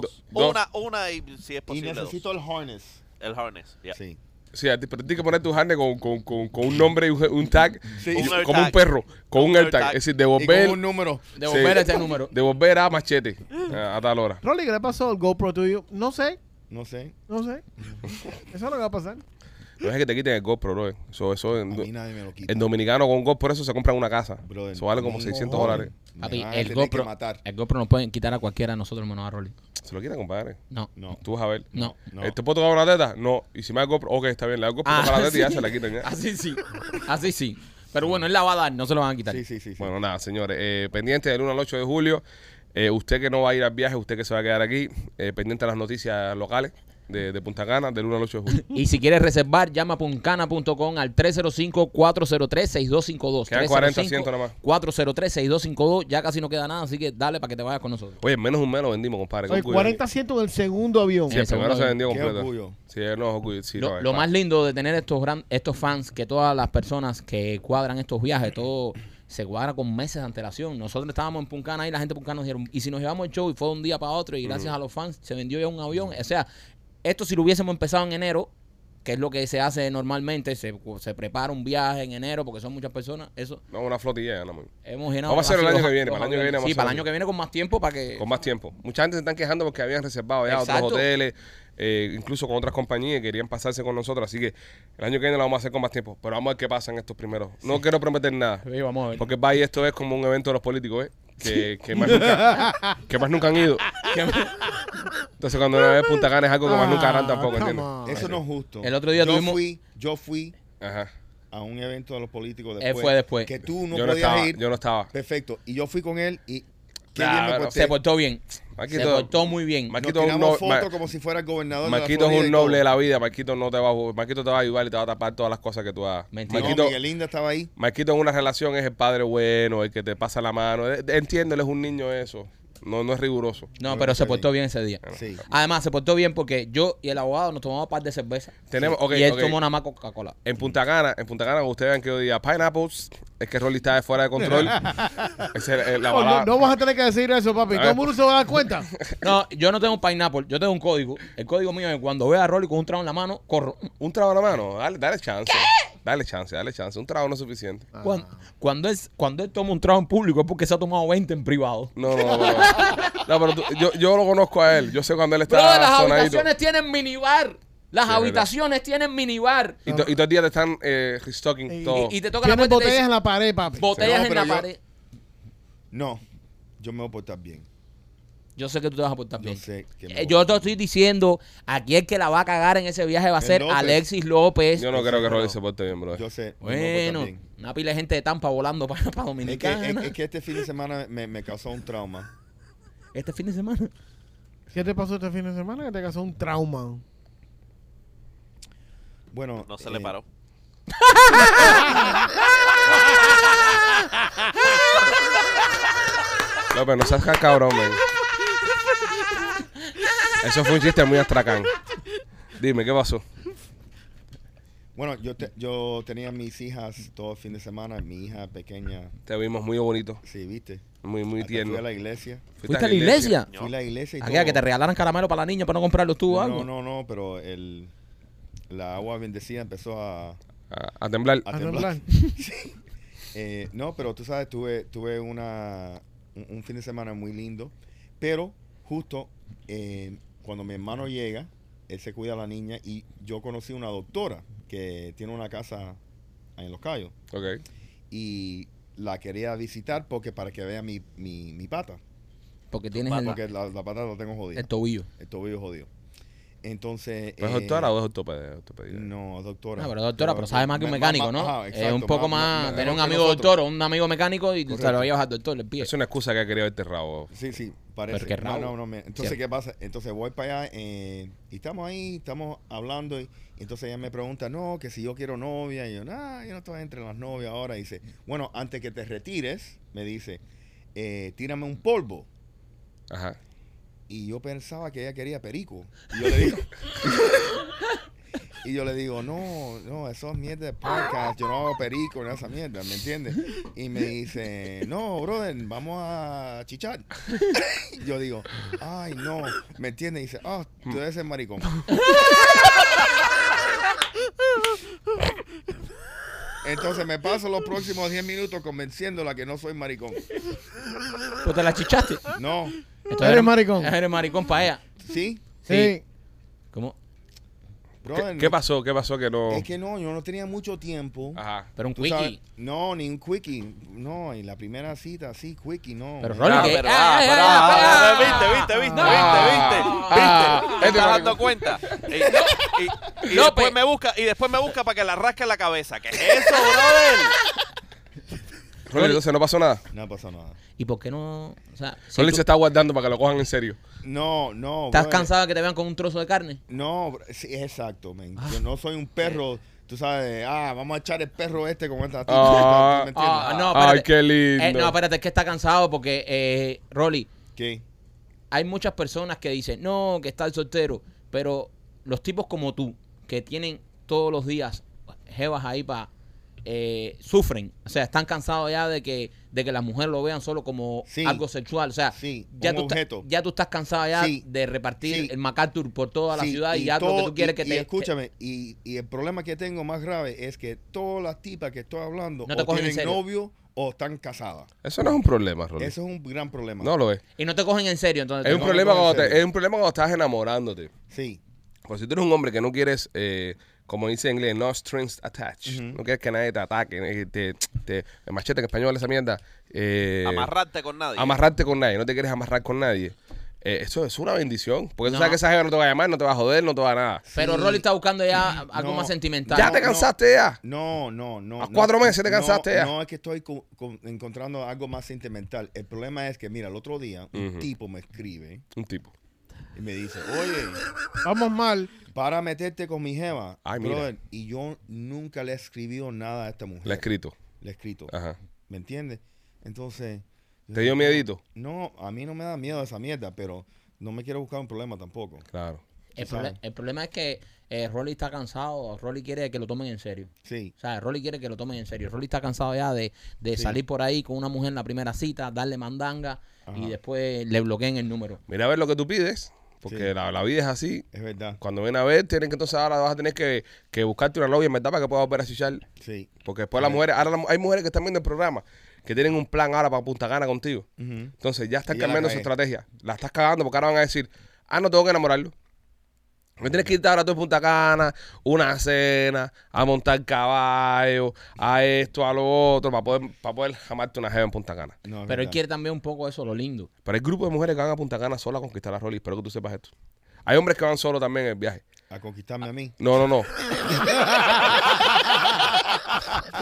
[SPEAKER 3] Do- dos.
[SPEAKER 7] Una, una y si es
[SPEAKER 6] Y
[SPEAKER 7] posible. dos.
[SPEAKER 6] necesito el harness.
[SPEAKER 7] el harness. yeah.
[SPEAKER 6] Sí.
[SPEAKER 3] Sí, a ti- pero tienes que poner tu handle con, con, con, con un nombre y un, un tag.
[SPEAKER 6] Sí.
[SPEAKER 3] y-
[SPEAKER 7] Un air
[SPEAKER 3] como un
[SPEAKER 7] tag.
[SPEAKER 3] perro. Con un
[SPEAKER 7] Un
[SPEAKER 3] air
[SPEAKER 7] air
[SPEAKER 3] tag.
[SPEAKER 7] tag.
[SPEAKER 3] Es decir,
[SPEAKER 6] Y
[SPEAKER 3] devolver,
[SPEAKER 6] con un número.
[SPEAKER 4] Devolver
[SPEAKER 3] Sí.
[SPEAKER 4] ese número.
[SPEAKER 3] devolver a machete a, a tal hora.
[SPEAKER 5] Rolly, ¿qué le pasó al GoPro tuyo? No sé,
[SPEAKER 6] No sé.
[SPEAKER 5] no sé. Eso es lo que va a pasar.
[SPEAKER 3] No es que te quiten el GoPro, bro. Eso, eso en-
[SPEAKER 6] A mí nadie me lo quita.
[SPEAKER 3] El dominicano con GoPro, por eso se compra una casa.
[SPEAKER 6] Brother,
[SPEAKER 3] eso vale como
[SPEAKER 6] ni
[SPEAKER 3] 600
[SPEAKER 6] cojones.
[SPEAKER 3] dólares.
[SPEAKER 6] Me
[SPEAKER 4] Papi,
[SPEAKER 6] van a
[SPEAKER 4] el
[SPEAKER 6] tener que
[SPEAKER 4] GoPro,
[SPEAKER 6] matar.
[SPEAKER 4] el GoPro nos pueden quitar a cualquiera de nosotros, menos a Rolly.
[SPEAKER 3] Se lo quitan, compadre.
[SPEAKER 4] No.
[SPEAKER 6] No.
[SPEAKER 3] Tú vas a ver.
[SPEAKER 4] No.
[SPEAKER 6] No.
[SPEAKER 3] ¿Eh, ¿Te puedo tocar una teta? No. Y si me da GoPro, ok, está bien. Le da GoPro para la teta y ya se la ¿eh? quitan. ya.
[SPEAKER 4] Ah. Así sí. Así sí. Pero bueno, él la va a dar, no se lo van a quitar.
[SPEAKER 6] Sí, sí, sí. sí.
[SPEAKER 3] Bueno, nada, señores. eh, pendiente del 1 al 8 de julio. Eh, usted que no va a ir al viaje, usted que se va a quedar aquí. eh, pendiente a las noticias locales de, de Punta Cana del 1 al 8 de julio.
[SPEAKER 4] Y si quieres reservar, llama a puncana.com al 305-403-6252.
[SPEAKER 3] Quedan 40 asientos nada más.
[SPEAKER 4] 403-6252. Ya casi no queda nada, así que dale para que te vayas con nosotros.
[SPEAKER 3] Oye, en menos de un mes lo vendimos, compadre. con
[SPEAKER 5] Oye,
[SPEAKER 3] cuidado.
[SPEAKER 5] 40 asientos en el segundo avión.
[SPEAKER 3] Sí, el
[SPEAKER 4] Sí,
[SPEAKER 3] primero se
[SPEAKER 4] seguro.
[SPEAKER 3] vendió
[SPEAKER 6] Qué
[SPEAKER 3] completo.
[SPEAKER 6] orgullo.
[SPEAKER 3] Sí, no, orgullo. Sí, no,
[SPEAKER 4] Lo,
[SPEAKER 3] es
[SPEAKER 4] lo
[SPEAKER 3] pa-
[SPEAKER 4] más lindo de tener estos gran, estos fans, que todas las personas que cuadran estos viajes, todo se cuadra con meses de antelación. Nosotros estábamos en Puncana y la gente de Puncana nos dijeron, y si nos llevamos el show y fue de un día para otro y gracias a los fans se vendió ya un avión. O sea, esto si lo hubiésemos empezado en enero, que es lo que se hace normalmente, se, se prepara un viaje en enero porque son muchas personas, eso
[SPEAKER 3] No, una flotilla ya, nada más.
[SPEAKER 4] hemos llenado.
[SPEAKER 3] Vamos a hacerlo el
[SPEAKER 4] así
[SPEAKER 3] año
[SPEAKER 4] los-
[SPEAKER 3] que viene,
[SPEAKER 4] los
[SPEAKER 3] para el año que
[SPEAKER 4] aviones.
[SPEAKER 3] viene vamos
[SPEAKER 4] Sí,
[SPEAKER 3] a
[SPEAKER 4] para el
[SPEAKER 3] hacerlo.
[SPEAKER 4] año que viene con más tiempo para que...
[SPEAKER 3] con más tiempo. Mucha gente se están quejando porque habían reservado ya
[SPEAKER 4] Exacto.
[SPEAKER 3] otros hoteles, eh, incluso con otras compañías que querían pasarse con nosotros. Así que el año que viene lo vamos a hacer con más tiempo. Pero vamos a ver qué pasa en estos primeros. No quiero prometer nada.
[SPEAKER 4] Sí, vamos a ver.
[SPEAKER 3] Porque va y esto es como un evento de los políticos, ¿eh? que, que más nunca, que más nunca han ido. Entonces cuando una vez Punta Cana es algo que más nunca harán tampoco,
[SPEAKER 5] Ah,
[SPEAKER 3] ¿entiendes?
[SPEAKER 5] come on.
[SPEAKER 6] Eso no es justo.
[SPEAKER 4] El otro día
[SPEAKER 6] yo
[SPEAKER 4] tuvimos-
[SPEAKER 6] Fui, yo fui
[SPEAKER 3] Ajá.
[SPEAKER 6] a un evento de los políticos
[SPEAKER 4] Él
[SPEAKER 6] después.
[SPEAKER 4] fue después.
[SPEAKER 6] Que tú no
[SPEAKER 3] yo no
[SPEAKER 6] podías
[SPEAKER 3] estaba,
[SPEAKER 6] ir.
[SPEAKER 3] yo no estaba.
[SPEAKER 6] Perfecto. Y yo fui con él y... Qué
[SPEAKER 3] Nah,
[SPEAKER 6] bien me
[SPEAKER 3] bueno,
[SPEAKER 6] porté.
[SPEAKER 4] Se portó bien.
[SPEAKER 3] Marquito,
[SPEAKER 4] se portó muy bien.
[SPEAKER 3] Mar-
[SPEAKER 6] Nos
[SPEAKER 3] Marquito es un
[SPEAKER 6] tiramos
[SPEAKER 3] no-
[SPEAKER 6] fotos
[SPEAKER 3] Ma-
[SPEAKER 6] como si fuera el gobernador de la
[SPEAKER 3] Marquito es
[SPEAKER 6] Florida
[SPEAKER 3] un
[SPEAKER 6] y todo.
[SPEAKER 3] noble de la vida, Marquito no te va a ju- Marquito te va a ayudar y te va a tapar todas las cosas que tú hagas.
[SPEAKER 4] Mentira.
[SPEAKER 6] No,
[SPEAKER 3] Marquito,
[SPEAKER 6] Miguelinda estaba ahí.
[SPEAKER 3] Marquito en una relación es el padre bueno, el que te pasa la mano. Eh, Entiendo, él es un niño eso. No, no es riguroso.
[SPEAKER 4] No,
[SPEAKER 6] Yo
[SPEAKER 4] pero se
[SPEAKER 6] entendí.
[SPEAKER 4] portó bien ese día.
[SPEAKER 6] Sí.
[SPEAKER 4] Además, se portó bien porque yo y el abogado nos tomamos un par de cervezas.
[SPEAKER 3] Tenemos, ok,
[SPEAKER 4] y él
[SPEAKER 3] ok.
[SPEAKER 4] tomó nada más Coca-Cola.
[SPEAKER 3] En Punta Cana, en Punta Cana, ustedes vean que yo diga pineapples, es que Rolly está de fuera de control. Esa es la- la
[SPEAKER 5] Oh,
[SPEAKER 3] balada.
[SPEAKER 5] no, no vas a tener que decir eso, papi.
[SPEAKER 3] A
[SPEAKER 5] Todo
[SPEAKER 3] ver.
[SPEAKER 5] el mundo se va a dar cuenta.
[SPEAKER 4] No, yo no tengo un pineapple, yo tengo un código. El código mío es que cuando veo a Rolly con un trago en la mano, corro.
[SPEAKER 3] Un trago a la mano, dale, dale chance. Dale chance, dale chance. Un trago no es suficiente.
[SPEAKER 4] Cuando, cuando, él, cuando él toma un trago en público es porque se ha tomado 20 en privado.
[SPEAKER 3] No, no, no. No, No, pero tú- yo, yo lo conozco a él. Yo sé cuando él está
[SPEAKER 4] Bro, las
[SPEAKER 3] sonadito.
[SPEAKER 4] habitaciones tienen minibar. Las
[SPEAKER 3] Sí, es
[SPEAKER 4] habitaciones tienen minibar.
[SPEAKER 3] Y, to- y todo el día te están eh, restocking
[SPEAKER 5] Y-
[SPEAKER 3] todo.
[SPEAKER 4] Y, y te toca la
[SPEAKER 5] Tienes
[SPEAKER 4] puerta y te
[SPEAKER 5] botellas
[SPEAKER 4] dicen,
[SPEAKER 5] en la pared, papi.
[SPEAKER 4] botellas
[SPEAKER 6] No,
[SPEAKER 4] en
[SPEAKER 6] pero
[SPEAKER 4] la
[SPEAKER 6] yo-
[SPEAKER 4] pared.
[SPEAKER 6] No, yo me voy a portar bien.
[SPEAKER 4] Yo sé que tú te vas a portar
[SPEAKER 6] Yo
[SPEAKER 4] bien.
[SPEAKER 6] sé que me
[SPEAKER 4] Eh,
[SPEAKER 6] voy a
[SPEAKER 4] Yo te
[SPEAKER 6] portar
[SPEAKER 4] estoy diciendo, aquí el que la va a cagar en ese viaje va a
[SPEAKER 6] El
[SPEAKER 4] ser
[SPEAKER 6] López.
[SPEAKER 4] Alexis López.
[SPEAKER 3] yo no creo que Rolly
[SPEAKER 6] no.
[SPEAKER 3] se porte bien, bro.
[SPEAKER 6] bien. Yo sé. me voy a portar
[SPEAKER 4] bueno,
[SPEAKER 6] bien.
[SPEAKER 4] una pila de gente de Tampa volando para, para
[SPEAKER 6] Es que,
[SPEAKER 4] Dominicana.
[SPEAKER 6] es, es que este fin de semana me, me causó un trauma.
[SPEAKER 4] Este fin de semana.
[SPEAKER 5] ¿Qué te pasó este fin de semana que te causó un trauma?
[SPEAKER 6] Bueno.
[SPEAKER 7] No se le
[SPEAKER 6] eh,
[SPEAKER 7] paró.
[SPEAKER 3] López, no seas ca- cabrón, man. Eso fue un chiste muy astracán. Dime, ¿qué pasó?
[SPEAKER 6] Bueno, yo, te- yo tenía mis hijas todo el fin de semana. Mi hija pequeña,
[SPEAKER 3] Te vimos muy bonito,
[SPEAKER 6] sí, viste.
[SPEAKER 3] muy, muy
[SPEAKER 6] Hasta
[SPEAKER 3] tierno.
[SPEAKER 6] Fui a la iglesia.
[SPEAKER 4] ¿Fuiste a la iglesia?
[SPEAKER 7] No.
[SPEAKER 6] Fui a la iglesia y
[SPEAKER 4] Aquella
[SPEAKER 6] todo.
[SPEAKER 4] que te regalaran caramelo para la niña para no comprarlos tú o
[SPEAKER 6] No,
[SPEAKER 4] algo.
[SPEAKER 6] no, no, no, pero el, la agua bendecida empezó a,
[SPEAKER 3] A, a temblar.
[SPEAKER 6] a
[SPEAKER 5] A
[SPEAKER 6] temblar.
[SPEAKER 5] temblar.
[SPEAKER 6] Eh, no, pero tú sabes, tuve, tuve una, un, un fin de semana muy lindo. Pero justo eh, cuando mi hermano llega, él se cuida a la niña y yo conocí una doctora que tiene una casa en Los Cayos
[SPEAKER 3] Ok.
[SPEAKER 6] y la quería visitar porque para que vea mi, mi, mi pata.
[SPEAKER 4] Porque tienes el,
[SPEAKER 6] Porque la, la pata la tengo jodida.
[SPEAKER 4] el tobillo.
[SPEAKER 6] El tobillo jodido. Entonces...
[SPEAKER 3] ¿No ¿Es
[SPEAKER 6] eh,
[SPEAKER 3] doctora o es ortopedía? ortopedía?
[SPEAKER 6] No, doctora.
[SPEAKER 4] No, Ah, pero doctora, pero sabe más que un
[SPEAKER 6] Ma-
[SPEAKER 4] mecánico,
[SPEAKER 6] ma-
[SPEAKER 4] ¿no?
[SPEAKER 6] ajá,
[SPEAKER 4] es
[SPEAKER 6] exacto,
[SPEAKER 4] un poco más. tener
[SPEAKER 6] mejor
[SPEAKER 4] un
[SPEAKER 6] que
[SPEAKER 4] amigo
[SPEAKER 6] nosotros.
[SPEAKER 4] doctor o un amigo mecánico y te
[SPEAKER 6] Correcto.
[SPEAKER 4] lo llevas al doctor del pie.
[SPEAKER 3] Es una excusa que quería verte rabo.
[SPEAKER 6] Sí, sí, parece.
[SPEAKER 4] Pero qué
[SPEAKER 6] No,
[SPEAKER 4] rabo.
[SPEAKER 6] no, no, me- Entonces,
[SPEAKER 4] Sí.
[SPEAKER 6] ¿qué pasa? Entonces voy para allá eh, y estamos ahí, estamos hablando y, y entonces ella me pregunta, no, que si yo quiero novia. Y yo, no, yo no estoy entre las novias ahora. Y dice, bueno, antes que te retires, me dice, eh, tírame un polvo.
[SPEAKER 3] Ajá.
[SPEAKER 6] Y yo pensaba que ella quería perico. Y yo le digo... Y yo le digo, no, no, eso es mierda de podcast, yo no hago perico en esa mierda, ¿me entiendes? Y me dice, no, brother, vamos a chichar. yo digo, ay, no, ¿me entiendes? Y dice, ah, tú debes ser maricón. Entonces me paso los próximos 10 minutos convenciéndola que no soy maricón.
[SPEAKER 4] Pues te la chichaste.
[SPEAKER 6] No,
[SPEAKER 4] Entonces
[SPEAKER 5] Eres maricón.
[SPEAKER 4] Eres maricón para ella.
[SPEAKER 6] sí,
[SPEAKER 5] Sí.
[SPEAKER 4] ¿Cómo?
[SPEAKER 6] brother.
[SPEAKER 3] ¿Qué, qué pasó? ¿Qué pasó que no...?
[SPEAKER 6] Es que no, yo no tenía mucho tiempo.
[SPEAKER 3] Ajá.
[SPEAKER 4] Pero un
[SPEAKER 6] Tú sabes-
[SPEAKER 4] quickie.
[SPEAKER 6] No, ni un quickie. No, en la primera cita, sí, quickie, no.
[SPEAKER 4] Pero
[SPEAKER 6] Eh,
[SPEAKER 4] Rolly,
[SPEAKER 7] Ah,
[SPEAKER 4] que-
[SPEAKER 7] pero,
[SPEAKER 4] ¡Eh,
[SPEAKER 7] ah,
[SPEAKER 4] eh,
[SPEAKER 7] pero,
[SPEAKER 4] eh,
[SPEAKER 7] ah,
[SPEAKER 4] eh,
[SPEAKER 7] ah,
[SPEAKER 4] eh,
[SPEAKER 7] viste,
[SPEAKER 4] eh,
[SPEAKER 7] viste, viste,
[SPEAKER 3] ah,
[SPEAKER 7] viste, viste.
[SPEAKER 3] ah,
[SPEAKER 7] viste,
[SPEAKER 3] este
[SPEAKER 7] te estás
[SPEAKER 3] maricón.
[SPEAKER 7] dando cuenta. Y, y-
[SPEAKER 3] pues-
[SPEAKER 4] López.
[SPEAKER 7] y después me busca, y después me busca para que la rasque la cabeza. ¿Qué es eso, brother?
[SPEAKER 3] Rolly, entonces no pasó nada.
[SPEAKER 6] No pasó nada.
[SPEAKER 4] Ah, ¿Y por qué no? O sea, si
[SPEAKER 3] Rolly
[SPEAKER 4] tú
[SPEAKER 3] se está guardando para que lo cojan en serio.
[SPEAKER 6] No, no.
[SPEAKER 4] ¿Estás
[SPEAKER 6] brother.
[SPEAKER 4] cansado de que te vean con un trozo de carne?
[SPEAKER 6] No, br- sí, exacto, men.
[SPEAKER 4] Ah.
[SPEAKER 6] Yo no soy un perro, tú sabes, ah, vamos a echar el perro este con esta tipa.
[SPEAKER 3] Ah,
[SPEAKER 6] ¿tú me entiendes?
[SPEAKER 4] Ah, no,
[SPEAKER 3] Ay,
[SPEAKER 4] espérate.
[SPEAKER 3] qué lindo.
[SPEAKER 4] Eh, no, espérate, es que está cansado porque, eh, Rolly,
[SPEAKER 6] ¿Qué?
[SPEAKER 4] hay muchas personas que dicen, no, que está el soltero, pero los tipos como tú, que tienen todos los días jevas ahí para... sufren, o sea, están cansados ya de que, de que las mujeres lo vean solo como
[SPEAKER 6] Sí.
[SPEAKER 4] algo sexual, o sea,
[SPEAKER 6] Sí,
[SPEAKER 4] ya,
[SPEAKER 6] un
[SPEAKER 4] tú estás-
[SPEAKER 6] objeto.
[SPEAKER 4] ya tú estás cansado ya
[SPEAKER 6] Sí.
[SPEAKER 4] de repartir
[SPEAKER 6] Sí.
[SPEAKER 4] el MacArthur por toda la
[SPEAKER 6] Sí,
[SPEAKER 4] ciudad y, ya lo que
[SPEAKER 6] todo-
[SPEAKER 4] tú quieres
[SPEAKER 6] y-
[SPEAKER 4] que
[SPEAKER 6] y
[SPEAKER 4] te...
[SPEAKER 6] escúchame, y, y el problema que tengo más grave es que todas las tipas que estoy hablando
[SPEAKER 4] No te
[SPEAKER 6] o
[SPEAKER 4] cogen en
[SPEAKER 6] tienen
[SPEAKER 4] serio.
[SPEAKER 6] novio o están casadas.
[SPEAKER 3] Eso no es un problema, Rolly.
[SPEAKER 6] Eso es un gran problema.
[SPEAKER 3] No lo es.
[SPEAKER 4] y no te cogen en serio, entonces...
[SPEAKER 3] Es
[SPEAKER 4] te
[SPEAKER 3] un,
[SPEAKER 6] no,
[SPEAKER 4] cogen-
[SPEAKER 3] problema
[SPEAKER 6] no, en
[SPEAKER 3] cuando te-
[SPEAKER 6] serio.
[SPEAKER 3] es un problema cuando estás enamorándote.
[SPEAKER 6] Sí.
[SPEAKER 3] Pues si tú eres un hombre que no quieres eh, como dice en inglés, no strings attached.
[SPEAKER 6] Ujú.
[SPEAKER 3] No quieres que nadie te ataque, eh, te, te- te- machete en español esa mierda. eh,
[SPEAKER 7] Amarrarte con nadie.
[SPEAKER 3] amarrarte con nadie, no te quieres amarrar con nadie. Eh, eso es una bendición, porque tú
[SPEAKER 4] No.
[SPEAKER 3] sabes que esa jeva no te va a llamar, no te va a joder, no te va a nada.
[SPEAKER 4] Pero Rolly está buscando ya algo
[SPEAKER 6] No.
[SPEAKER 4] más sentimental.
[SPEAKER 3] ya
[SPEAKER 6] no,
[SPEAKER 3] te
[SPEAKER 6] no.
[SPEAKER 3] cansaste ya.
[SPEAKER 6] No, no, no.
[SPEAKER 3] A
[SPEAKER 6] no.
[SPEAKER 3] cuatro meses te
[SPEAKER 6] No,
[SPEAKER 3] cansaste ya.
[SPEAKER 6] No, es que estoy co- co- encontrando algo más sentimental. El problema es que, mira, el otro día un
[SPEAKER 3] Ujú.
[SPEAKER 6] tipo me escribe
[SPEAKER 3] Un tipo.
[SPEAKER 6] y me dice, oye,
[SPEAKER 5] Vamos mal.
[SPEAKER 6] para meterte con mi jeva.
[SPEAKER 3] Ay, mira.
[SPEAKER 6] brother, y yo nunca le he escribido nada a esta mujer.
[SPEAKER 3] Le ha escrito.
[SPEAKER 6] Le he escrito.
[SPEAKER 3] Ajá.
[SPEAKER 6] ¿Me entiendes? Entonces... yo
[SPEAKER 3] ¿Te
[SPEAKER 6] digo,
[SPEAKER 3] dio miedito?
[SPEAKER 6] No, a mí no me da miedo esa mierda, pero no me quiero buscar un problema tampoco.
[SPEAKER 3] Claro.
[SPEAKER 4] El,
[SPEAKER 6] tú sabes.
[SPEAKER 4] proble- el problema es que eh, Rolly está cansado. Rolly quiere que lo tomen en serio.
[SPEAKER 6] Sí.
[SPEAKER 4] O sea, Rolly quiere que lo tomen en serio. Rolly está cansado ya de, de
[SPEAKER 6] Sí.
[SPEAKER 4] salir por ahí con una mujer en la primera cita, darle mandanga y
[SPEAKER 6] Ajá.
[SPEAKER 4] después le bloqueen el número.
[SPEAKER 3] Mira a ver lo que tú pides, porque
[SPEAKER 6] Sí.
[SPEAKER 3] la, la vida es así.
[SPEAKER 6] Es verdad.
[SPEAKER 3] Cuando viene a ver, tienen que entonces ahora vas a tener que, que buscarte una novia en verdad para que puedas volver a chichar.
[SPEAKER 6] Sí.
[SPEAKER 3] Porque después las mujeres, ahora la- hay mujeres que están viendo el programa, que tienen un plan ahora para Punta Gana contigo.
[SPEAKER 6] Ujú.
[SPEAKER 3] Entonces ya están
[SPEAKER 6] Y ya la
[SPEAKER 3] cambiando su
[SPEAKER 6] cagué.
[SPEAKER 3] estrategia. La estás cagando porque ahora van a decir, ah, no tengo que enamorarlo. Me tienes que irte ahora tú a Punta Cana, una cena, a montar caballo, a esto, a lo otro, para poder, para poder amarte una jeva en Punta Cana.
[SPEAKER 4] Pero
[SPEAKER 6] No, es
[SPEAKER 4] él
[SPEAKER 6] verdad.
[SPEAKER 4] quiere también un poco eso, lo lindo.
[SPEAKER 3] Pero hay grupos de mujeres que van a Punta Cana sola a conquistar las Rolly. Espero que tú sepas esto. Hay hombres que van solos también en el viaje.
[SPEAKER 6] A conquistarme a mí.
[SPEAKER 3] No, no, no.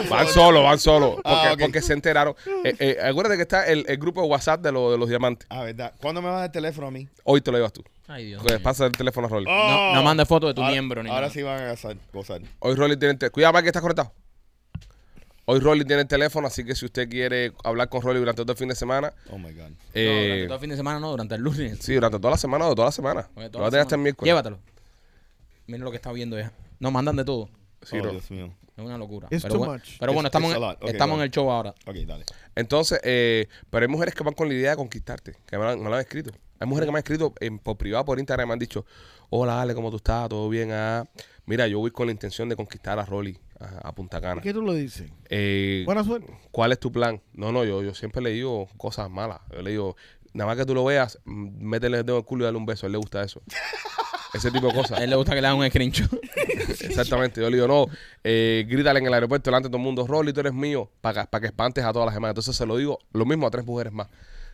[SPEAKER 3] van solos, van solos. Porque,
[SPEAKER 6] Ah, ok.
[SPEAKER 3] porque se enteraron. Eh, eh, acuérdate que está el, el grupo de WhatsApp de, lo- de los diamantes.
[SPEAKER 6] Ah, verdad. ¿Cuándo me vas a dar el teléfono a mí?
[SPEAKER 3] Hoy te lo llevas tú.
[SPEAKER 4] Ay, Dios
[SPEAKER 3] Porque
[SPEAKER 4] mío.
[SPEAKER 3] pasa el teléfono a Rolly.
[SPEAKER 6] Oh.
[SPEAKER 4] No, no mande fotos de tu
[SPEAKER 6] ahora,
[SPEAKER 4] miembro ni
[SPEAKER 6] Ahora
[SPEAKER 4] nada.
[SPEAKER 6] sí van a gozar. gozar.
[SPEAKER 3] Hoy Rolly tiene el teléfono. Cuidado, Mike, que estás conectado. Hoy Rolly tiene el teléfono, así que si usted quiere hablar con Rolly durante todo el fin de semana,
[SPEAKER 6] Oh my God.
[SPEAKER 4] No,
[SPEAKER 3] eh,
[SPEAKER 4] durante todo el fin de semana no, durante el lunes.
[SPEAKER 3] sí, durante toda la semana o toda la semana.
[SPEAKER 4] Porque
[SPEAKER 3] lo
[SPEAKER 4] toda
[SPEAKER 3] va a
[SPEAKER 4] la
[SPEAKER 6] este
[SPEAKER 3] tener hasta el
[SPEAKER 4] semana-
[SPEAKER 3] miércoles.
[SPEAKER 4] Llévatelo. Miren lo que está viendo ya. Nos mandan de todo.
[SPEAKER 3] Sí,
[SPEAKER 6] oh,
[SPEAKER 3] Rolly.
[SPEAKER 6] Dios mío.
[SPEAKER 4] Es una locura.
[SPEAKER 5] It's
[SPEAKER 4] pero
[SPEAKER 5] too
[SPEAKER 4] bueno,
[SPEAKER 5] much.
[SPEAKER 4] pero bueno,
[SPEAKER 6] It's-
[SPEAKER 4] estamos,
[SPEAKER 6] it's
[SPEAKER 4] en,
[SPEAKER 6] a lot. Ok,
[SPEAKER 4] estamos en
[SPEAKER 6] dale.
[SPEAKER 4] el show ahora.
[SPEAKER 6] Ok, dale.
[SPEAKER 3] Entonces, eh, pero hay mujeres que van con la idea de conquistarte, que me lo, han- me lo han escrito. Hay mujeres que me han escrito en- por privado, por Instagram, me han dicho, hola Ale, ¿cómo tú estás? ¿Todo bien? Ah, mira, yo voy con la intención de conquistar a Rolly, a, a Punta Cana.
[SPEAKER 5] ¿Qué tú lo dices?
[SPEAKER 3] Eh,
[SPEAKER 5] Buena suerte.
[SPEAKER 3] ¿Cuál es tu plan? No, no, yo, yo siempre le digo cosas malas. Yo le digo, nada más que tú lo veas, mm, métele el dedo en el culo y dale un beso. A él le gusta eso. Ese tipo de
[SPEAKER 4] A
[SPEAKER 3] cosas.
[SPEAKER 4] él le gusta que le hagan un screenshot.
[SPEAKER 3] Exactamente. Yo le digo, no, eh, grítale en el aeropuerto delante de todo el mundo, Rolly, tú eres mío, para que, pa' que espantes a todas las demás. Entonces se lo digo lo mismo a tres mujeres más.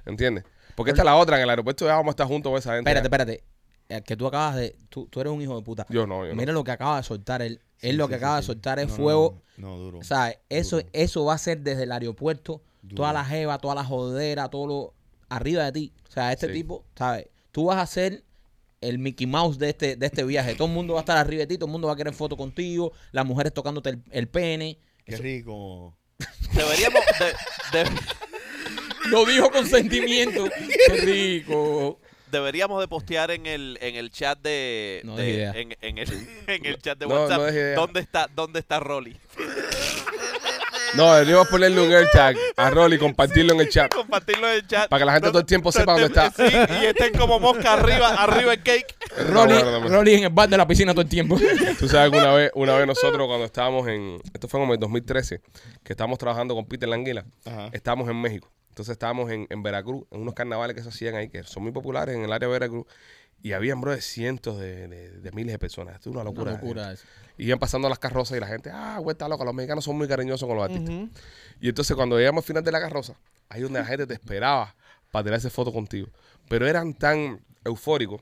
[SPEAKER 3] ¿Entiendes? Porque esta es la otra, en el aeropuerto ya vamos a estar juntos con esa gente.
[SPEAKER 4] espérate, espérate. Eh, Que tú acabas de. Tú, tú eres un hijo de puta.
[SPEAKER 3] Yo no, yo no.
[SPEAKER 4] Mira lo que acaba de soltar él.
[SPEAKER 6] Sí,
[SPEAKER 4] él lo
[SPEAKER 6] sí,
[SPEAKER 4] que
[SPEAKER 6] sí,
[SPEAKER 4] acaba
[SPEAKER 6] sí.
[SPEAKER 4] de soltar es
[SPEAKER 6] No, no,
[SPEAKER 4] fuego.
[SPEAKER 6] No, no, duro.
[SPEAKER 4] O sea, eso,
[SPEAKER 6] Duro.
[SPEAKER 4] eso va a ser desde el aeropuerto.
[SPEAKER 6] Duro.
[SPEAKER 4] Toda la jeva, toda la jodera, todo lo. Arriba de ti. O sea, este
[SPEAKER 3] Sí.
[SPEAKER 4] tipo, ¿sabes? Tú vas a ser el Mickey Mouse de este, de este viaje. Todo el mundo va a estar arriba de ti. Todo el mundo va a querer foto contigo. Las mujeres tocándote el, el pene.
[SPEAKER 6] Qué rico.
[SPEAKER 7] Deberíamos. de- de-
[SPEAKER 4] Lo dijo con sentimiento. Qué rico.
[SPEAKER 7] Deberíamos de postear en el, en el chat de,
[SPEAKER 4] No
[SPEAKER 7] de-
[SPEAKER 4] des idea.
[SPEAKER 7] En, en el, en el chat de
[SPEAKER 3] No,
[SPEAKER 7] WhatsApp
[SPEAKER 3] no des idea.
[SPEAKER 7] dónde está dónde está Rolly.
[SPEAKER 3] No, deberíamos ponerle un AirTag a Rolly, compartirlo en el chat.
[SPEAKER 7] Compartirlo en el chat.
[SPEAKER 3] Para que la gente todo el tiempo sepa dónde está.
[SPEAKER 7] Sí, y estén como mosca arriba, arriba el cake.
[SPEAKER 4] Rolly,
[SPEAKER 3] No, no, no.
[SPEAKER 4] Rolly en el bar de la piscina todo el tiempo.
[SPEAKER 3] Tú sabes que una vez, una vez nosotros cuando estábamos en, esto fue como en 2013, que estábamos trabajando con Peter Languila,
[SPEAKER 6] Ajá.
[SPEAKER 3] estábamos en México. Entonces estábamos en, en Veracruz, en unos carnavales que se hacían ahí, que son muy populares en el área de Veracruz, y habían, bro, de cientos de, de- de miles de personas. Esto es una locura.
[SPEAKER 4] Una locura
[SPEAKER 3] gente.
[SPEAKER 4] eso.
[SPEAKER 3] Y iban pasando las carrozas y la gente, ah, vuelta loca, los mexicanos son muy cariñosos con los artistas. Y entonces cuando llegamos al final de la carroza, ahí donde la gente te esperaba para tirarse foto contigo. Pero eran tan eufóricos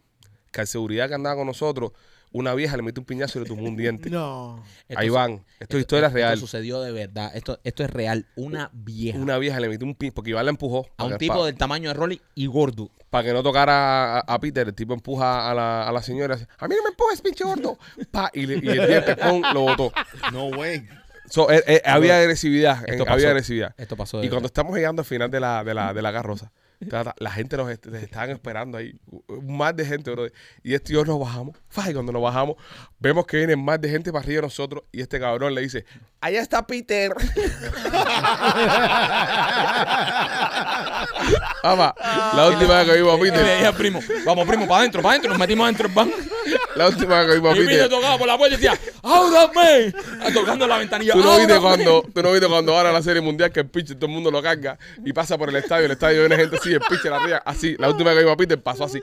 [SPEAKER 3] que al seguridad que andaba con nosotros, una vieja le metió un piñazo y le tumbó un diente.
[SPEAKER 5] No.
[SPEAKER 4] Esto
[SPEAKER 3] Ahí
[SPEAKER 4] su-
[SPEAKER 3] van. Esto, es historia real.
[SPEAKER 4] Esto sucedió de verdad. Esto, esto es real. Una vieja.
[SPEAKER 3] Una vieja le metió un pin, porque Iván la empujó.
[SPEAKER 4] a un
[SPEAKER 3] para-
[SPEAKER 4] tipo
[SPEAKER 3] para,
[SPEAKER 4] del tamaño de Rolly y gordo.
[SPEAKER 3] para que no tocara a, a Peter, el tipo empuja a la, a la señora. así, A mí no me empujes, pinche gordo. Pa, y, le- y el diente con lo botó.
[SPEAKER 6] No way.
[SPEAKER 3] So, eh, eh, había agresividad. eh,
[SPEAKER 4] Esto pasó.
[SPEAKER 3] había agresividad.
[SPEAKER 4] Esto pasó de
[SPEAKER 3] Y cuando
[SPEAKER 4] verdad.
[SPEAKER 3] estamos llegando al final de la, de la, de la carroza, ta, ta, la gente nos est- les estaban esperando ahí. u- u- Más de gente, bro. Y este y yo nos bajamos. fa, Y cuando nos bajamos, vemos que vienen más de gente para arriba de nosotros. Y este cabrón le dice: Allá está Peter. Ama, la última vez que vimos a
[SPEAKER 4] Y le dije
[SPEAKER 3] Peter. Eh.
[SPEAKER 4] al primo, vamos primo, para adentro, para adentro. Nos metimos adentro del banco.
[SPEAKER 3] La última que mi
[SPEAKER 4] Y vino
[SPEAKER 3] papito.
[SPEAKER 4] tocaba por la puerta y decía, ¡Ábrame! Tocando la ventanilla.
[SPEAKER 3] Tú no, viste
[SPEAKER 4] "Ábrame".
[SPEAKER 3] cuando, tú no viste cuando ahora la serie mundial que el pitcher todo el mundo lo carga y pasa por el estadio, el estadio viene gente así, el pitcher arriba, así. La última que vimos a Peter pasó así.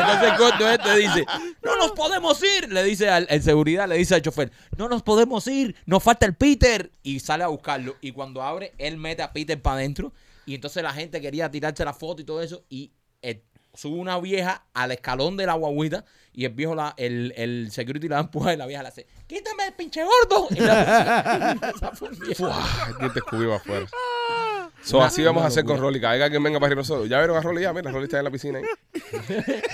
[SPEAKER 4] Entonces corto este dice, no nos podemos ir, le dice al el seguridad, le dice al chofer, no nos podemos ir, nos falta el Peter. Y sale a buscarlo. Y cuando abre, él mete a Peter para adentro. Y entonces la gente quería tirarse la foto y todo eso. Y eh, sube una vieja al escalón de la guaguita. Y el viejo, la, el, el security la empuja y la vieja la hace, quítame el pinche gordo. Y la- Esa fue un día.
[SPEAKER 3] ¡Fua! ¿Quién te escupió afuera?
[SPEAKER 4] Ah.
[SPEAKER 3] So, así vamos a hacer con Rolly. Cada vez que alguien venga para ir nosotros. Ya vieron a Rolly ya, mira, Rolly está en la piscina ahí.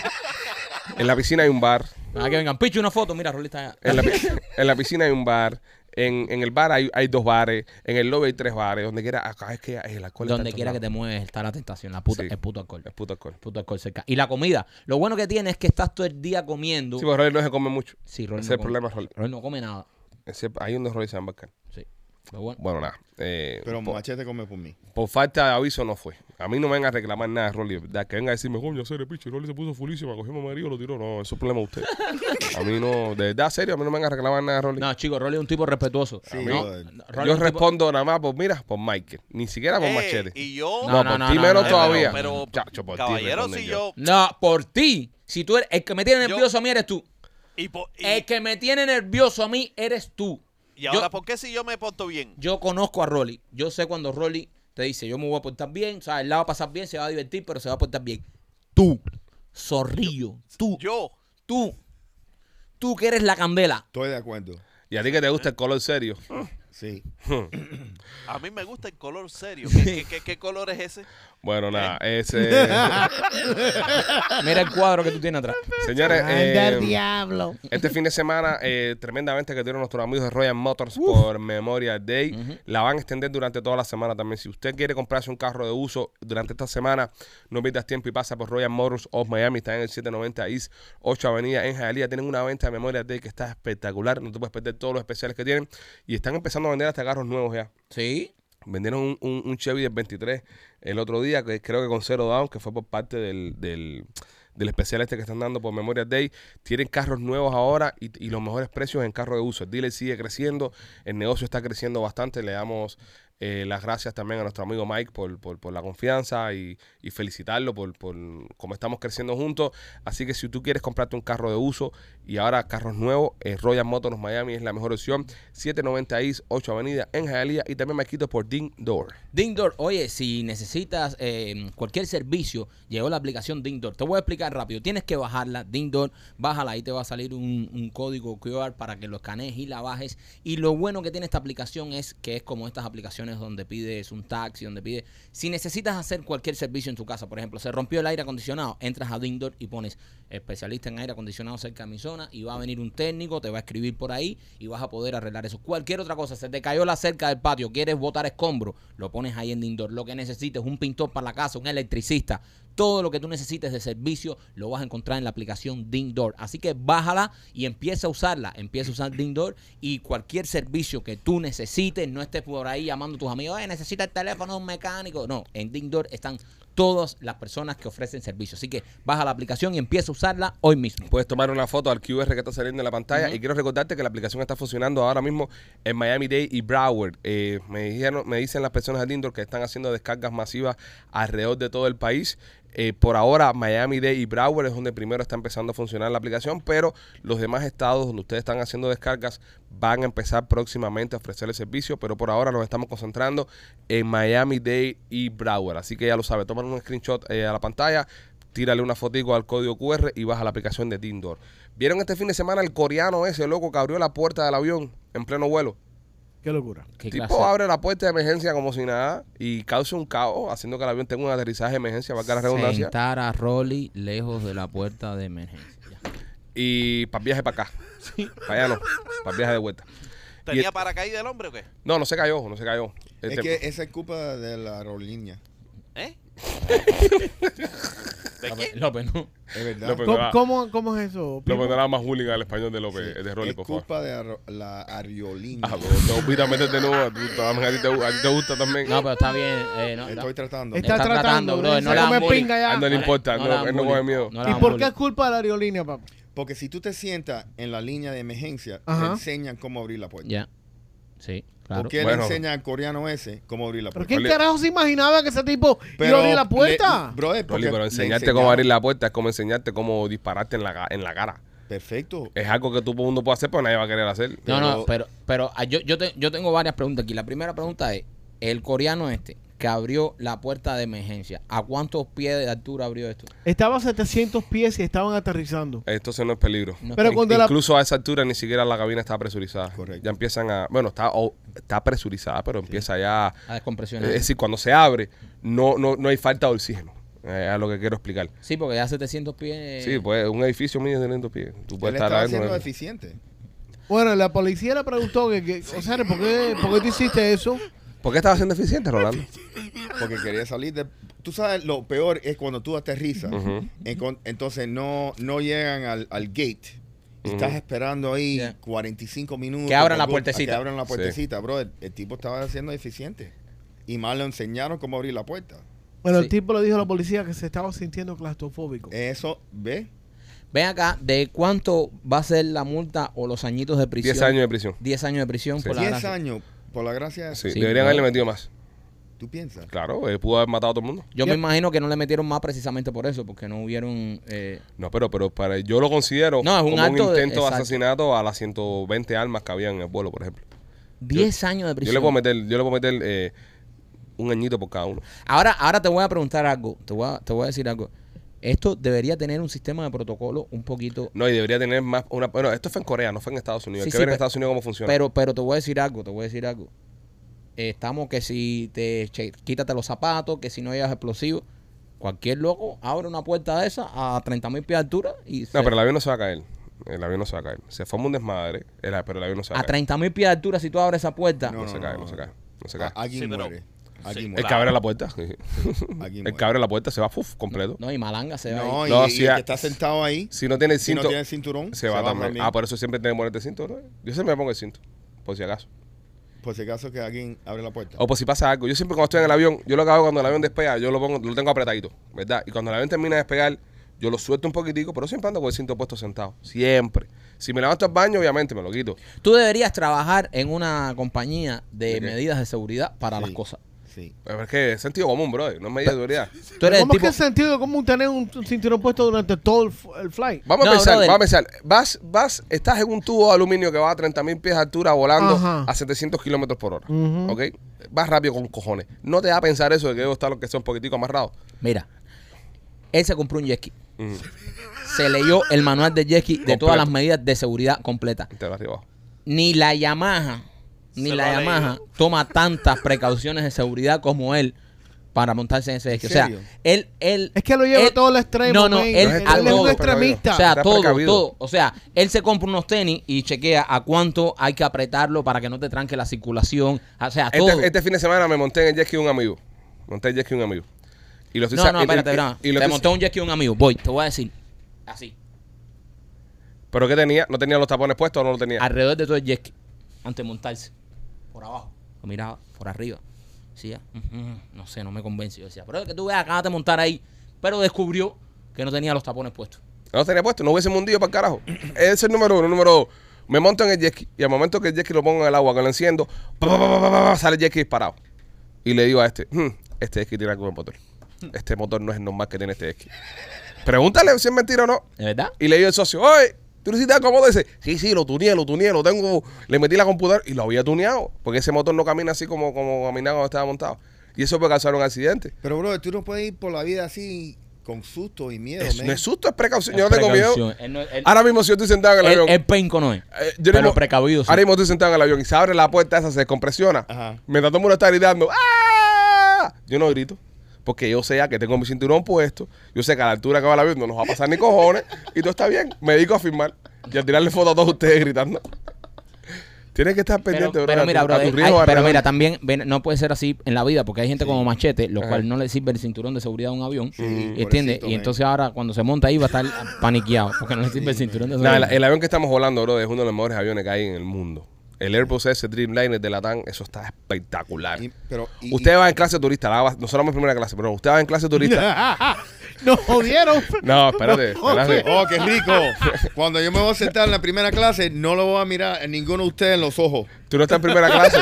[SPEAKER 3] En la piscina hay un bar.
[SPEAKER 4] Ah, que vengan, picho una foto, mira, Rolly está allá.
[SPEAKER 3] En la, pi- en la piscina hay un bar. En, en el bar hay, hay dos bares. En el lobby hay tres bares. Donde quiera, acá es que el alcohol está
[SPEAKER 4] Donde
[SPEAKER 3] en
[SPEAKER 4] quiera que
[SPEAKER 3] todos
[SPEAKER 4] te mueves está la tentación, la puta,
[SPEAKER 3] Sí.
[SPEAKER 4] el puto alcohol.
[SPEAKER 3] lados. Es puto alcohol.
[SPEAKER 4] puto alcohol cerca. Y la comida. Lo bueno que tiene es que estás todo el día comiendo.
[SPEAKER 3] Sí, porque Rolly no se come mucho.
[SPEAKER 4] Sí, Rolly
[SPEAKER 3] Ese
[SPEAKER 4] no
[SPEAKER 3] es el
[SPEAKER 4] come.
[SPEAKER 3] problema, Rolly.
[SPEAKER 4] Rolly no come nada.
[SPEAKER 3] Ese- Ahí donde Rolly se va a embarcar.
[SPEAKER 4] Sí. Lo bueno.
[SPEAKER 3] Bueno, nada. eh,
[SPEAKER 6] Pero
[SPEAKER 3] por,
[SPEAKER 6] Machete come por mí.
[SPEAKER 3] por falta de aviso no fue. A mí no me vengan a reclamar nada, Rolly. de verdad, Que venga a decirme, coño, serio, picho. Rolly se puso fulísima, cogió a mi marido, lo tiró. No, eso es problema de ustedes. a mí no, de verdad, serio, a mí no me vengan a reclamar nada, Rolly.
[SPEAKER 4] No, chico, Rolly es un tipo respetuoso.
[SPEAKER 6] Sí,
[SPEAKER 4] No,
[SPEAKER 6] Ah, brother.
[SPEAKER 4] no, Rolly
[SPEAKER 3] Yo
[SPEAKER 4] es un tipo-
[SPEAKER 3] respondo nada más por, mira, por Michael. Ni siquiera por
[SPEAKER 7] Eh,
[SPEAKER 3] Machete.
[SPEAKER 7] Y yo.
[SPEAKER 3] No,
[SPEAKER 4] No, no,
[SPEAKER 3] por
[SPEAKER 4] no,
[SPEAKER 3] ti
[SPEAKER 4] no,
[SPEAKER 3] menos
[SPEAKER 4] no,
[SPEAKER 3] todavía.
[SPEAKER 7] Pero, pero,
[SPEAKER 3] Chacho, pues, por ti
[SPEAKER 7] caballero,
[SPEAKER 3] respondo
[SPEAKER 7] si yo.
[SPEAKER 4] No, por ti. Si tú eres el que me tiene
[SPEAKER 7] Yo-
[SPEAKER 4] nervioso a mí eres tú.
[SPEAKER 7] Y, po- y-
[SPEAKER 4] El que me tiene nervioso a mí eres tú.
[SPEAKER 7] y ahora,
[SPEAKER 4] yo-
[SPEAKER 7] ¿por qué si yo me porto bien?
[SPEAKER 4] Yo conozco a Rolly. Yo sé cuando Rolly te dice, yo me voy a portar bien, o sea, él la va a pasar bien, se va a divertir, pero se va a portar bien. Tú, zorrillo, tú,
[SPEAKER 7] Yo.
[SPEAKER 4] tú, tú que eres la candela.
[SPEAKER 6] Estoy de acuerdo.
[SPEAKER 3] Y a ti que te gusta el color serio.
[SPEAKER 6] Sí.
[SPEAKER 7] A mí me gusta el color serio. ¿Qué, qué, qué- qué color es ese?
[SPEAKER 3] Bueno, nada,
[SPEAKER 7] Eh.
[SPEAKER 5] Eh,
[SPEAKER 3] ese.
[SPEAKER 4] Mira el cuadro que tú tienes atrás.
[SPEAKER 3] Señores,
[SPEAKER 5] Anda,
[SPEAKER 3] eh,
[SPEAKER 5] diablo.
[SPEAKER 3] este fin de semana, eh, tremendamente que tuvieron nuestros amigos de Royal Motors por Memorial Day. La van a extender durante toda la semana también. Si usted quiere comprarse un carro de uso durante esta semana, no pierdas tiempo y pasa por Royal Motors of Miami. Está en el 790 East 8 Avenida en Jalía. Tienen una venta de Memorial Day que está espectacular. No te puedes perder todos los especiales que tienen. Y están empezando a vender hasta carros nuevos ya.
[SPEAKER 4] Sí.
[SPEAKER 3] Vendieron un, un- un Chevy del 23 el otro día, que creo que con cero down, que fue por parte del, del, del especial este que están dando por Memorial Day. Tienen carros nuevos ahora y, y los mejores precios en carros de uso. El dealer sigue creciendo, el negocio está creciendo bastante. Le damos eh, las gracias también a nuestro amigo Mike por, por- por la confianza y, y felicitarlo por, por cómo estamos creciendo juntos. Así que si tú quieres comprarte un carro de uso y ahora carros nuevos, eh, Royal Motors Miami es la mejor opción. 790 East 8 Avenida en Hialeah y también me quito por Ding Door.
[SPEAKER 4] Dingdoor, oye, si necesitas eh, cualquier servicio, llegó la aplicación Dingdoor. Te voy a explicar rápido. Tienes que bajarla, Dingdoor, bájala, ahí te va a salir un, un código QR para que lo escanees y la bajes. Y lo bueno que tiene esta aplicación es que es como estas aplicaciones donde pides un taxi, donde pides... Si necesitas hacer cualquier servicio en tu casa, por ejemplo, se rompió el aire acondicionado, entras a Dingdoor y pones especialista en aire acondicionado cerca de mi zona y va a venir un técnico, te va a escribir por ahí y vas a poder arreglar eso. Cualquier otra cosa, se te cayó la cerca del patio, quieres botar escombro, lo pones ahí en Dindor. Lo que necesites, un pintor para la casa, un electricista, todo lo que tú necesites de servicio lo vas a encontrar en la aplicación Dindor. Así que bájala y empieza a usarla, empieza a usar Dindor y cualquier servicio que tú necesites, no estés por ahí llamando a tus amigos, eh, necesita el teléfono de un mecánico. No, en Dindor están todas las personas que ofrecen servicio. Así que baja la aplicación y empieza a usarla hoy mismo.
[SPEAKER 3] Puedes tomar una foto al QR que está saliendo en la pantalla. Y quiero recordarte que la aplicación está funcionando ahora mismo en Miami Dade y Broward. Eh, me, dijeron, me dicen las personas de Indoor que están haciendo descargas masivas alrededor de todo el país. Eh, por ahora, Miami Dade y Broward es donde primero está empezando a funcionar la aplicación, pero los demás estados donde ustedes están haciendo descargas van a empezar próximamente a ofrecer el servicio. Pero por ahora nos estamos concentrando en Miami Dade y Broward. Así que ya lo sabes, toman un screenshot eh, a la pantalla tírale una fotico al código QR y baja la aplicación de Tindor. ¿Vieron este fin de semana el coreano ese loco que abrió la puerta del avión en pleno vuelo?
[SPEAKER 5] Qué locura.
[SPEAKER 4] ¿Qué
[SPEAKER 3] El tipo
[SPEAKER 4] clase?
[SPEAKER 3] abre la puerta de emergencia como si nada y causa un caos haciendo que el avión tenga un aterrizaje de emergencia, valga la redundancia,
[SPEAKER 4] Sentar a Rolly lejos de la puerta de emergencia.
[SPEAKER 3] y para viaje para acá. Para allá no, para viaje de vuelta. Y
[SPEAKER 7] ¿Tenía
[SPEAKER 3] este-
[SPEAKER 7] paracaídas el hombre o qué?
[SPEAKER 3] no, no se cayó, no se cayó. Este-
[SPEAKER 6] Es que esa es culpa de la aerolínea.
[SPEAKER 7] ¿Eh? ¿De
[SPEAKER 4] López,
[SPEAKER 7] qué?
[SPEAKER 4] López, no.
[SPEAKER 6] Es verdad.
[SPEAKER 3] López,
[SPEAKER 5] ¿Cómo,
[SPEAKER 3] va.
[SPEAKER 5] cómo, cómo es eso?
[SPEAKER 3] Lo
[SPEAKER 5] Pipo?
[SPEAKER 3] pondrá más hooligan al español de López, de Rolly,
[SPEAKER 6] es
[SPEAKER 3] por favor.
[SPEAKER 6] culpa de arro- la aerolínea.
[SPEAKER 3] Ah, pues, te olvidas meterte de nuevo, tú también, a ti te, a ti te gusta también.
[SPEAKER 4] No, pero está bien. eh, no,
[SPEAKER 6] Estoy tratando.
[SPEAKER 5] Está,
[SPEAKER 4] Está tratando,
[SPEAKER 5] tratando,
[SPEAKER 4] brother,
[SPEAKER 5] brother.
[SPEAKER 4] no
[SPEAKER 5] Se
[SPEAKER 4] le hagan
[SPEAKER 5] come
[SPEAKER 4] bullying.
[SPEAKER 5] pinga
[SPEAKER 3] A él no
[SPEAKER 5] ya.
[SPEAKER 3] le importa,
[SPEAKER 4] le
[SPEAKER 3] no,
[SPEAKER 4] hagan
[SPEAKER 3] él no
[SPEAKER 4] bullying.
[SPEAKER 3] coge miedo.
[SPEAKER 4] No le
[SPEAKER 5] ¿Y
[SPEAKER 4] hagan
[SPEAKER 5] por qué
[SPEAKER 4] bullying.
[SPEAKER 5] es culpa de la aerolínea, papá?
[SPEAKER 6] Porque si tú te sientas en la línea de emergencia, te
[SPEAKER 5] Ajá.
[SPEAKER 6] enseñan cómo abrir la puerta.
[SPEAKER 4] Ya. Sí, claro.
[SPEAKER 6] ¿Por qué
[SPEAKER 3] Bueno.
[SPEAKER 6] le enseñan al coreano ese cómo abrir la
[SPEAKER 5] ¿Pero
[SPEAKER 6] puerta?
[SPEAKER 5] quién
[SPEAKER 3] Rolly-
[SPEAKER 5] carajo se imaginaba que ese tipo iba a abrir la
[SPEAKER 6] le-
[SPEAKER 5] puerta?
[SPEAKER 6] brother, porque
[SPEAKER 3] Rolly, pero
[SPEAKER 6] le
[SPEAKER 3] enseñarte
[SPEAKER 6] enseñaron.
[SPEAKER 3] cómo abrir la puerta es como enseñarte cómo dispararte en la, ga- en la cara.
[SPEAKER 6] Perfecto.
[SPEAKER 3] Es algo que todo el mundo puede hacer, pero nadie va a querer hacer.
[SPEAKER 4] No, no, pero, pero ah, yo, yo, te- yo tengo varias preguntas aquí. La primera pregunta es, el coreano este que abrió la puerta de emergencia, ¿a cuántos pies de altura abrió esto?
[SPEAKER 5] Estaba a 700 pies y estaban aterrizando.
[SPEAKER 3] Entonces no es peligro.
[SPEAKER 4] No.
[SPEAKER 5] Pero
[SPEAKER 3] In-
[SPEAKER 5] cuando la-
[SPEAKER 3] Incluso a esa altura ni siquiera la cabina está presurizada.
[SPEAKER 6] Correcto.
[SPEAKER 3] Ya empiezan a. Bueno, está, o- está presurizada, pero empieza ya.
[SPEAKER 4] A
[SPEAKER 3] Es
[SPEAKER 4] descompresionar.
[SPEAKER 3] decir, cuando se abre, no, no, no hay falta de oxígeno. Eh, es lo que quiero explicar.
[SPEAKER 4] Sí, porque ya 700 pies...
[SPEAKER 3] Sí, pues un edificio mide de lentos pies. Tú
[SPEAKER 6] Él
[SPEAKER 3] puedes estar
[SPEAKER 6] estaba
[SPEAKER 3] ahí,
[SPEAKER 6] siendo
[SPEAKER 3] ¿no?
[SPEAKER 6] eficiente.
[SPEAKER 5] Bueno, la policía le preguntó que, que o sea, ¿por qué, ¿por qué tú hiciste eso?
[SPEAKER 3] ¿Por qué estaba siendo eficiente, Rolando?
[SPEAKER 6] Porque quería salir de... Tú sabes, lo peor es cuando tú aterrizas.
[SPEAKER 3] Ujú.
[SPEAKER 6] en con- Entonces no, no llegan al, al gate. Y
[SPEAKER 3] Ujú.
[SPEAKER 6] Estás esperando ahí
[SPEAKER 4] Ya.
[SPEAKER 6] 45 minutos.
[SPEAKER 4] Que abran la
[SPEAKER 6] a
[SPEAKER 4] puertecita.
[SPEAKER 6] Que abran la
[SPEAKER 3] Sí.
[SPEAKER 6] puertecita, brother. El tipo estaba siendo eficiente. Y más le enseñaron cómo abrir la puerta.
[SPEAKER 5] Bueno,
[SPEAKER 4] Sí. Eh,
[SPEAKER 5] el tipo le dijo a la policía que se estaba sintiendo claustrofóbico.
[SPEAKER 6] Eso, ¿ves?
[SPEAKER 4] Ven acá, ¿de cuánto va a ser la multa o los añitos de prisión?
[SPEAKER 3] 10 años de prisión.
[SPEAKER 4] 10 años de prisión
[SPEAKER 3] Sí.
[SPEAKER 4] por la
[SPEAKER 6] 10
[SPEAKER 4] gracia.
[SPEAKER 6] años, por la gracia de
[SPEAKER 3] Sí,
[SPEAKER 4] Sí,
[SPEAKER 3] deberían haberle
[SPEAKER 4] claro.
[SPEAKER 3] metido más.
[SPEAKER 6] ¿Tú piensas?
[SPEAKER 3] Claro, eh, pudo haber matado a todo el mundo.
[SPEAKER 4] Yo me imagino que no le metieron más precisamente por eso, porque no hubieron... eh,
[SPEAKER 3] No, pero, pero para, yo lo considero
[SPEAKER 4] No, es un
[SPEAKER 3] como un
[SPEAKER 4] acto de-
[SPEAKER 3] intento de,
[SPEAKER 4] exacto.
[SPEAKER 3] asesinato a las 120 armas que había en el vuelo, por ejemplo.
[SPEAKER 4] 10 años de
[SPEAKER 3] Yo
[SPEAKER 4] prisión.
[SPEAKER 3] le puedo meter, yo le puedo meter eh, un añito por cada uno.
[SPEAKER 4] Ahora, ahora te voy a preguntar algo, te voy a, te voy a decir algo. Esto debería tener un sistema de protocolo un poquito...
[SPEAKER 3] No, y debería tener más. Una, bueno, esto fue en Corea, no fue en Estados Unidos.
[SPEAKER 4] Sí,
[SPEAKER 3] Hay que
[SPEAKER 4] sí,
[SPEAKER 3] ver en
[SPEAKER 4] pe-
[SPEAKER 3] Estados Unidos cómo funciona.
[SPEAKER 4] Pero, pero te voy a decir algo, te voy a decir algo. Eh, Estamos que si te che- quítate los zapatos, que si no llevas explosivos, cualquier loco abre una puerta de esa a 30 mil pies de altura y se-
[SPEAKER 3] no, pero el avión no se va a caer. El avión no se va a caer. Se forma un desmadre, el- pero el avión no se va a
[SPEAKER 4] a
[SPEAKER 3] caer.
[SPEAKER 4] 30 mil pies de altura si tú abres esa puerta.
[SPEAKER 3] No,
[SPEAKER 6] No,
[SPEAKER 3] se
[SPEAKER 6] no,
[SPEAKER 3] cae,
[SPEAKER 6] no, Ah,
[SPEAKER 3] no se cae. No se cae.
[SPEAKER 6] A- Alguien
[SPEAKER 7] Sí, pero-
[SPEAKER 6] muere. Alguien
[SPEAKER 7] sí,
[SPEAKER 3] el
[SPEAKER 6] muere.
[SPEAKER 3] que
[SPEAKER 7] claro.
[SPEAKER 3] abre la puerta.
[SPEAKER 6] Alguien
[SPEAKER 3] el
[SPEAKER 6] muere.
[SPEAKER 3] que abre la puerta se va fuf, completo.
[SPEAKER 4] No, y Malanga se va.
[SPEAKER 6] No, y,
[SPEAKER 3] No,
[SPEAKER 6] y
[SPEAKER 3] si
[SPEAKER 6] el
[SPEAKER 3] a-
[SPEAKER 6] que está sentado ahí,
[SPEAKER 3] Si no tiene el
[SPEAKER 6] si no
[SPEAKER 3] cinto,
[SPEAKER 6] tiene cinturón,
[SPEAKER 3] se, va, también. Ah, por eso siempre tiene que ponerte el cinto, ¿no? Yo siempre me pongo el cinto, por si acaso.
[SPEAKER 6] Por si acaso que alguien abre la puerta.
[SPEAKER 3] O por si pasa algo. Yo siempre cuando estoy en el avión, yo lo que hago cuando el avión despega, yo lo pongo, lo tengo apretadito, ¿verdad? Y cuando el avión termina de despegar, yo lo suelto un poquitico, pero siempre ando con el cinto puesto sentado. Siempre. Si me levanto al baño, obviamente me lo quito.
[SPEAKER 4] Tú deberías trabajar en una compañía de
[SPEAKER 3] ¿De qué?
[SPEAKER 4] medidas de seguridad para
[SPEAKER 6] Sí.
[SPEAKER 4] las cosas.
[SPEAKER 6] Sí.
[SPEAKER 3] Pero es que es sentido común, brother. No es medida de seguridad.
[SPEAKER 4] Tú eres el
[SPEAKER 5] ¿Cómo
[SPEAKER 4] tipo.
[SPEAKER 5] es que es sentido común tener un un cinturón puesto durante todo el, f- el flight?
[SPEAKER 3] Vamos
[SPEAKER 4] No,
[SPEAKER 3] a pensar,
[SPEAKER 4] brother.
[SPEAKER 3] vamos a pensar. Vas, vas, estás en un tubo de aluminio que va a 30.000 pies de altura volando
[SPEAKER 5] Ajá.
[SPEAKER 3] a 700 kilómetros por hora.
[SPEAKER 5] Ujú.
[SPEAKER 3] ¿Ok? Vas rápido con cojones. No te da a pensar eso de que debo estar los que son un poquitico amarrados.
[SPEAKER 4] Mira, él se compró un jet ski.
[SPEAKER 3] Mm.
[SPEAKER 4] Se leyó el manual de jet ski de
[SPEAKER 3] Completo.
[SPEAKER 4] todas las medidas de seguridad completa.
[SPEAKER 3] Te vas arriba abajo.
[SPEAKER 4] Ni la Yamaha, ni
[SPEAKER 7] Se
[SPEAKER 4] la
[SPEAKER 7] lo ha
[SPEAKER 4] Yamaha
[SPEAKER 7] leído.
[SPEAKER 4] toma tantas precauciones de seguridad como él para montarse en ese jet ski. O
[SPEAKER 6] ¿En
[SPEAKER 4] sea,
[SPEAKER 6] serio?
[SPEAKER 4] él, él,
[SPEAKER 5] Es que lo lleva
[SPEAKER 4] él-
[SPEAKER 5] todo al extremo.
[SPEAKER 4] No, no,
[SPEAKER 5] man.
[SPEAKER 4] él-
[SPEAKER 5] él
[SPEAKER 3] a
[SPEAKER 5] es
[SPEAKER 3] todo.
[SPEAKER 5] un extremista.
[SPEAKER 4] O sea,
[SPEAKER 3] Estás
[SPEAKER 4] todo,
[SPEAKER 3] precavido.
[SPEAKER 4] todo. O sea, él se compra unos tenis y chequea a cuánto hay que apretarlo para que no te tranque la circulación. O sea, todo.
[SPEAKER 3] Este, este fin de semana me monté en el jet ski de un amigo. Monté el jet ski de un amigo. Y lo estoy
[SPEAKER 4] no,
[SPEAKER 3] sa-
[SPEAKER 4] no,
[SPEAKER 3] y-
[SPEAKER 4] espérate,
[SPEAKER 3] y-
[SPEAKER 4] no.
[SPEAKER 3] y lo
[SPEAKER 4] Te
[SPEAKER 3] estoy-
[SPEAKER 4] montó un jet ski un amigo. Voy, te voy a decir. Así.
[SPEAKER 3] ¿Pero qué tenía? ¿No tenía los tapones puestos o no lo tenía?
[SPEAKER 4] Alrededor de todo el jet ski. Antes de montarse. Por abajo. Lo miraba por arriba. Decía, "Ujú, no sé, no me convence. Yo decía, pero es que tú veas, acabas de montar ahí. Pero descubrió que no tenía los tapones puestos.
[SPEAKER 3] No los tenía puestos. No hubiese mundido para el carajo. Ese es el número uno. Número dos. Me monto en el jet ski y al momento que el jet ski lo pongo en el agua, que lo enciendo, pa, pa, pa, pa, pa, pa, sale el jet ski disparado. Y le digo a este, "Hmm, este jet ski tiene algo en el motor. Este motor no es el normal que tiene este jet ski. Pregúntale si es mentira o no.
[SPEAKER 4] ¿De verdad?
[SPEAKER 3] Y le digo al socio, oye, ¿tú no hiciste algo a motor? Dice, sí, sí, lo tuneé, lo tuneé, lo tengo, le metí la computadora y lo había tuneado, porque ese motor no camina así como, como caminaba cuando estaba montado. Y eso puede causar un accidente.
[SPEAKER 6] Pero, bro, tú no puedes ir por la vida así con susto y miedo,
[SPEAKER 3] Es,
[SPEAKER 6] man.
[SPEAKER 3] no es susto, es precaución. Yo
[SPEAKER 4] Es
[SPEAKER 3] no tengo miedo.
[SPEAKER 4] precaución. Él no- él-
[SPEAKER 3] Ahora mismo si yo estoy sentado en el
[SPEAKER 4] él-
[SPEAKER 3] avión.
[SPEAKER 4] él penco no es.
[SPEAKER 3] eh, yo
[SPEAKER 4] pero
[SPEAKER 3] mismo-
[SPEAKER 4] precavido. sí.
[SPEAKER 3] Ahora mismo estoy sentado en el avión y se abre la puerta esa, se descompresiona.
[SPEAKER 6] Ajá.
[SPEAKER 3] Mientras todo el mundo está gritando, ¡Ah! Yo no grito. Porque yo sé ya que tengo mi cinturón puesto, yo sé que a la altura que va el avión no nos va a pasar ni cojones, y todo está bien. Me dedico a firmar y a tirarle fotos a todos ustedes gritando. Tienes que estar
[SPEAKER 4] Pero,
[SPEAKER 3] pendiente, bro,
[SPEAKER 4] pero
[SPEAKER 3] a tu-
[SPEAKER 4] mira,
[SPEAKER 3] a
[SPEAKER 4] bro,
[SPEAKER 3] tus
[SPEAKER 4] hay-
[SPEAKER 3] riesgos
[SPEAKER 4] pero
[SPEAKER 3] alrededor.
[SPEAKER 4] mira, también ven, no puede ser así en la vida, porque hay gente como Machete, lo
[SPEAKER 3] Ajá.
[SPEAKER 4] cual no le sirve el cinturón de seguridad de un avión, ¿entiendes?
[SPEAKER 6] pobrecito,
[SPEAKER 4] Y
[SPEAKER 6] man.
[SPEAKER 4] entonces ahora cuando se monta ahí va a estar paniqueado, porque no le sirve el cinturón de
[SPEAKER 3] Nah,
[SPEAKER 4] seguridad.
[SPEAKER 3] el, el avión que estamos volando, bro, es uno de los mejores aviones que hay en el mundo. El Airbus S Dreamliner de Latam, eso está espectacular.
[SPEAKER 6] Y- pero, y-
[SPEAKER 3] usted va en clase turista, la va- nosotros vamos en primera clase, pero usted va en clase turista.
[SPEAKER 5] Nos jodieron.
[SPEAKER 3] No, espérate, espérate.
[SPEAKER 6] Oh, qué rico. Cuando yo me voy a sentar en la primera clase, no lo voy a mirar a ninguno de ustedes en los ojos.
[SPEAKER 3] Tú no estás en primera clase.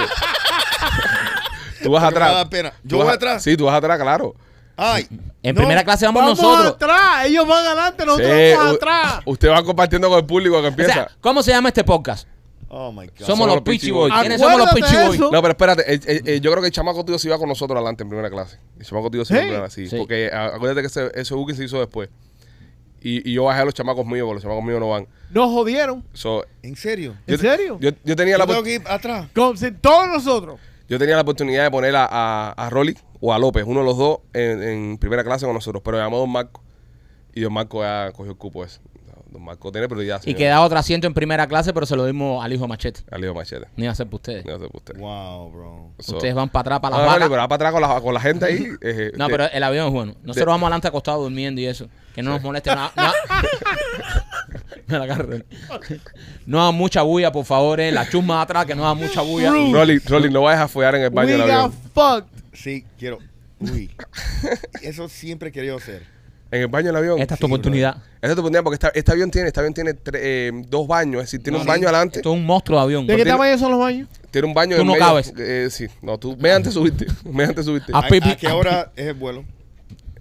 [SPEAKER 3] Tú vas
[SPEAKER 6] Porque me va a
[SPEAKER 3] atrás.
[SPEAKER 6] dar pena.
[SPEAKER 3] Tú
[SPEAKER 6] ¿Yo
[SPEAKER 3] vas
[SPEAKER 6] voy
[SPEAKER 3] a-
[SPEAKER 6] atrás?
[SPEAKER 3] Sí, tú vas atrás, claro.
[SPEAKER 6] Ay,
[SPEAKER 4] En
[SPEAKER 6] no.
[SPEAKER 4] primera clase vamos,
[SPEAKER 5] Vamos
[SPEAKER 4] nosotros.
[SPEAKER 5] atrás. Ellos van adelante, nosotros
[SPEAKER 3] Sí,
[SPEAKER 5] vamos
[SPEAKER 3] u-
[SPEAKER 5] atrás.
[SPEAKER 3] Usted va compartiendo con el público que
[SPEAKER 4] O
[SPEAKER 3] empieza.
[SPEAKER 4] sea, ¿cómo se llama este podcast?
[SPEAKER 6] Oh my God.
[SPEAKER 4] Somos los Peachy Boys. ¿Quiénes somos los
[SPEAKER 5] Acuérdate
[SPEAKER 4] Peachy
[SPEAKER 5] de
[SPEAKER 4] Boys?
[SPEAKER 5] eso.
[SPEAKER 3] No, pero espérate, eh, eh, eh, yo creo que el chamaco tío sí iba con nosotros adelante en primera clase. El chamaco tío sí iba en
[SPEAKER 5] Sí.
[SPEAKER 3] primera clase, sí.
[SPEAKER 4] Sí.
[SPEAKER 3] Porque a- acuérdate que ese, ese booking se hizo después. Y, y yo bajé a los chamacos míos, porque los chamacos míos no van.
[SPEAKER 5] Nos jodieron.
[SPEAKER 3] So,
[SPEAKER 6] ¿En serio?
[SPEAKER 5] ¿En
[SPEAKER 3] yo te-
[SPEAKER 5] serio?
[SPEAKER 3] Yo, yo tenía
[SPEAKER 6] Yo
[SPEAKER 3] la,
[SPEAKER 6] tengo
[SPEAKER 3] opor-
[SPEAKER 6] que ir atrás.
[SPEAKER 5] Con- si- todos nosotros.
[SPEAKER 3] yo tenía la oportunidad de poner a, a, a Rolly o a López, uno de los dos, en, en primera clase con nosotros. Pero llamó a Don Marco. Y Don Marco ya cogió el cupo ese. Don Marco tiene prioridad.
[SPEAKER 4] Y
[SPEAKER 3] señor.
[SPEAKER 4] queda otro asiento en primera clase, pero se lo dimos al hijo de Machete.
[SPEAKER 3] Al hijo Machete.
[SPEAKER 4] No iba a ser para ustedes.
[SPEAKER 3] No sé por usted.
[SPEAKER 6] Wow, bro.
[SPEAKER 3] So-
[SPEAKER 4] Ustedes van para atrás, para
[SPEAKER 3] Ah,
[SPEAKER 4] las
[SPEAKER 3] Rolly,
[SPEAKER 4] vacas.
[SPEAKER 3] pero va para atrás con la, con la gente ahí. eh,
[SPEAKER 4] No,
[SPEAKER 3] de-
[SPEAKER 4] pero el avión es bueno. Nosotros
[SPEAKER 3] de-
[SPEAKER 4] vamos adelante acostados durmiendo y eso. Que no nos moleste nada. nada. Me la agarro. No hagan mucha bulla, por favor. eh. La chusma de atrás, que no hagan mucha bulla.
[SPEAKER 3] Rolly, Rolly, no vayas a follar en el baño
[SPEAKER 5] We
[SPEAKER 3] del
[SPEAKER 5] got
[SPEAKER 3] avión.
[SPEAKER 5] fucked.
[SPEAKER 6] Sí, quiero. Uy. Eso siempre he querido hacer.
[SPEAKER 3] En el baño del avión.
[SPEAKER 4] Esta es tu
[SPEAKER 6] Sí,
[SPEAKER 4] oportunidad.
[SPEAKER 3] Esta es tu oportunidad porque esta- este avión tiene, este avión tiene tre- eh, dos baños, es decir, tiene un baño adelante,
[SPEAKER 4] Esto es un monstruo de avión.
[SPEAKER 5] ¿De qué
[SPEAKER 3] tiene-
[SPEAKER 5] tamaño son los baños?
[SPEAKER 3] tiene un baño
[SPEAKER 4] tú
[SPEAKER 3] en
[SPEAKER 4] no
[SPEAKER 3] medio.
[SPEAKER 4] cabes.
[SPEAKER 3] Eh, sí, no, tú ve antes de subirte, ve antes de subirte.
[SPEAKER 4] Ah.
[SPEAKER 6] ¿A,
[SPEAKER 4] pipi.
[SPEAKER 6] a qué hora es el vuelo?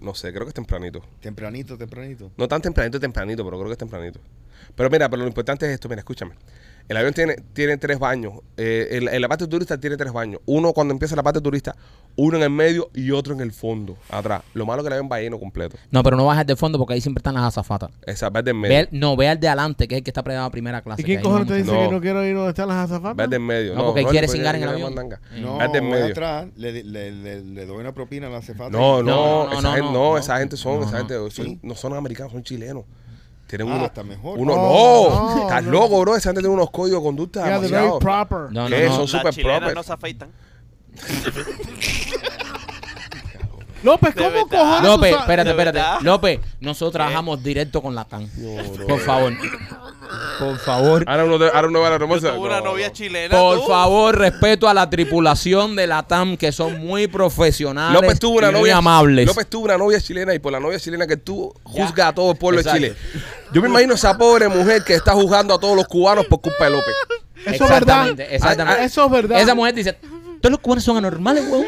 [SPEAKER 3] No sé, creo que es tempranito.
[SPEAKER 6] Tempranito, tempranito.
[SPEAKER 3] No tan tempranito, tempranito, pero creo que es tempranito. Pero mira, pero lo importante es esto, mira, escúchame. El avión tiene, tiene tres baños. Eh, en, la- en la parte turista tiene tres baños. Uno cuando empieza la parte turista, uno en el medio y otro en el fondo, atrás. Lo malo es que el avión va lleno completo.
[SPEAKER 4] No, pero no bajes del fondo porque ahí siempre están las azafatas.
[SPEAKER 3] Esa va del
[SPEAKER 4] Ve
[SPEAKER 3] medio.
[SPEAKER 4] al- no, ve al de adelante, que es el que está pregado a primera clase.
[SPEAKER 5] ¿Y
[SPEAKER 4] que
[SPEAKER 5] quién
[SPEAKER 4] ahí
[SPEAKER 5] cojones
[SPEAKER 4] no
[SPEAKER 5] te dice
[SPEAKER 3] No.
[SPEAKER 5] que no quiero ir donde están las
[SPEAKER 3] Va
[SPEAKER 5] azafatas?
[SPEAKER 3] del medio. pues,
[SPEAKER 4] No, porque
[SPEAKER 3] Rolly,
[SPEAKER 4] quiere cingar en el
[SPEAKER 3] ya
[SPEAKER 4] avión.
[SPEAKER 3] mandanga.
[SPEAKER 6] No,
[SPEAKER 3] Va del
[SPEAKER 6] voy
[SPEAKER 3] medio.
[SPEAKER 6] atrás, le, le- le- le doy una propina a la cefata.
[SPEAKER 3] No, no,
[SPEAKER 4] No, no,
[SPEAKER 3] esa
[SPEAKER 4] no,
[SPEAKER 3] gente, no,
[SPEAKER 4] no.
[SPEAKER 3] esa gente son,
[SPEAKER 4] No,
[SPEAKER 3] esa
[SPEAKER 4] no.
[SPEAKER 3] gente son-
[SPEAKER 6] Sí.
[SPEAKER 3] no son americanos, son chilenos. Tienen
[SPEAKER 6] Ah,
[SPEAKER 3] uno,
[SPEAKER 6] está mejor.
[SPEAKER 3] uno,
[SPEAKER 5] Oh,
[SPEAKER 3] no,
[SPEAKER 5] no,
[SPEAKER 3] estás
[SPEAKER 5] no.
[SPEAKER 3] loco, bro. Esa gente tiene unos códigos de conducta
[SPEAKER 5] Yeah, they're very
[SPEAKER 3] demasiado.
[SPEAKER 5] proper.
[SPEAKER 4] No, no,
[SPEAKER 3] ¿Qué?
[SPEAKER 4] no.
[SPEAKER 3] Son
[SPEAKER 7] Las
[SPEAKER 3] super
[SPEAKER 7] chilenas
[SPEAKER 3] proper.
[SPEAKER 7] no se afeitan.
[SPEAKER 5] López,
[SPEAKER 7] De
[SPEAKER 5] ¿cómo
[SPEAKER 7] verdad.
[SPEAKER 5] cojones? Ah, tú
[SPEAKER 4] López,
[SPEAKER 5] sabes?
[SPEAKER 4] espérate,
[SPEAKER 7] ¿De
[SPEAKER 4] espérate.
[SPEAKER 7] verdad?
[SPEAKER 4] López, nosotros trabajamos directo con la TAN. Por favor. Por favor.
[SPEAKER 3] Ahora uno, te- ahora uno va a la
[SPEAKER 7] Yo
[SPEAKER 3] hermosa.
[SPEAKER 7] tuve una
[SPEAKER 3] No,
[SPEAKER 7] novia
[SPEAKER 3] no.
[SPEAKER 7] chilena.
[SPEAKER 4] Por
[SPEAKER 7] tú.
[SPEAKER 4] favor, respeto a la tripulación de la TAM, que son muy
[SPEAKER 7] Ah,
[SPEAKER 4] profesionales
[SPEAKER 3] López tuvo una
[SPEAKER 4] y muy
[SPEAKER 3] novia
[SPEAKER 4] amables.
[SPEAKER 3] López tuvo una novia chilena y por la novia chilena que tú juzga a todo el pueblo
[SPEAKER 4] Exacto.
[SPEAKER 3] de Chile. Yo me imagino esa pobre mujer que está juzgando a todos los cubanos por culpa de López.
[SPEAKER 5] Eso es verdad.
[SPEAKER 4] Exactamente, exactamente.
[SPEAKER 5] Ah, ah, eso es verdad.
[SPEAKER 4] Esa mujer dice, todos los cubanos son anormales, weón.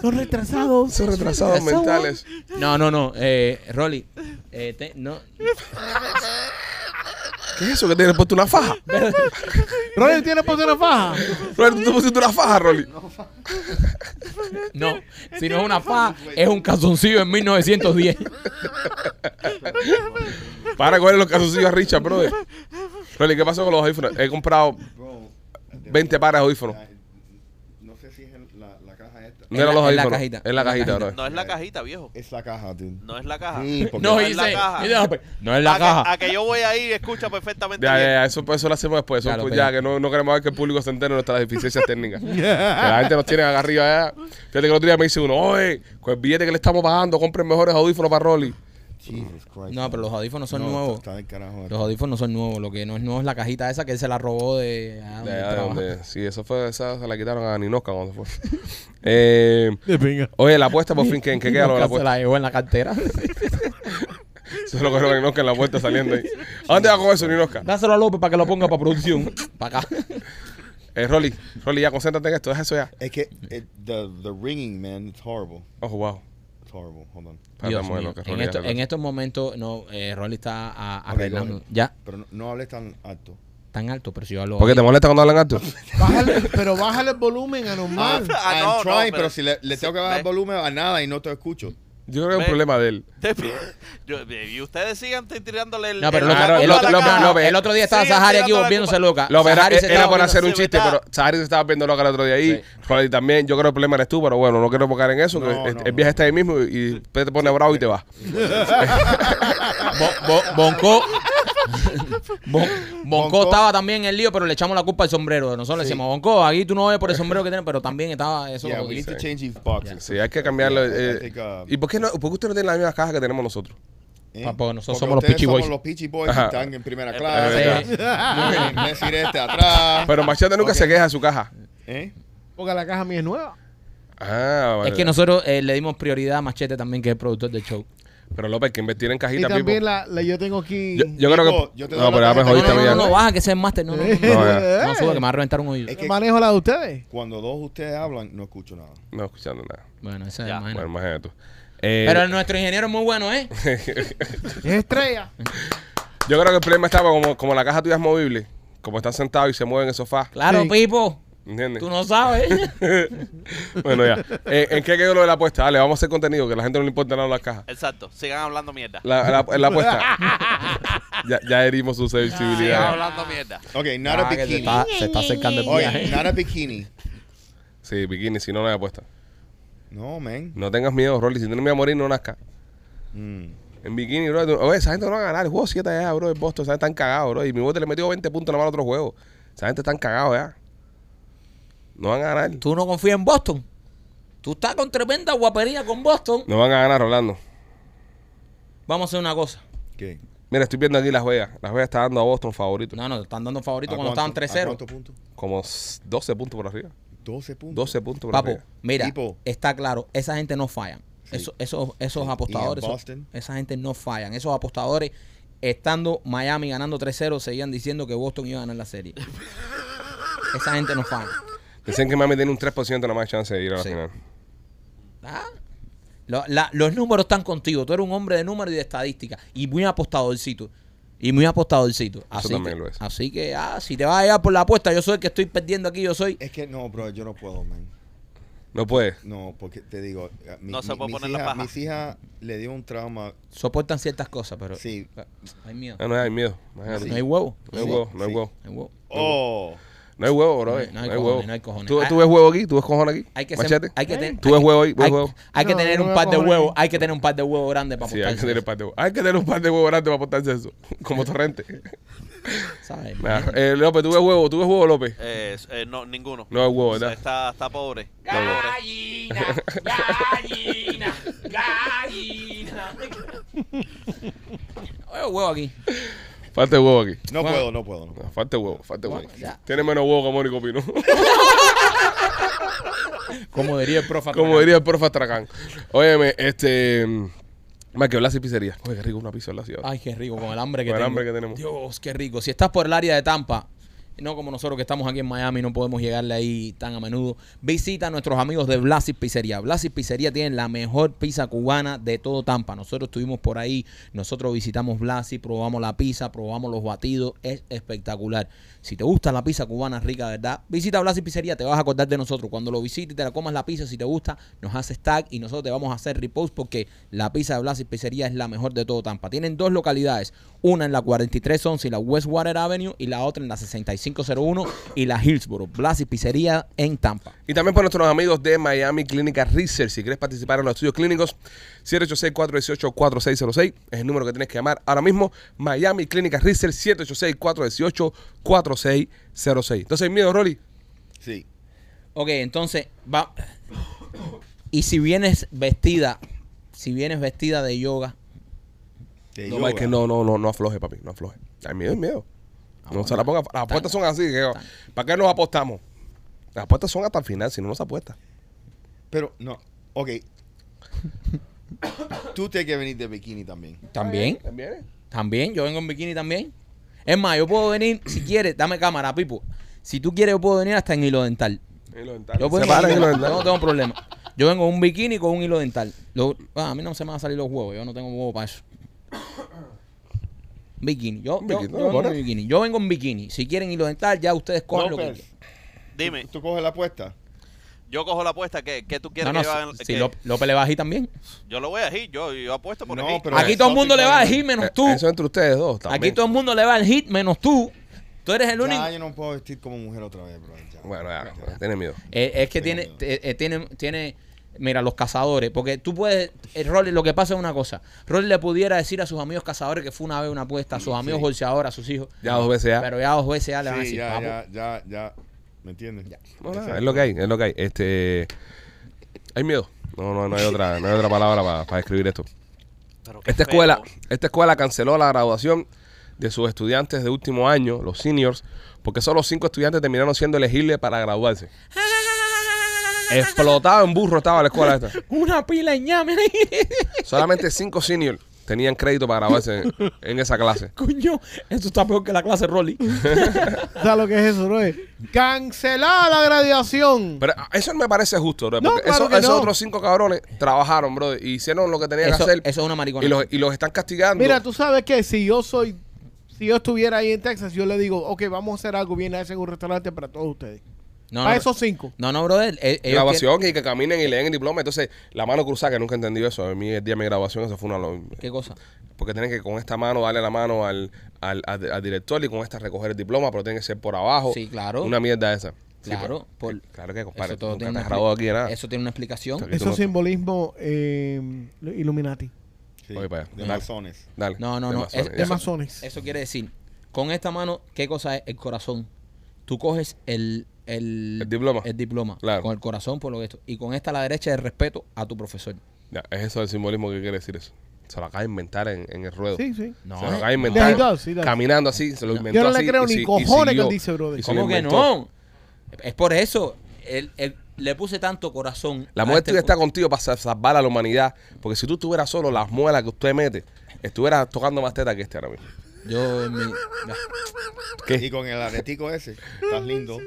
[SPEAKER 5] Son retrasados.
[SPEAKER 3] Son retrasados mentales.
[SPEAKER 4] No, no, no. Eh, Rolly, eh, te- no.
[SPEAKER 3] ¿Qué es eso que tienes puesto una faja?
[SPEAKER 5] Rolly tiene puesto una faja.
[SPEAKER 3] Rolly, tú te pusiste una faja, Rolly.
[SPEAKER 4] No, si no es una fa, es un calzoncillo en 1910.
[SPEAKER 3] Para coger los calzoncillos a Richard, brother. Rolly, ¿qué pasó con los audífonos? He comprado
[SPEAKER 6] Bro, de-
[SPEAKER 3] 20 pares de audífonos.
[SPEAKER 6] la- No sé si es en la, la caja esta.
[SPEAKER 3] No
[SPEAKER 4] En
[SPEAKER 3] eran
[SPEAKER 4] la-
[SPEAKER 3] los
[SPEAKER 4] en la
[SPEAKER 3] audífonos.
[SPEAKER 4] cajita.
[SPEAKER 3] En la
[SPEAKER 4] En la
[SPEAKER 3] cajita,
[SPEAKER 4] cajita.
[SPEAKER 3] brother.
[SPEAKER 7] No es la cajita, viejo.
[SPEAKER 6] Es la caja, dude.
[SPEAKER 7] No es la caja.
[SPEAKER 6] Sí, porque-
[SPEAKER 4] No,
[SPEAKER 7] No es la
[SPEAKER 4] dice,
[SPEAKER 7] caja.
[SPEAKER 4] dice López, pues, no es
[SPEAKER 7] A
[SPEAKER 4] la
[SPEAKER 7] que-
[SPEAKER 4] caja.
[SPEAKER 7] A que yo voy ahí y escucha perfectamente.
[SPEAKER 3] Ya, ya,
[SPEAKER 7] bien.
[SPEAKER 3] ya, eso, eso lo hacemos después. Eso,
[SPEAKER 4] Ya, lo
[SPEAKER 3] pues, ya,
[SPEAKER 4] pegamos.
[SPEAKER 3] que no, no queremos ver que el público se entere de nuestras deficiencias técnicas. Que la gente nos tiene agarrido allá. Fíjate que el otro día me dice uno, oye, con el billete que le estamos pagando, compren mejores audífonos para Rolly.
[SPEAKER 6] Jesus Christ.
[SPEAKER 4] No, pero los audífonos son
[SPEAKER 6] No,
[SPEAKER 4] nuevos.
[SPEAKER 6] Está del carajo.
[SPEAKER 4] Los audífonos son nuevos. Lo que no es nuevo es la cajita esa que él se la robó de... ah,
[SPEAKER 3] De
[SPEAKER 4] donde
[SPEAKER 3] allá de
[SPEAKER 4] trabaja.
[SPEAKER 3] donde- sí, eso fue, esa se la quitaron a Ninoca cuando fue. Eh,
[SPEAKER 5] De pinga.
[SPEAKER 3] oye, la apuesta por fin, ¿qué, en qué queda lo de la
[SPEAKER 4] Nunca se
[SPEAKER 3] apuesta?
[SPEAKER 4] la llevó en la cartera.
[SPEAKER 3] Eso lo cogieron a Ninoca en la puerta saliendo ahí. ¿A dónde va con eso, Ninoca?
[SPEAKER 4] Dáselo a López para que lo ponga para producción. Para
[SPEAKER 3] Ah,
[SPEAKER 4] acá.
[SPEAKER 3] Eh, Rolly, Rolly, ya concéntrate en esto, deja eso ya.
[SPEAKER 6] Es que it- the, the ringing, man, it's horrible.
[SPEAKER 3] Ojo, wow.
[SPEAKER 6] It's horrible. Hold on.
[SPEAKER 4] Dios
[SPEAKER 3] Estamos en
[SPEAKER 4] mío.
[SPEAKER 3] lo que
[SPEAKER 4] En,
[SPEAKER 3] Rolly
[SPEAKER 4] esto-
[SPEAKER 3] arregla.
[SPEAKER 4] en estos momentos, no, eh, Rolly está a-
[SPEAKER 6] Ok,
[SPEAKER 4] arreglando.
[SPEAKER 6] go ahead.
[SPEAKER 4] ya,
[SPEAKER 6] Pero no, no hables tan alto.
[SPEAKER 4] tan alto, pero si yo hablo.
[SPEAKER 3] ¿Por qué
[SPEAKER 4] ahí.
[SPEAKER 3] te molesta cuando hablan alto?
[SPEAKER 5] Bájale, pero bájale el volumen anormal.
[SPEAKER 7] Ah,
[SPEAKER 6] I'm
[SPEAKER 7] no, no,
[SPEAKER 6] trying, pero,
[SPEAKER 7] pero-
[SPEAKER 6] si le, le tengo que bajar
[SPEAKER 7] ve.
[SPEAKER 6] el volumen a nada y no te escucho.
[SPEAKER 3] Yo creo que es un
[SPEAKER 7] Ve.
[SPEAKER 3] problema de él.
[SPEAKER 7] Yo- y ustedes sigan t- tirándole el.
[SPEAKER 4] No, pero
[SPEAKER 7] el
[SPEAKER 4] López-
[SPEAKER 3] Ah, no,
[SPEAKER 7] taco
[SPEAKER 4] el,
[SPEAKER 7] a
[SPEAKER 4] otro,
[SPEAKER 7] la
[SPEAKER 3] López-
[SPEAKER 7] caja.
[SPEAKER 4] no,
[SPEAKER 3] López-
[SPEAKER 4] el otro día estaba
[SPEAKER 7] Sigan
[SPEAKER 4] Sahari aquí
[SPEAKER 7] tirándole la
[SPEAKER 4] volviéndose
[SPEAKER 7] culpa.
[SPEAKER 4] loca.
[SPEAKER 3] Lo era,
[SPEAKER 4] Ah,
[SPEAKER 3] era
[SPEAKER 4] Sahari se estaba
[SPEAKER 3] para
[SPEAKER 4] volviendo-
[SPEAKER 3] hacer un
[SPEAKER 7] Sí,
[SPEAKER 3] chiste,
[SPEAKER 7] ¿verdad?
[SPEAKER 3] pero Sahari se estaba viendo loca el otro día ahí. Rolly también, yo creo que el problema eres tú, pero bueno, no quiero enfocar en eso. que
[SPEAKER 6] No,
[SPEAKER 3] el,
[SPEAKER 6] no,
[SPEAKER 3] el viaje
[SPEAKER 6] no.
[SPEAKER 3] está ahí mismo y y te pone bravo y te vas.
[SPEAKER 4] Bo- bo- Bonco. Bon- Bonco
[SPEAKER 6] Bonco.
[SPEAKER 4] estaba también en el lío, pero le echamos la culpa al sombrero. Nosotros le
[SPEAKER 6] Sí.
[SPEAKER 4] decimos, Bonco, aquí tú no ves por el sombrero que tienes, pero también estaba eso.
[SPEAKER 6] yeah,
[SPEAKER 4] lo
[SPEAKER 3] pues,
[SPEAKER 6] we need
[SPEAKER 4] dijiste.
[SPEAKER 6] to change these boxes.
[SPEAKER 3] Sí, hay que cambiarlo.
[SPEAKER 6] Yeah, I- I
[SPEAKER 3] eh,
[SPEAKER 6] think, uh,
[SPEAKER 3] ¿Y por qué, no, por qué usted no tiene la misma caja que tenemos nosotros?
[SPEAKER 6] ¿eh?
[SPEAKER 4] Papá, nosotros
[SPEAKER 6] Porque
[SPEAKER 4] somos los
[SPEAKER 6] ustedes
[SPEAKER 4] Peachy Boys.
[SPEAKER 6] Somos los Peachy Boys que
[SPEAKER 3] Ajá.
[SPEAKER 6] están en primera
[SPEAKER 7] Eh,
[SPEAKER 6] clase. En inglés iré este atrás.
[SPEAKER 3] Pero Machete nunca
[SPEAKER 6] Ok.
[SPEAKER 3] se queja de su caja.
[SPEAKER 6] ¿Eh?
[SPEAKER 5] Porque la caja mía es nueva.
[SPEAKER 3] Ah, vale.
[SPEAKER 4] Es que nosotros eh, le dimos prioridad a Machete también, que es el productor del show.
[SPEAKER 3] Pero López, que invertir en
[SPEAKER 5] Y
[SPEAKER 3] cajita,
[SPEAKER 5] también
[SPEAKER 3] Pipo.
[SPEAKER 5] la, la- yo tengo aquí.
[SPEAKER 3] Yo, yo creo
[SPEAKER 6] Pipo,
[SPEAKER 3] que.
[SPEAKER 6] yo te doy
[SPEAKER 3] no,
[SPEAKER 6] la
[SPEAKER 3] pero ya me
[SPEAKER 6] tarjeta.
[SPEAKER 4] No,
[SPEAKER 3] jodiste
[SPEAKER 4] no,
[SPEAKER 3] a mí
[SPEAKER 4] no,
[SPEAKER 3] ya.
[SPEAKER 4] no, no, baja que sea el máster. No, no, no, no,
[SPEAKER 3] ya.
[SPEAKER 4] No, sube, que me va a reventar un hoyo.
[SPEAKER 6] Es que
[SPEAKER 5] manejo la de ustedes.
[SPEAKER 6] cuando dos de ustedes hablan, no escucho nada.
[SPEAKER 3] No, escuchando nada.
[SPEAKER 4] Bueno, esa es
[SPEAKER 7] Ya,
[SPEAKER 4] imagínate.
[SPEAKER 3] Bueno, imagínate tú. Eh,
[SPEAKER 4] Pero nuestro ingeniero es muy bueno, ¿eh?
[SPEAKER 5] Es estrella.
[SPEAKER 3] Yo creo que el problema estaba como, como la caja tuya es movible, como están sentados y se mueven en el sofá.
[SPEAKER 4] Claro,
[SPEAKER 5] Sí.
[SPEAKER 4] Pipo.
[SPEAKER 3] ¿Entiendes?
[SPEAKER 4] Tú no sabes.
[SPEAKER 3] Bueno, ya. Eh, ¿En qué quedó lo de la apuesta? Dale, vamos a hacer contenido, que a la gente no le importa nada las cajas.
[SPEAKER 7] Exacto, sigan hablando mierda.
[SPEAKER 3] La, la, la apuesta. ya, ya herimos su
[SPEAKER 7] Sigan
[SPEAKER 3] sensibilidad.
[SPEAKER 7] hablando mierda.
[SPEAKER 6] Ok, not
[SPEAKER 4] Ah,
[SPEAKER 6] a
[SPEAKER 4] que se
[SPEAKER 6] bikini.
[SPEAKER 4] está, se está acercando el
[SPEAKER 6] Oye,
[SPEAKER 4] viaje.
[SPEAKER 6] not a bikini.
[SPEAKER 3] Sí, bikini, si no, no hay apuesta.
[SPEAKER 6] No, man.
[SPEAKER 3] No tengas miedo, Rolly. Si tienes miedo a morir, no nazca.
[SPEAKER 6] Mm.
[SPEAKER 3] En bikini, bro. tú- Oye, esa gente no va a ganar. El juego 7 ya, bro. El Boston, esa gente están cagados, bro. Y mi bote le metió 20 puntos en la mano a otro juego. Esa gente están cagados ya. No van a ganar.
[SPEAKER 4] Tú no confías en Boston. Tú estás con tremenda guapería con Boston.
[SPEAKER 3] No van a ganar, Rolando.
[SPEAKER 4] Vamos a hacer una cosa.
[SPEAKER 6] ¿Qué?
[SPEAKER 3] Mira, estoy viendo aquí Las Vegas. Las Vegas está dando a Boston favorito.
[SPEAKER 4] No, no, te están dando favorito
[SPEAKER 6] ¿A
[SPEAKER 4] cuando
[SPEAKER 6] cuánto-
[SPEAKER 4] estaban
[SPEAKER 6] a
[SPEAKER 4] 3-0.
[SPEAKER 6] ¿Cuántos puntos?
[SPEAKER 3] Como s- 12 puntos por arriba.
[SPEAKER 6] 12 puntos.
[SPEAKER 3] 12 puntos por
[SPEAKER 4] Papo,
[SPEAKER 3] arriba.
[SPEAKER 4] mira,
[SPEAKER 6] Tipo.
[SPEAKER 4] está claro, esa gente no fallan. Eso- esos, esos
[SPEAKER 6] Y- y
[SPEAKER 4] apostadores,
[SPEAKER 6] en
[SPEAKER 4] esos-
[SPEAKER 6] Boston.
[SPEAKER 4] esa gente no fallan. Esos apostadores, estando Miami ganando 3-0, seguían diciendo que Boston iba a ganar la serie. esa gente no falla.
[SPEAKER 3] Dicen que Miami tiene un 3% la más chance de ir a la
[SPEAKER 4] Sí.
[SPEAKER 3] final.
[SPEAKER 4] ¿Ah? Lo- la- los números están contigo. Tú eres un hombre de números y de estadística. Y muy apostadorcito. Y muy apostadorcito. Así
[SPEAKER 3] también
[SPEAKER 4] que,
[SPEAKER 3] lo es.
[SPEAKER 4] así que, ah, si te vas a llevar por la apuesta, yo soy el que estoy perdiendo aquí. Yo soy.
[SPEAKER 6] Es que no, bro, yo no puedo, man.
[SPEAKER 3] No puede.
[SPEAKER 6] No, porque te digo, eh, mi-
[SPEAKER 7] No se
[SPEAKER 6] mi-
[SPEAKER 7] puede
[SPEAKER 6] mis
[SPEAKER 7] poner la
[SPEAKER 6] hijas-
[SPEAKER 7] paja.
[SPEAKER 6] Mis hijas le dio un trauma.
[SPEAKER 4] Soportan ciertas cosas, pero.
[SPEAKER 6] Sí.
[SPEAKER 4] Ay, miedo.
[SPEAKER 3] Ah, no hay miedo. Imagínate.
[SPEAKER 6] Sí.
[SPEAKER 4] No hay huevo.
[SPEAKER 3] No hay
[SPEAKER 6] Sí,
[SPEAKER 3] huevo, no hay
[SPEAKER 6] sí.
[SPEAKER 3] huevo.
[SPEAKER 4] No hay huevo.
[SPEAKER 6] Oh,
[SPEAKER 3] No hay huevo, bro.
[SPEAKER 4] No hay-
[SPEAKER 3] eh.
[SPEAKER 4] no hay
[SPEAKER 3] No hay
[SPEAKER 4] cojones,
[SPEAKER 3] huevo.
[SPEAKER 4] no hay cojones.
[SPEAKER 3] ¿Tú,
[SPEAKER 4] Ah,
[SPEAKER 3] tú ves huevo aquí? ¿Tú ves cojones aquí?
[SPEAKER 4] Hay que ser-
[SPEAKER 3] Machete.
[SPEAKER 4] hay que tener-
[SPEAKER 3] ¿Tú ves
[SPEAKER 4] hay-
[SPEAKER 3] huevo ahí? ¿Ves
[SPEAKER 4] Hay,
[SPEAKER 3] huevo?
[SPEAKER 4] hay que
[SPEAKER 5] No,
[SPEAKER 4] tener
[SPEAKER 5] yo
[SPEAKER 4] un
[SPEAKER 5] no
[SPEAKER 4] par de
[SPEAKER 5] voy a coger
[SPEAKER 4] huevos,
[SPEAKER 5] ahí.
[SPEAKER 4] hay que tener un par de huevos grandes para
[SPEAKER 3] Sí, hay que
[SPEAKER 4] apostarse.
[SPEAKER 3] tener un par de huevos. Hay que tener un par de huevos grandes para apostarse eso. Como torrente.
[SPEAKER 4] ¿sabes?
[SPEAKER 3] Nah, eh, López, ¿tú ves huevo? ¿Tú ves huevo, López?
[SPEAKER 7] Eh, eh, no, ninguno.
[SPEAKER 3] No hay huevo, ¿verdad?
[SPEAKER 7] Está, está pobre.
[SPEAKER 4] Gallina, gallina, gallina. Hay huevo aquí.
[SPEAKER 3] Falta de huevo aquí.
[SPEAKER 6] no
[SPEAKER 4] Bueno.
[SPEAKER 6] puedo, no puedo. no puedo.
[SPEAKER 3] No, Falta de huevo, falta de huevo.
[SPEAKER 4] Bueno, ya.
[SPEAKER 3] Tiene menos huevo que Mónico Pino.
[SPEAKER 4] Como diría el profe.
[SPEAKER 3] Como diría el profe Astracán. Óyeme, este. Más que Blasi Pizzería. Ah. Oye, qué rico una pizza Blasi. ahora.
[SPEAKER 4] Ay, qué rico, con el hambre que
[SPEAKER 3] Con el
[SPEAKER 4] tengo.
[SPEAKER 3] hambre que tenemos.
[SPEAKER 4] Dios, qué rico. Si estás por el área de Tampa, no como nosotros que estamos aquí en Miami, no podemos llegarle ahí tan a menudo. Visita a nuestros amigos de Blasis Pizzería. Blasis Pizzería tiene la mejor pizza cubana de todo Tampa. Nosotros estuvimos por ahí, nosotros visitamos Blasis, probamos la pizza, probamos los batidos. Es espectacular. Si te gusta la pizza cubana rica, ¿verdad? Visita Blasis Pizzería, te vas a acordar de nosotros. Cuando lo visites y te la comas la pizza, si te gusta, nos haces tag y nosotros te vamos a hacer repost porque la pizza de Blasis Pizzería es la mejor de todo Tampa. Tienen dos localidades, una en la 4311 y la Westwater Avenue y la otra en la 6501 y la Hillsboro. Blasis Pizzería en Tampa.
[SPEAKER 3] Y también por nuestros amigos de Miami Clínica Research. Si quieres participar en los estudios clínicos, 786-418-4606 es el número que tienes que llamar ahora mismo. Miami Clínica Research, 786-418-4606. Entonces, miedo, Rolly.
[SPEAKER 6] Sí.
[SPEAKER 4] Ok, entonces va. Y si vienes vestida, si vienes vestida de yoga,
[SPEAKER 6] Te
[SPEAKER 3] No,
[SPEAKER 6] yoga.
[SPEAKER 3] Mike, no, no, no, no afloje, papi, no afloje. Hay miedo, hay miedo.
[SPEAKER 4] Ah,
[SPEAKER 3] No se la ponga. Las apuestas son así. que- ¿Para qué nos apostamos? Las apuestas son hasta el final, si no, no se apuesta.
[SPEAKER 6] Pero, no. Ok. Tú tienes que venir de bikini también.
[SPEAKER 4] también,
[SPEAKER 3] ¿También?
[SPEAKER 4] también, yo vengo en bikini también. Es más, yo puedo venir, si quieres, dame cámara, Pipo. Si tú quieres, yo puedo venir hasta en hilo dental. Yo puedo
[SPEAKER 3] se
[SPEAKER 4] ir con
[SPEAKER 3] para
[SPEAKER 4] hilo
[SPEAKER 3] en
[SPEAKER 4] dental, yo no tengo problema. Yo vengo en un bikini con un hilo dental. Lo- ah, a mí no se me van a salir los huevos, yo no tengo huevo para eso. Bikini, yo, yo-
[SPEAKER 3] Bikini,
[SPEAKER 4] yo
[SPEAKER 3] no,
[SPEAKER 4] vengo
[SPEAKER 3] bueno.
[SPEAKER 4] en bikini. Yo vengo en bikini. Si quieren hilo dental, ya ustedes cogen lo que
[SPEAKER 6] López,
[SPEAKER 4] quieran.
[SPEAKER 7] Dime,
[SPEAKER 6] pues, ¿tú coges la apuesta?
[SPEAKER 7] yo cojo la apuesta que, que tú
[SPEAKER 4] No,
[SPEAKER 7] quieres
[SPEAKER 4] no,
[SPEAKER 7] que yo haga.
[SPEAKER 4] si, si
[SPEAKER 7] que-
[SPEAKER 4] Lop- López le va a ir también.
[SPEAKER 7] Yo lo voy a ir, yo, yo apuesto por
[SPEAKER 6] No,
[SPEAKER 7] aquí.
[SPEAKER 6] pero-
[SPEAKER 4] aquí todo el mundo le va a hit menos tú.
[SPEAKER 3] Eh, Eso entre ustedes dos. También.
[SPEAKER 4] Aquí todo el mundo le va al hit menos tú. Tú eres el único.
[SPEAKER 6] Ya, yo no puedo vestir como mujer otra vez, bro. ya.
[SPEAKER 3] Bueno, ya, bueno, tiene miedo.
[SPEAKER 4] Eh, es que tiene, eh, eh, tiene, tiene, mira, los cazadores, porque tú puedes, eh, Rolly, lo que pasa es una cosa, Rolly le pudiera decir a sus amigos cazadores que fue una vez una apuesta, a sus amigos bolseadores, a sus hijos,
[SPEAKER 3] Ya dos veces ya.
[SPEAKER 4] pero ya dos veces ya le van a
[SPEAKER 6] Sí,
[SPEAKER 4] decir,
[SPEAKER 6] ya,
[SPEAKER 4] "Papo,
[SPEAKER 6] ya, ya, ya. ¿Me entiendes?
[SPEAKER 3] No, nada, es lo que hay, es lo que hay. Este, hay miedo. No, no, no hay otra, no hay otra palabra para, para describir esto.
[SPEAKER 7] Pero qué
[SPEAKER 3] Esta
[SPEAKER 7] feo.
[SPEAKER 3] escuela, esta escuela canceló la graduación de sus estudiantes de último año, los seniors, porque solo cinco estudiantes terminaron siendo elegibles para graduarse. Explotado en burro estaba la escuela esta.
[SPEAKER 4] Una pila de ñame.
[SPEAKER 3] Solamente cinco seniors tenían crédito para grabarse en, en esa clase.
[SPEAKER 4] Coño, esto está peor que la clase Rolly.
[SPEAKER 5] ¿Sabes lo que es eso, bro? Cancelar la graduación.
[SPEAKER 3] Pero ah, eso no me parece justo, bro.
[SPEAKER 5] No,
[SPEAKER 3] Porque
[SPEAKER 5] claro
[SPEAKER 3] esos,
[SPEAKER 5] que
[SPEAKER 3] esos
[SPEAKER 5] no.
[SPEAKER 3] otros cinco cabrones trabajaron, bro. Y hicieron lo que tenían que
[SPEAKER 4] Eso,
[SPEAKER 3] hacer.
[SPEAKER 4] eso es una maricona.
[SPEAKER 3] y, los, y los están castigando.
[SPEAKER 5] Mira, tú sabes que si yo soy, si yo estuviera ahí en Texas, yo le digo, ok, vamos a hacer algo bien a ese un restaurante para todos ustedes.
[SPEAKER 4] no,
[SPEAKER 3] Ah,
[SPEAKER 5] para
[SPEAKER 4] no,
[SPEAKER 5] esos cinco.
[SPEAKER 4] no, no, brother. eh, ellos
[SPEAKER 3] grabación y que caminen y leen el diploma. Entonces, la mano cruzada, que nunca he entendido eso. A mí el día de mi grabación eso fue una... lo-
[SPEAKER 4] quieren- ¿Qué cosa?
[SPEAKER 3] Porque tienen que con esta mano darle la mano al, al, al- al director y con esta recoger el diploma, pero tiene que ser por abajo.
[SPEAKER 4] Sí, claro.
[SPEAKER 3] Una mierda esa. Sí,
[SPEAKER 4] Claro,
[SPEAKER 3] pero-
[SPEAKER 4] por-
[SPEAKER 3] claro que, Eh, compadre,
[SPEAKER 4] eso todo
[SPEAKER 3] nunca
[SPEAKER 4] tiene
[SPEAKER 3] te
[SPEAKER 4] una
[SPEAKER 3] has graduado aquí,
[SPEAKER 4] expli-
[SPEAKER 3] nada.
[SPEAKER 4] Eso tiene una explicación.
[SPEAKER 3] Está bien.
[SPEAKER 5] Eso es simbolismo eh, Illuminati.
[SPEAKER 6] Sí,
[SPEAKER 3] Voy
[SPEAKER 4] pues,
[SPEAKER 3] para allá.
[SPEAKER 6] de
[SPEAKER 3] Dale.
[SPEAKER 6] masones.
[SPEAKER 3] Dale.
[SPEAKER 4] No, no,
[SPEAKER 3] de
[SPEAKER 4] no,
[SPEAKER 3] masones.
[SPEAKER 4] es-
[SPEAKER 3] Ya
[SPEAKER 5] De
[SPEAKER 3] sé.
[SPEAKER 5] masones.
[SPEAKER 4] Eso quiere decir, con esta mano, ¿qué cosa es el corazón? Tú coges el, el,
[SPEAKER 3] El diploma.
[SPEAKER 4] el diploma,
[SPEAKER 3] Claro.
[SPEAKER 4] con el corazón por lo que esto. Y con esta a la derecha el respeto a tu profesor.
[SPEAKER 3] Ya, es eso el simbolismo que quiere decir eso. Se lo acaba de inventar en, en el ruedo.
[SPEAKER 5] Sí, sí.
[SPEAKER 4] No,
[SPEAKER 3] se lo acaba de
[SPEAKER 4] eh,
[SPEAKER 3] inventar.
[SPEAKER 5] He does, he does.
[SPEAKER 3] Caminando así, se lo
[SPEAKER 4] No.
[SPEAKER 3] inventó
[SPEAKER 5] Yo no le
[SPEAKER 3] así,
[SPEAKER 5] creo
[SPEAKER 3] y
[SPEAKER 5] ni
[SPEAKER 3] si- y
[SPEAKER 5] cojones que
[SPEAKER 3] siguió.
[SPEAKER 5] él dice, brother.
[SPEAKER 3] Y se lo
[SPEAKER 4] ¿Cómo que
[SPEAKER 3] inventó.
[SPEAKER 4] no? Es por eso. Él- él- le puse tanto corazón.
[SPEAKER 3] La
[SPEAKER 4] a
[SPEAKER 3] mujer
[SPEAKER 4] este
[SPEAKER 3] tuya está
[SPEAKER 4] cu-
[SPEAKER 3] contigo para sa- salvar a la humanidad. Porque si tú estuvieras solo, las muelas que usted mete, estuvieras tocando más teta que este ahora mismo.
[SPEAKER 4] Yo, mi-
[SPEAKER 3] ¿Qué?
[SPEAKER 6] Y con el aretico ese, estás lindo.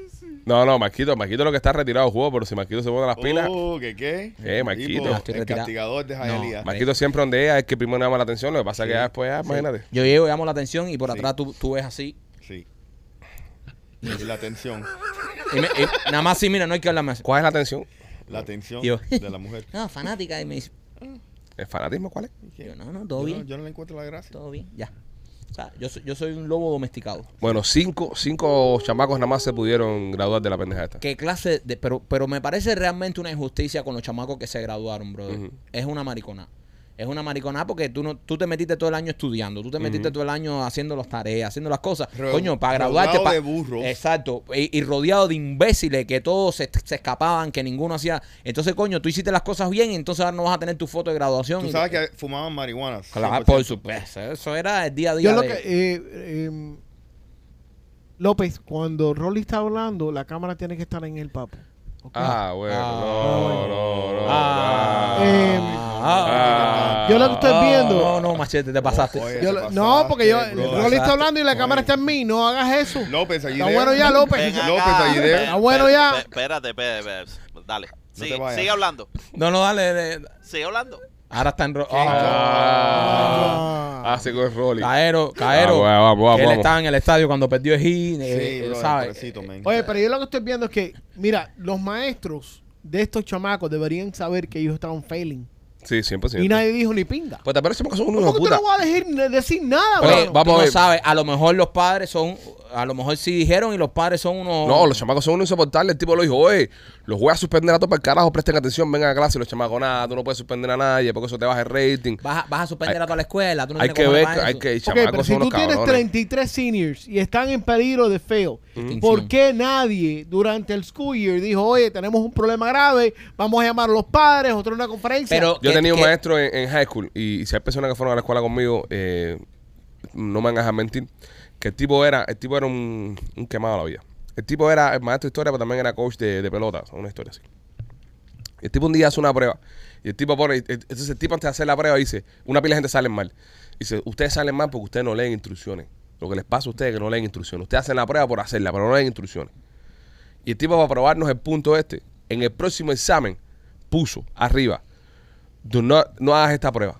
[SPEAKER 3] No, no, Marquito, Marquito lo que está retirado del juego, pero si Marquito se pone las pilas,
[SPEAKER 4] Uh,
[SPEAKER 6] Oh, ¿qué qué?
[SPEAKER 3] Eh, Marquito.
[SPEAKER 6] Tipo,
[SPEAKER 3] No,
[SPEAKER 4] estoy
[SPEAKER 6] el
[SPEAKER 4] retirado.
[SPEAKER 6] castigador de Jaelía.
[SPEAKER 3] Marquito siempre donde es, es que primero llama la atención, lo que pasa es que ya después, ya, imagínate.
[SPEAKER 4] yo llego, llamo la atención y por
[SPEAKER 6] Sí.
[SPEAKER 4] atrás tú, tú ves así.
[SPEAKER 6] Sí. Y la tensión.
[SPEAKER 4] Y me- y nada más sí, mira, no hay que hablar más.
[SPEAKER 3] ¿Cuál es la tensión?
[SPEAKER 6] La tensión
[SPEAKER 4] Yo.
[SPEAKER 6] de la mujer.
[SPEAKER 4] No, fanática. Y me dice,
[SPEAKER 3] ¿El fanatismo cuál es?
[SPEAKER 4] yo, no, no,
[SPEAKER 6] Yo
[SPEAKER 4] todo
[SPEAKER 6] no-
[SPEAKER 4] bien,
[SPEAKER 6] yo no le encuentro la gracia.
[SPEAKER 4] todo bien, ya. O sea, yo, soy- yo soy un lobo domesticado.
[SPEAKER 3] Bueno, cinco, cinco chamacos nada más se pudieron graduar de la pendeja esta.
[SPEAKER 4] ¿Qué clase de.? Pero, pero me parece realmente una injusticia con los chamacos que se graduaron, brother.
[SPEAKER 3] Ujú.
[SPEAKER 4] Es una maricona. Es una maricona porque tú no tú te metiste todo el año estudiando, tú te metiste todo el año haciendo las tareas, haciendo las cosas.
[SPEAKER 6] Ro-
[SPEAKER 4] Coño, para
[SPEAKER 6] rodeado
[SPEAKER 4] graduarte. pa-
[SPEAKER 6] de burros.
[SPEAKER 4] Exacto. Y, y rodeado de imbéciles que todos se, se escapaban, que ninguno hacía. Entonces, coño, tú hiciste las cosas bien, entonces ahora no vas a tener tu foto de graduación.
[SPEAKER 6] Tú
[SPEAKER 4] Y-
[SPEAKER 6] sabes que pues, fumaban marihuana.
[SPEAKER 4] Claro, ah,
[SPEAKER 6] 100%.
[SPEAKER 4] por supuesto. Eso era el día a día.
[SPEAKER 5] Yo lo
[SPEAKER 4] de-
[SPEAKER 5] que... eh, eh, López, cuando Rolly está hablando, la cámara tiene que estar en el papo. ¿ok?
[SPEAKER 3] Ah, bueno,
[SPEAKER 4] Ah.
[SPEAKER 3] no, no, no.
[SPEAKER 4] Ah,
[SPEAKER 3] no.
[SPEAKER 5] Eh,
[SPEAKER 3] Ah.
[SPEAKER 5] yo lo que estoy
[SPEAKER 4] ah,
[SPEAKER 5] viendo-
[SPEAKER 4] No, no, machete, te pasaste.
[SPEAKER 6] Oye,
[SPEAKER 5] Yo
[SPEAKER 6] te
[SPEAKER 5] lo-
[SPEAKER 6] pasaste,
[SPEAKER 5] no, porque yo,
[SPEAKER 6] bro.
[SPEAKER 5] Rolly está hablando y la
[SPEAKER 6] Oye.
[SPEAKER 5] cámara está en mí. No hagas eso.
[SPEAKER 6] López, ahí
[SPEAKER 5] Está
[SPEAKER 6] de-
[SPEAKER 5] bueno ya, López.
[SPEAKER 7] Ven acá,
[SPEAKER 6] López, ahí de-
[SPEAKER 7] ven,
[SPEAKER 5] Está bueno
[SPEAKER 7] ven,
[SPEAKER 5] ya.
[SPEAKER 7] ven, Espérate, espérate, espérate. Dale.
[SPEAKER 6] te
[SPEAKER 7] Sigue,
[SPEAKER 6] vayas.
[SPEAKER 7] sigue hablando.
[SPEAKER 4] No, no, dale. dale.
[SPEAKER 7] Sigue hablando.
[SPEAKER 4] Ahora está en rojo.
[SPEAKER 3] Ah, así con el Rolly.
[SPEAKER 4] Caero, Caero.
[SPEAKER 3] Ah, bueno, vamos, vamos,
[SPEAKER 4] que él
[SPEAKER 3] vamos.
[SPEAKER 4] estaba en el estadio cuando perdió el hit,
[SPEAKER 6] Sí,
[SPEAKER 4] eh,
[SPEAKER 6] bro,
[SPEAKER 4] ¿sabes?
[SPEAKER 6] pobrecito, man.
[SPEAKER 5] Oye, pero yo lo que estoy viendo es que, mira, los maestros de estos chamacos deberían saber que ellos estaban failing.
[SPEAKER 3] Sí, 100%.
[SPEAKER 5] Y nadie dijo ni pinga.
[SPEAKER 3] Pues te parece que son unos
[SPEAKER 5] ¿Cómo
[SPEAKER 3] hijos
[SPEAKER 5] que
[SPEAKER 3] de puta.
[SPEAKER 5] tú no vas a decir, decir nada,
[SPEAKER 3] Oye,
[SPEAKER 5] bro?
[SPEAKER 3] vamos
[SPEAKER 4] Tú
[SPEAKER 3] a
[SPEAKER 4] no
[SPEAKER 3] ver.
[SPEAKER 4] sabes, a lo mejor los padres son, a lo mejor sí dijeron y los padres son unos...
[SPEAKER 3] No, los chamacos son unos insoportables. El tipo lo dijo, oye, los voy a suspender a todos para el carajo, presten atención, vengan a clase. Los chamacos, nada, tú no puedes suspender a nadie porque eso te baja el rating.
[SPEAKER 4] Vas a, vas a suspender
[SPEAKER 3] Hay-
[SPEAKER 4] a toda la escuela, tú no
[SPEAKER 3] hay
[SPEAKER 4] tienes
[SPEAKER 3] que
[SPEAKER 4] cojones
[SPEAKER 3] ver,
[SPEAKER 4] para
[SPEAKER 3] hay
[SPEAKER 4] eso.
[SPEAKER 3] que,
[SPEAKER 5] Ok,
[SPEAKER 3] chamacos
[SPEAKER 5] pero si
[SPEAKER 3] son
[SPEAKER 5] tú
[SPEAKER 3] unos
[SPEAKER 5] tienes
[SPEAKER 3] cabrones.
[SPEAKER 5] 33 seniors y están en peligro de fail, ¿por
[SPEAKER 4] Extinción.
[SPEAKER 5] qué nadie durante el school year dijo, oye, tenemos un problema grave, vamos a llamar a los padres, otra una conferencia?
[SPEAKER 4] Pero-
[SPEAKER 3] Yo
[SPEAKER 4] que-
[SPEAKER 3] tenía un
[SPEAKER 4] que-
[SPEAKER 3] maestro en, en high school y, si hay personas que fueron a la escuela conmigo, eh, no me van a dejar mentir, que el tipo era, el tipo era un, un quemado a la vida. El tipo era el maestro de historia, pero también era coach de, de pelota, o sea, una historia así. Y el tipo un día hace una prueba. Y el tipo pone, entonces el tipo antes de hacer la prueba dice, una pila de gente salen mal. Dice, ustedes salen mal porque ustedes no leen instrucciones. Lo que les pasa a ustedes es que no leen instrucciones. Ustedes hacen la prueba por hacerla, pero no leen instrucciones. Y el tipo para probarnos el punto este, en el próximo examen puso arriba, "Do not- no hagas esta prueba.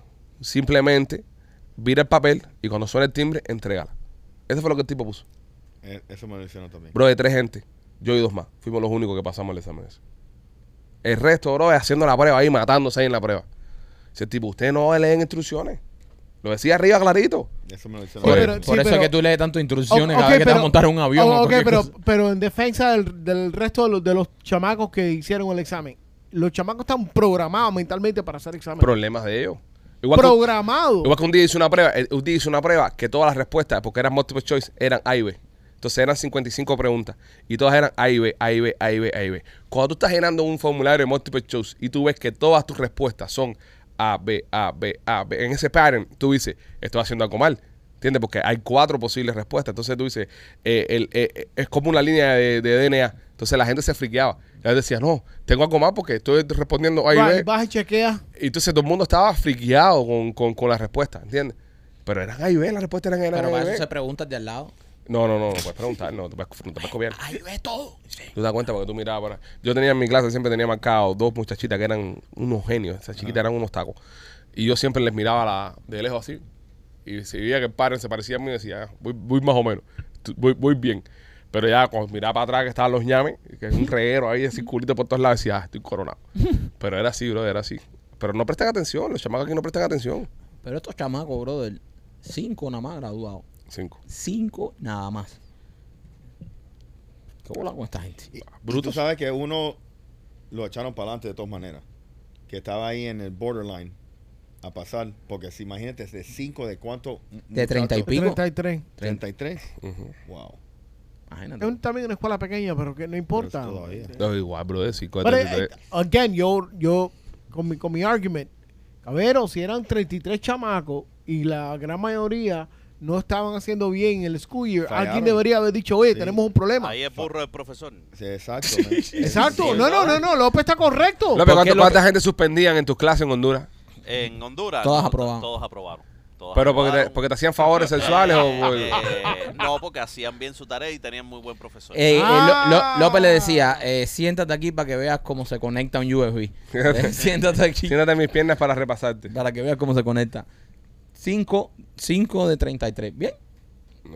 [SPEAKER 3] Simplemente vira el papel y cuando suene el timbre, entregala. Eso fue lo que el tipo puso.
[SPEAKER 6] Eh, Eso me lo hicieron también.
[SPEAKER 3] Bro, de tres gente. Yo y dos más. Fuimos los únicos que pasamos el examen ese. El resto, bro, es haciendo la prueba ahí, matándose ahí en la prueba. Ese tipo, ustedes no leen instrucciones. Lo decía arriba clarito.
[SPEAKER 6] Eso me lo hicieron.
[SPEAKER 5] Sí,
[SPEAKER 3] Oye,
[SPEAKER 5] pero-
[SPEAKER 4] Por
[SPEAKER 5] sí,
[SPEAKER 4] eso
[SPEAKER 5] pero-
[SPEAKER 4] es que tú lees tantas instrucciones
[SPEAKER 5] O-
[SPEAKER 4] cada
[SPEAKER 5] ok,
[SPEAKER 4] vez que te
[SPEAKER 5] pero-
[SPEAKER 4] vas a montar en un avión.
[SPEAKER 5] o-
[SPEAKER 4] o
[SPEAKER 5] ok,
[SPEAKER 4] cualquier
[SPEAKER 5] pero,
[SPEAKER 4] cosa.
[SPEAKER 5] pero en defensa del, del resto de los, de los chamacos que hicieron el examen, los chamacos están programados mentalmente para hacer examen.
[SPEAKER 3] Problemas de ellos. Igual que-
[SPEAKER 5] programados.
[SPEAKER 3] Igual que un día hice una prueba, eh, un día hice una prueba que todas las respuestas, porque eran multiple choice, eran A y B. Entonces eran 55 preguntas y todas eran A y B, A y B, A y B, A y B. Cuando tú estás llenando un formulario de multiple choice y tú ves que todas tus respuestas son A, B, A, B, A, B, en ese pattern tú dices, estoy haciendo algo mal. ¿Entiendes? Porque hay cuatro posibles respuestas. Entonces tú dices, eh, el- eh, eh, es como una línea de, de DNA. Entonces la gente se friqueaba. La decía, no, tengo algo más porque estoy respondiendo A y
[SPEAKER 5] Vas,
[SPEAKER 3] B.
[SPEAKER 5] vas y chequeas.
[SPEAKER 3] Y entonces todo el mundo estaba friqueado con, con, con la respuesta, ¿entiendes? Pero eran A y B, las respuestas eran, eran
[SPEAKER 4] Pero
[SPEAKER 3] A
[SPEAKER 4] para
[SPEAKER 3] y B.
[SPEAKER 5] eh,
[SPEAKER 4] eso se pregunta el de al lado.
[SPEAKER 3] No, no, no, no puedes preguntar, no, te puedes, no te puedes copiar.
[SPEAKER 4] Ay, ve todo.
[SPEAKER 3] Tú te das cuenta porque tú mirabas para... Yo tenía en mi clase, siempre tenía marcado dos muchachitas que eran unos genios. Esas chiquitas eran unos tacos. Y yo siempre les miraba la- de lejos así. Y si veía que el padre se parecía a mí, decía, ah, voy, voy más o menos, tú- voy, voy bien. Pero ya cuando miraba para atrás que estaban los ñames, que es un reguero ahí de circulito por todos lados, decía, ah, estoy coronado. Pero era así, bro, era así. Pero no prestan atención, los chamacos aquí no prestan atención.
[SPEAKER 4] Pero estos chamacos, brother, cinco nada más graduados.
[SPEAKER 3] Cinco.
[SPEAKER 4] Cinco nada más. ¿Qué bola con esta gente?
[SPEAKER 6] Y- y
[SPEAKER 3] Brutos.
[SPEAKER 6] Tú sabes que uno lo echaron para adelante de todas maneras. Que estaba ahí en el borderline a pasar. Porque si imagínate, de 5 de cuánto.
[SPEAKER 4] De 30 y
[SPEAKER 6] muchacho?
[SPEAKER 4] Pico.
[SPEAKER 5] 33.
[SPEAKER 6] 33.
[SPEAKER 3] Ujú.
[SPEAKER 6] Wow.
[SPEAKER 5] Es un-
[SPEAKER 4] Imagínate.
[SPEAKER 5] también una escuela pequeña, pero que no importa.
[SPEAKER 6] Pero es todavía.
[SPEAKER 3] No, igual, bro, de cinco. de
[SPEAKER 5] Pero,
[SPEAKER 3] tres, de
[SPEAKER 5] eh,
[SPEAKER 3] tres.
[SPEAKER 5] again, yo, yo con mi, con mi argument, cabrero, si eran 33 chamacos y la gran mayoría no estaban haciendo bien el school year,
[SPEAKER 6] Fallaron.
[SPEAKER 5] alguien debería haber dicho, oye,
[SPEAKER 6] Sí.
[SPEAKER 5] tenemos un problema.
[SPEAKER 7] Ahí es burro el profesor.
[SPEAKER 6] Sí, exacto. man.
[SPEAKER 5] Exacto, no, no, no, no, López está correcto.
[SPEAKER 3] López,
[SPEAKER 4] ¿Por qué
[SPEAKER 3] ¿cuánto-
[SPEAKER 4] López?
[SPEAKER 3] ¿cuánta gente suspendían en tus clases en Honduras?
[SPEAKER 7] En Honduras.
[SPEAKER 4] Todas
[SPEAKER 7] no,
[SPEAKER 4] aprobaron.
[SPEAKER 7] Todos aprobaron. todos
[SPEAKER 3] ¿Pero porque te,
[SPEAKER 7] aprobaron.
[SPEAKER 3] porque te hacían favores sexuales o por-
[SPEAKER 7] Eh, no, porque hacían bien su tarea y tenían muy buen profesor.
[SPEAKER 4] Eh, eh, Lo-
[SPEAKER 5] Ah.
[SPEAKER 4] Lo- López le decía, eh, siéntate aquí para que veas cómo se conecta un USB. Eh, siéntate aquí
[SPEAKER 3] Siéntate en mis piernas para repasarte.
[SPEAKER 4] para que veas cómo se conecta. Cinco, cinco de 33. Bien.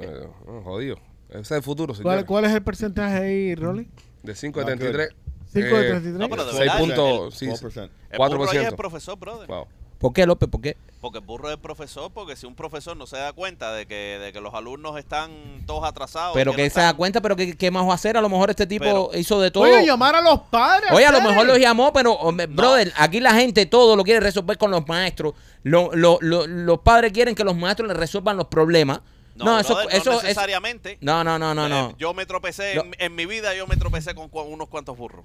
[SPEAKER 3] Eh, oh, jodido. Ese es el futuro,
[SPEAKER 5] ¿Cuál,
[SPEAKER 3] señores.
[SPEAKER 5] cuál es el porcentaje ahí, Rolly?
[SPEAKER 3] De 5 a 33.
[SPEAKER 5] ¿Cinco de
[SPEAKER 3] eh,
[SPEAKER 5] 33?
[SPEAKER 7] no, pero de
[SPEAKER 3] 6
[SPEAKER 7] verdad,
[SPEAKER 3] puntos.
[SPEAKER 6] el-
[SPEAKER 3] sí, sí.
[SPEAKER 6] 4%.
[SPEAKER 7] el burro ahí es
[SPEAKER 3] 4%.
[SPEAKER 7] el profesor, brother.
[SPEAKER 3] Wow.
[SPEAKER 4] ¿Por qué, López? ¿Por qué?
[SPEAKER 7] Porque el burro es el profesor, porque si un profesor no se da cuenta de que, de que los alumnos están todos atrasados.
[SPEAKER 4] Pero
[SPEAKER 7] no
[SPEAKER 4] que se
[SPEAKER 7] están-
[SPEAKER 4] da cuenta, pero que, qué más va a hacer. A lo mejor este tipo
[SPEAKER 7] Pero-
[SPEAKER 4] hizo de todo.
[SPEAKER 5] Oye, llamar a los padres.
[SPEAKER 4] Oye, a lo
[SPEAKER 5] hacer.
[SPEAKER 4] mejor los llamó, pero, hombre, brother, aquí la gente todo lo quiere resolver con los maestros. Lo- lo- lo- los padres quieren que los maestros les resuelvan los problemas. No,
[SPEAKER 7] No, brother,
[SPEAKER 4] eso, eso,
[SPEAKER 7] no
[SPEAKER 4] eso-
[SPEAKER 7] necesariamente.
[SPEAKER 4] no, no, no, no,
[SPEAKER 7] Eh,
[SPEAKER 4] no.
[SPEAKER 7] Yo me tropecé,
[SPEAKER 4] Yo-
[SPEAKER 7] En, en mi vida yo me tropecé con cua- unos cuantos burros.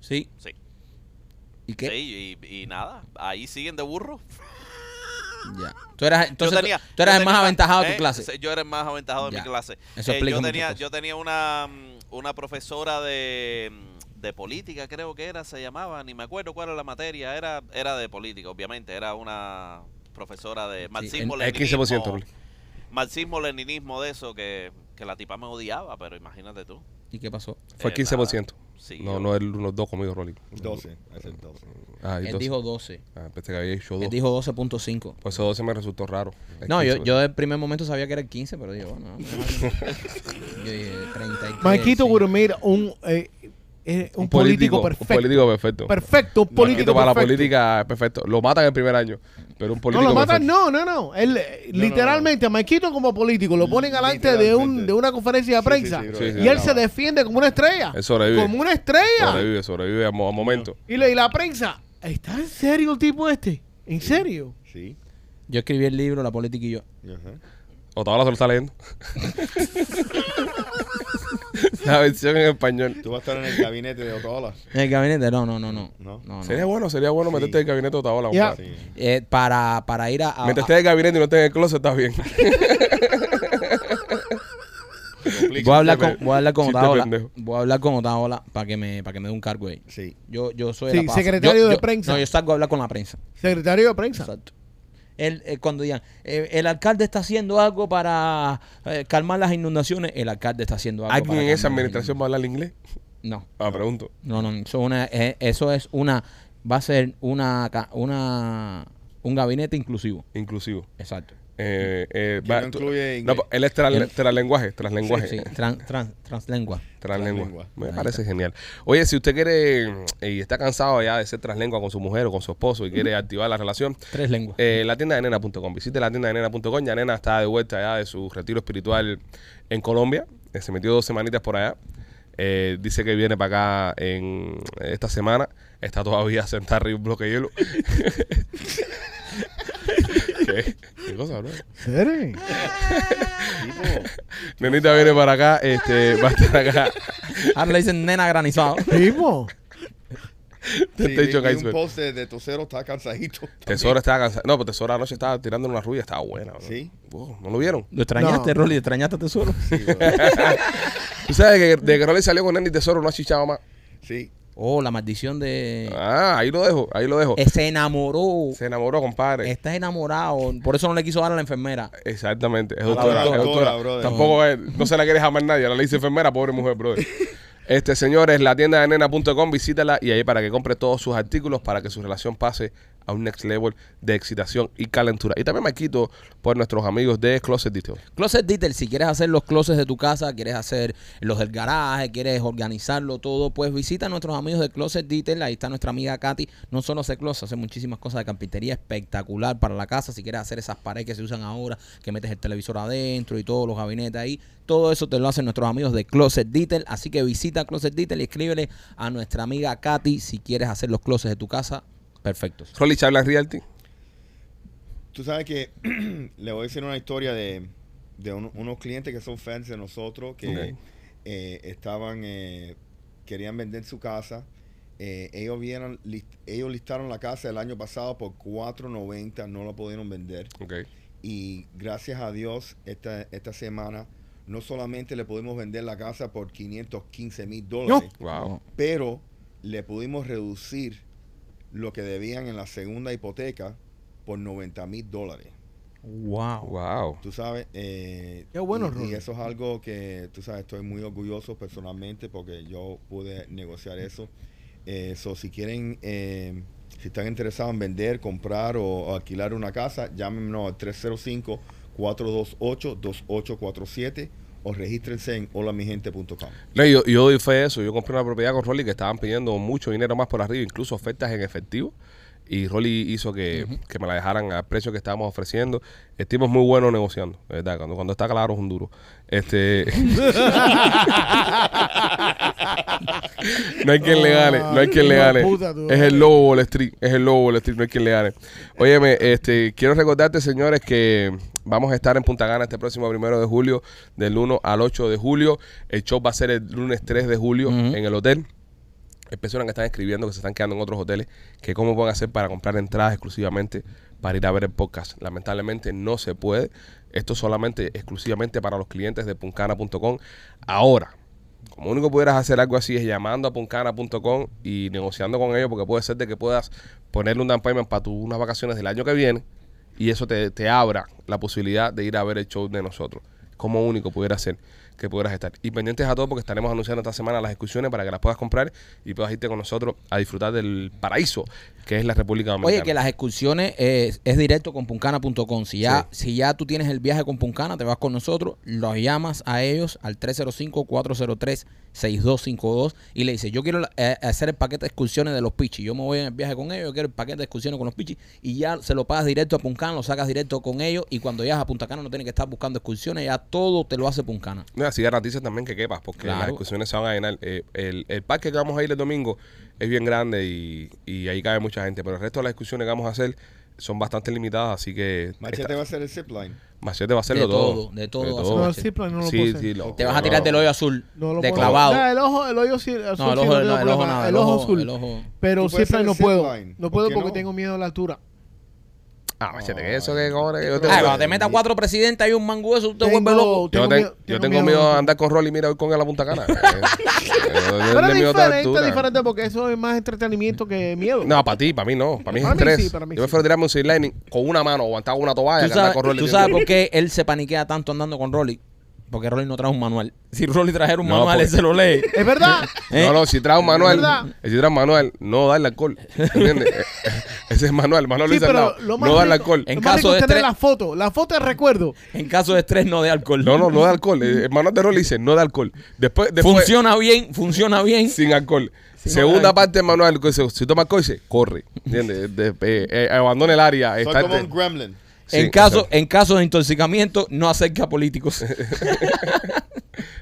[SPEAKER 4] Sí.
[SPEAKER 7] Sí.
[SPEAKER 4] ¿Y qué?
[SPEAKER 7] Sí, y, y nada, ahí siguen de burro. Yo
[SPEAKER 4] Ya. Tú eras, entonces, tú-
[SPEAKER 7] tenía-
[SPEAKER 4] tú eras
[SPEAKER 7] yo
[SPEAKER 4] el más
[SPEAKER 7] tenía-
[SPEAKER 4] aventajado de
[SPEAKER 7] eh,
[SPEAKER 4] tu clase.
[SPEAKER 7] se- Yo era el más aventajado de
[SPEAKER 4] Ya.
[SPEAKER 7] mi clase.
[SPEAKER 4] Eso
[SPEAKER 7] Eh,
[SPEAKER 4] explica
[SPEAKER 7] yo,
[SPEAKER 4] muchas
[SPEAKER 7] tenía,
[SPEAKER 4] cosas.
[SPEAKER 7] yo tenía una, mm, una profesora de, mm, de política, creo que era, se llamaba, ni me acuerdo cuál era la materia, era, era de política, obviamente, era una profesora de marxismo,
[SPEAKER 3] Es 15%. Rolly.
[SPEAKER 7] marxismo, leninismo de eso, que, que la tipa me odiaba, pero imagínate tú.
[SPEAKER 4] ¿Y qué pasó?
[SPEAKER 3] Fue
[SPEAKER 7] Eh,
[SPEAKER 3] 15%.
[SPEAKER 7] nada. Sí,
[SPEAKER 3] no,
[SPEAKER 7] yo-
[SPEAKER 3] no, él unos 2 conmigo, Rolly.
[SPEAKER 6] 12. Es el 12.
[SPEAKER 3] Ah, y
[SPEAKER 4] Él
[SPEAKER 3] 12.
[SPEAKER 4] dijo 12.
[SPEAKER 3] Ah, pensé que había hecho Pues
[SPEAKER 4] Él
[SPEAKER 3] 2.
[SPEAKER 4] dijo 12.5.
[SPEAKER 3] Por eso 12 me resultó raro. Es
[SPEAKER 4] No, yo,
[SPEAKER 3] 15%.
[SPEAKER 4] yo del primer momento sabía que era el 15, pero dije, bueno, vamos a ver. yo dije 33.
[SPEAKER 5] Maikito
[SPEAKER 4] sí.
[SPEAKER 5] Gurumir, un, eh, eh, un, político, perfecto.
[SPEAKER 3] Un político perfecto.
[SPEAKER 5] Perfecto, un político
[SPEAKER 3] Maquito para la
[SPEAKER 5] perfecto.
[SPEAKER 3] política, perfecto. Lo matan el primer año. Pero un político.
[SPEAKER 5] no, lo matan,
[SPEAKER 3] perfecto.
[SPEAKER 5] no, no, no. Él, eh, literalmente, a Maikito como político lo ponen delante de, un,
[SPEAKER 6] Literalmente.
[SPEAKER 5] de una conferencia de
[SPEAKER 6] Sí, sí,
[SPEAKER 5] prensa
[SPEAKER 6] sí, bro,
[SPEAKER 3] Sí, sí,
[SPEAKER 5] y él
[SPEAKER 3] no.
[SPEAKER 5] se defiende como una estrella.
[SPEAKER 3] Él sobrevive.
[SPEAKER 5] Como una estrella.
[SPEAKER 3] Sobrevive, sobrevive a, mo- a momento.
[SPEAKER 5] Y, le, y la prensa, ¿está en serio el tipo este? ¿En serio?
[SPEAKER 6] Sí.
[SPEAKER 4] Yo escribí el libro La política y yo.
[SPEAKER 6] Ajá.
[SPEAKER 3] O ahora se lo está leyendo. la versión en español.
[SPEAKER 6] Tú vas a estar en el gabinete de Otola.
[SPEAKER 4] En el gabinete, no, no, no, no.
[SPEAKER 6] No.
[SPEAKER 4] no, no.
[SPEAKER 3] Sería bueno, sería bueno
[SPEAKER 6] Sí.
[SPEAKER 3] meterte en el gabinete de Otaola.
[SPEAKER 5] Ya.
[SPEAKER 3] compadre.
[SPEAKER 6] Sí.
[SPEAKER 4] Eh, para, para ir a, a-
[SPEAKER 3] Mientras estés en el gabinete y no estés en el closet, estás bien.
[SPEAKER 4] Voy a hablar con, voy a hablar con
[SPEAKER 3] Chiste
[SPEAKER 4] Otaola.
[SPEAKER 3] pendejo.
[SPEAKER 4] Voy a hablar con Otaola para que me, para que me dé un cargo ahí.
[SPEAKER 6] Sí.
[SPEAKER 4] Yo, yo soy
[SPEAKER 5] Sí,
[SPEAKER 4] la paz.
[SPEAKER 5] secretario
[SPEAKER 4] Yo-
[SPEAKER 5] de
[SPEAKER 4] yo-
[SPEAKER 5] prensa.
[SPEAKER 4] No, yo salgo a hablar con la prensa.
[SPEAKER 5] Secretario de prensa.
[SPEAKER 4] Exacto. El, eh, cuando digan, eh, el alcalde está haciendo algo para eh, calmar las inundaciones, el alcalde está haciendo algo.
[SPEAKER 3] ¿Alguien
[SPEAKER 4] para
[SPEAKER 3] en esa
[SPEAKER 4] calmar las
[SPEAKER 3] administración va a hablar inglés?
[SPEAKER 4] inundaciones. No,
[SPEAKER 3] Ah, pregunto.
[SPEAKER 4] no, no. Eso, es una, eh, eso es una. Va a ser una, ca- una un gabinete inclusivo.
[SPEAKER 3] Inclusivo.
[SPEAKER 4] Exacto.
[SPEAKER 3] Eh, eh,
[SPEAKER 6] Que
[SPEAKER 3] va-
[SPEAKER 6] no
[SPEAKER 3] tú-
[SPEAKER 6] incluye
[SPEAKER 3] no,
[SPEAKER 6] inglés.
[SPEAKER 3] él es tras- traslenguaje, traslenguaje.
[SPEAKER 4] Sí, tran- tran- translengua.
[SPEAKER 3] Translengua.
[SPEAKER 6] Translengua.
[SPEAKER 3] Me parece genial. Oye, si usted quiere mm, y está cansado ya de ser translengua con su mujer o con su esposo y quiere activar la relación,
[SPEAKER 4] Tres lenguas.
[SPEAKER 3] eh, la tienda de nena.com. Visite la tienda de nena.com. Ya nena está de vuelta ya de su retiro espiritual en Colombia. Eh, se metió dos semanitas por allá. Eh, dice que viene para acá en eh, esta semana. Está todavía sentada arriba un bloque de hielo. ¿Qué? ¿Qué cosa, bro?
[SPEAKER 5] ¿En serio?
[SPEAKER 6] Tipo,
[SPEAKER 3] Nenita viene para acá. Este, va a estar acá.
[SPEAKER 4] Ahora Ah, le dicen nena granizado.
[SPEAKER 5] Tipo.
[SPEAKER 3] Te
[SPEAKER 6] sí,
[SPEAKER 3] he dicho
[SPEAKER 6] vi- vi un
[SPEAKER 3] Geisberg.
[SPEAKER 6] post de, de Tosero está cansadito.
[SPEAKER 3] pues Tesoro estaba cansado. No, pero Tesoro anoche estaba tirando una rubia, estaba buena. bro.
[SPEAKER 6] Sí.
[SPEAKER 3] Wow, ¿No lo vieron?
[SPEAKER 4] ¿Lo extrañaste,
[SPEAKER 5] No.
[SPEAKER 4] Rolly? ¿Extrañaste a Tesoro?
[SPEAKER 3] ¿Tú sabes que de que Rolly salió con Nenny Tesoro no ha chichado más?
[SPEAKER 6] Sí.
[SPEAKER 4] Oh, la maldición de...
[SPEAKER 3] Ah, ahí lo dejo, ahí lo dejo.
[SPEAKER 4] Eh, Se enamoró.
[SPEAKER 3] Se enamoró, compadre.
[SPEAKER 4] Estás enamorado. Por eso no le quiso dar a la enfermera.
[SPEAKER 3] Exactamente, es
[SPEAKER 6] la
[SPEAKER 3] doctora, es
[SPEAKER 6] doctora,
[SPEAKER 3] doctora.
[SPEAKER 6] brother.
[SPEAKER 3] Tampoco es- no se la quiere jamás nadie, ahora le dice enfermera, pobre mujer, brother. Este, señores, la tienda de nena.com, visítala y ahí para que compre todos sus artículos para que su relación pase a un next level de excitación y calentura. Y también me quito por nuestros amigos de Closet Detail.
[SPEAKER 4] Closet Detail, si quieres hacer los closets de tu casa, quieres hacer los del garaje, quieres organizarlo todo, pues visita a nuestros amigos de Closet Detail. Ahí está nuestra amiga Katy. No solo hace closet, hace muchísimas cosas de carpintería espectacular para la casa. Si quieres hacer esas paredes que se usan ahora, que metes el televisor adentro y todos los gabinetes ahí, todo eso te lo hacen nuestros amigos de Closet Detail. Así que visita Closet Detail y escríbele a nuestra amiga Katy si quieres hacer los closets de tu casa. Perfectos.
[SPEAKER 3] Rolly Chablan Realty.
[SPEAKER 6] Tú sabes que le voy a decir una historia de, de un- unos clientes que son fans de nosotros que
[SPEAKER 3] Ok.
[SPEAKER 6] eh, estaban, eh, querían vender su casa. Eh, ellos, vieron, lis- ellos listaron la casa el año pasado por 4.90, no la pudieron vender.
[SPEAKER 3] Ok.
[SPEAKER 6] Y gracias a Dios, esta, esta semana no solamente le pudimos vender la casa por 515 mil dólares,
[SPEAKER 3] Wow.
[SPEAKER 6] pero le pudimos reducir lo que debían en la segunda hipoteca por 90 mil dólares.
[SPEAKER 4] Wow.
[SPEAKER 3] Wow.
[SPEAKER 6] Tú sabes, eh,
[SPEAKER 5] Qué bueno,
[SPEAKER 6] y- y,
[SPEAKER 5] Rolly.
[SPEAKER 6] eso es algo que, tú sabes, estoy muy orgulloso personalmente porque yo pude negociar eso. Eso, si quieren, eh, si están interesados en vender, comprar o, o alquilar una casa, llámenos al 305-428-2847 o regístrense en holamigente.com.
[SPEAKER 3] No, yo, yo doy fe de eso. Yo compré una propiedad con Rolly que estaban pidiendo mucho dinero más por arriba, incluso ofertas en efectivo. Y Rolly hizo que, que me la dejaran al precio que estábamos ofreciendo. El tipo es muy bueno negociando, de ¿verdad? Cuando, cuando está claro es un duro. Este. no hay quien le gane, no hay quien le
[SPEAKER 5] Hijo de
[SPEAKER 3] gane.
[SPEAKER 5] puta, tú.
[SPEAKER 3] Es el lobo Wall Street, es el lobo Wall Street, no hay quien le gane. Óyeme, este, quiero recordarte, señores, que vamos a estar en Punta Gana este próximo primero de julio, del 1 al 8 de julio. El show va a ser el lunes 3 de julio
[SPEAKER 4] Ujú.
[SPEAKER 3] en el hotel. Hay personas que están escribiendo que se están quedando en otros hoteles, que cómo pueden hacer para comprar entradas exclusivamente para ir a ver el podcast. Lamentablemente no se puede. Esto solamente, exclusivamente para los clientes de puncana.com. Ahora, como único que pudieras hacer algo así es llamando a puncana.com y negociando con ellos, porque puede ser de que puedas ponerle un down payment para tus unas vacaciones del año que viene y eso te, te abra la posibilidad de ir a ver el show de nosotros. Como único pudiera ser que pudieras estar. Y pendientes a todo porque estaremos anunciando esta semana las excursiones para que las puedas comprar y puedas irte con nosotros a disfrutar del paraíso que es la República Dominicana.
[SPEAKER 4] Oye, que las excursiones eh, es, directo con puncana.com. Si ya, si ya tú tienes el viaje con Puncana, te vas con nosotros, los llamas a ellos al 305-403-6252 y le dices, yo quiero la- eh, hacer el paquete de excursiones de los pichis. Yo me voy en el viaje con ellos, yo quiero el paquete de excursiones con los pichis y ya se lo pagas directo a Puncana, lo sacas directo con ellos y cuando llegas a Punta Cana no tienes que estar buscando excursiones, ya todo te lo hace Puncana.
[SPEAKER 3] No, así garantizas también que quepas, porque
[SPEAKER 4] Claro.
[SPEAKER 3] las discusiones se van a llenar. Eh, el, el parque que vamos a ir el domingo es bien grande y, y ahí cabe mucha gente, pero el resto de las discusiones que vamos a hacer son bastante limitadas, así que...
[SPEAKER 6] Machete
[SPEAKER 3] esta-
[SPEAKER 6] va a ser el zipline.
[SPEAKER 3] Machete va a hacerlo
[SPEAKER 4] De
[SPEAKER 3] todo,
[SPEAKER 4] todo, de todo va a
[SPEAKER 5] No, el
[SPEAKER 4] Machete.
[SPEAKER 5] zipline no lo puedo
[SPEAKER 3] sí,
[SPEAKER 5] hacer.
[SPEAKER 3] sí, lo-
[SPEAKER 4] Te vas a tirar
[SPEAKER 3] no.
[SPEAKER 4] del hoyo azul,
[SPEAKER 5] No lo
[SPEAKER 4] de
[SPEAKER 5] puedo-
[SPEAKER 4] clavado.
[SPEAKER 5] No, el ojo, el hoyo sí, azul
[SPEAKER 4] No, el
[SPEAKER 5] sí
[SPEAKER 4] ojo,
[SPEAKER 5] tengo
[SPEAKER 4] no, el ojo,
[SPEAKER 5] problema.
[SPEAKER 4] no,
[SPEAKER 5] el ojo azul.
[SPEAKER 4] el ojo.
[SPEAKER 5] Pero
[SPEAKER 6] Tú puedes
[SPEAKER 5] siempre
[SPEAKER 6] hacer
[SPEAKER 5] no
[SPEAKER 6] el
[SPEAKER 5] puedo.
[SPEAKER 6] zipline.
[SPEAKER 5] No
[SPEAKER 6] ¿Por
[SPEAKER 5] puedo
[SPEAKER 6] qué
[SPEAKER 5] porque
[SPEAKER 6] no?
[SPEAKER 5] tengo miedo a la altura.
[SPEAKER 3] Ah, machete, que eso, que cojones, que yo te...
[SPEAKER 4] Ah,
[SPEAKER 6] Ay,
[SPEAKER 4] cuando te metas cuatro presidentes y un mangú, eso te vuelve
[SPEAKER 5] Tengo-
[SPEAKER 4] loco.
[SPEAKER 3] yo, te-
[SPEAKER 5] miedo-
[SPEAKER 3] yo tengo miedo a andar con Rolly, mira, hoy con él a la punta cana. Eh, yo- yo-
[SPEAKER 5] Pero
[SPEAKER 3] le
[SPEAKER 5] es
[SPEAKER 3] mido otra
[SPEAKER 5] diferente,
[SPEAKER 3] altura.
[SPEAKER 5] diferente porque eso es más entretenimiento que miedo.
[SPEAKER 3] No, para ti, para mí no. Para mí es
[SPEAKER 5] Para mí
[SPEAKER 3] estrés.
[SPEAKER 5] sí, para mí
[SPEAKER 3] yo
[SPEAKER 5] sí.
[SPEAKER 3] prefiero tirarme un sidelining con una mano, aguantar una toalla, que
[SPEAKER 4] ¿Tú
[SPEAKER 3] andar
[SPEAKER 4] sabes,
[SPEAKER 3] con Rolly.
[SPEAKER 4] tú
[SPEAKER 3] tirando.
[SPEAKER 4] sabes por qué él se paniquea tanto andando con Rolly? Porque Rolly no trae un manual. Si Rolly trajera un
[SPEAKER 3] No,
[SPEAKER 4] manual,
[SPEAKER 3] porque-
[SPEAKER 4] él se lo lee.
[SPEAKER 5] Es verdad.
[SPEAKER 4] ¿Eh?
[SPEAKER 3] No, no, si trae un manual,
[SPEAKER 5] ¿Verdad?
[SPEAKER 3] si trae un manual, no darle alcohol. ¿Entiendes? Ese es manual, manual
[SPEAKER 5] Sí,
[SPEAKER 3] Luis
[SPEAKER 5] pero
[SPEAKER 3] Arnau.
[SPEAKER 5] lo más
[SPEAKER 3] No darle
[SPEAKER 5] rico-
[SPEAKER 3] alcohol.
[SPEAKER 5] lo
[SPEAKER 4] En
[SPEAKER 5] más
[SPEAKER 4] caso
[SPEAKER 5] rico
[SPEAKER 4] de
[SPEAKER 5] es tener
[SPEAKER 4] estrés-
[SPEAKER 5] la foto, la foto de recuerdo.
[SPEAKER 4] En caso de estrés, no de alcohol.
[SPEAKER 3] No, no, no de alcohol. Eh, El manual de Rolly dice no de alcohol. Después, después
[SPEAKER 4] Funciona bien, funciona bien.
[SPEAKER 3] sin alcohol. Segunda parte del manual, que dice, si toma alcohol, dice, corre. ¿Entiendes? De- eh, eh, abandona el área.
[SPEAKER 6] Soy
[SPEAKER 3] está
[SPEAKER 6] como
[SPEAKER 3] este-
[SPEAKER 6] un gremlin.
[SPEAKER 3] Sí,
[SPEAKER 4] en, caso,
[SPEAKER 3] o sea,
[SPEAKER 4] en caso de intoxicamiento, no acerca a políticos.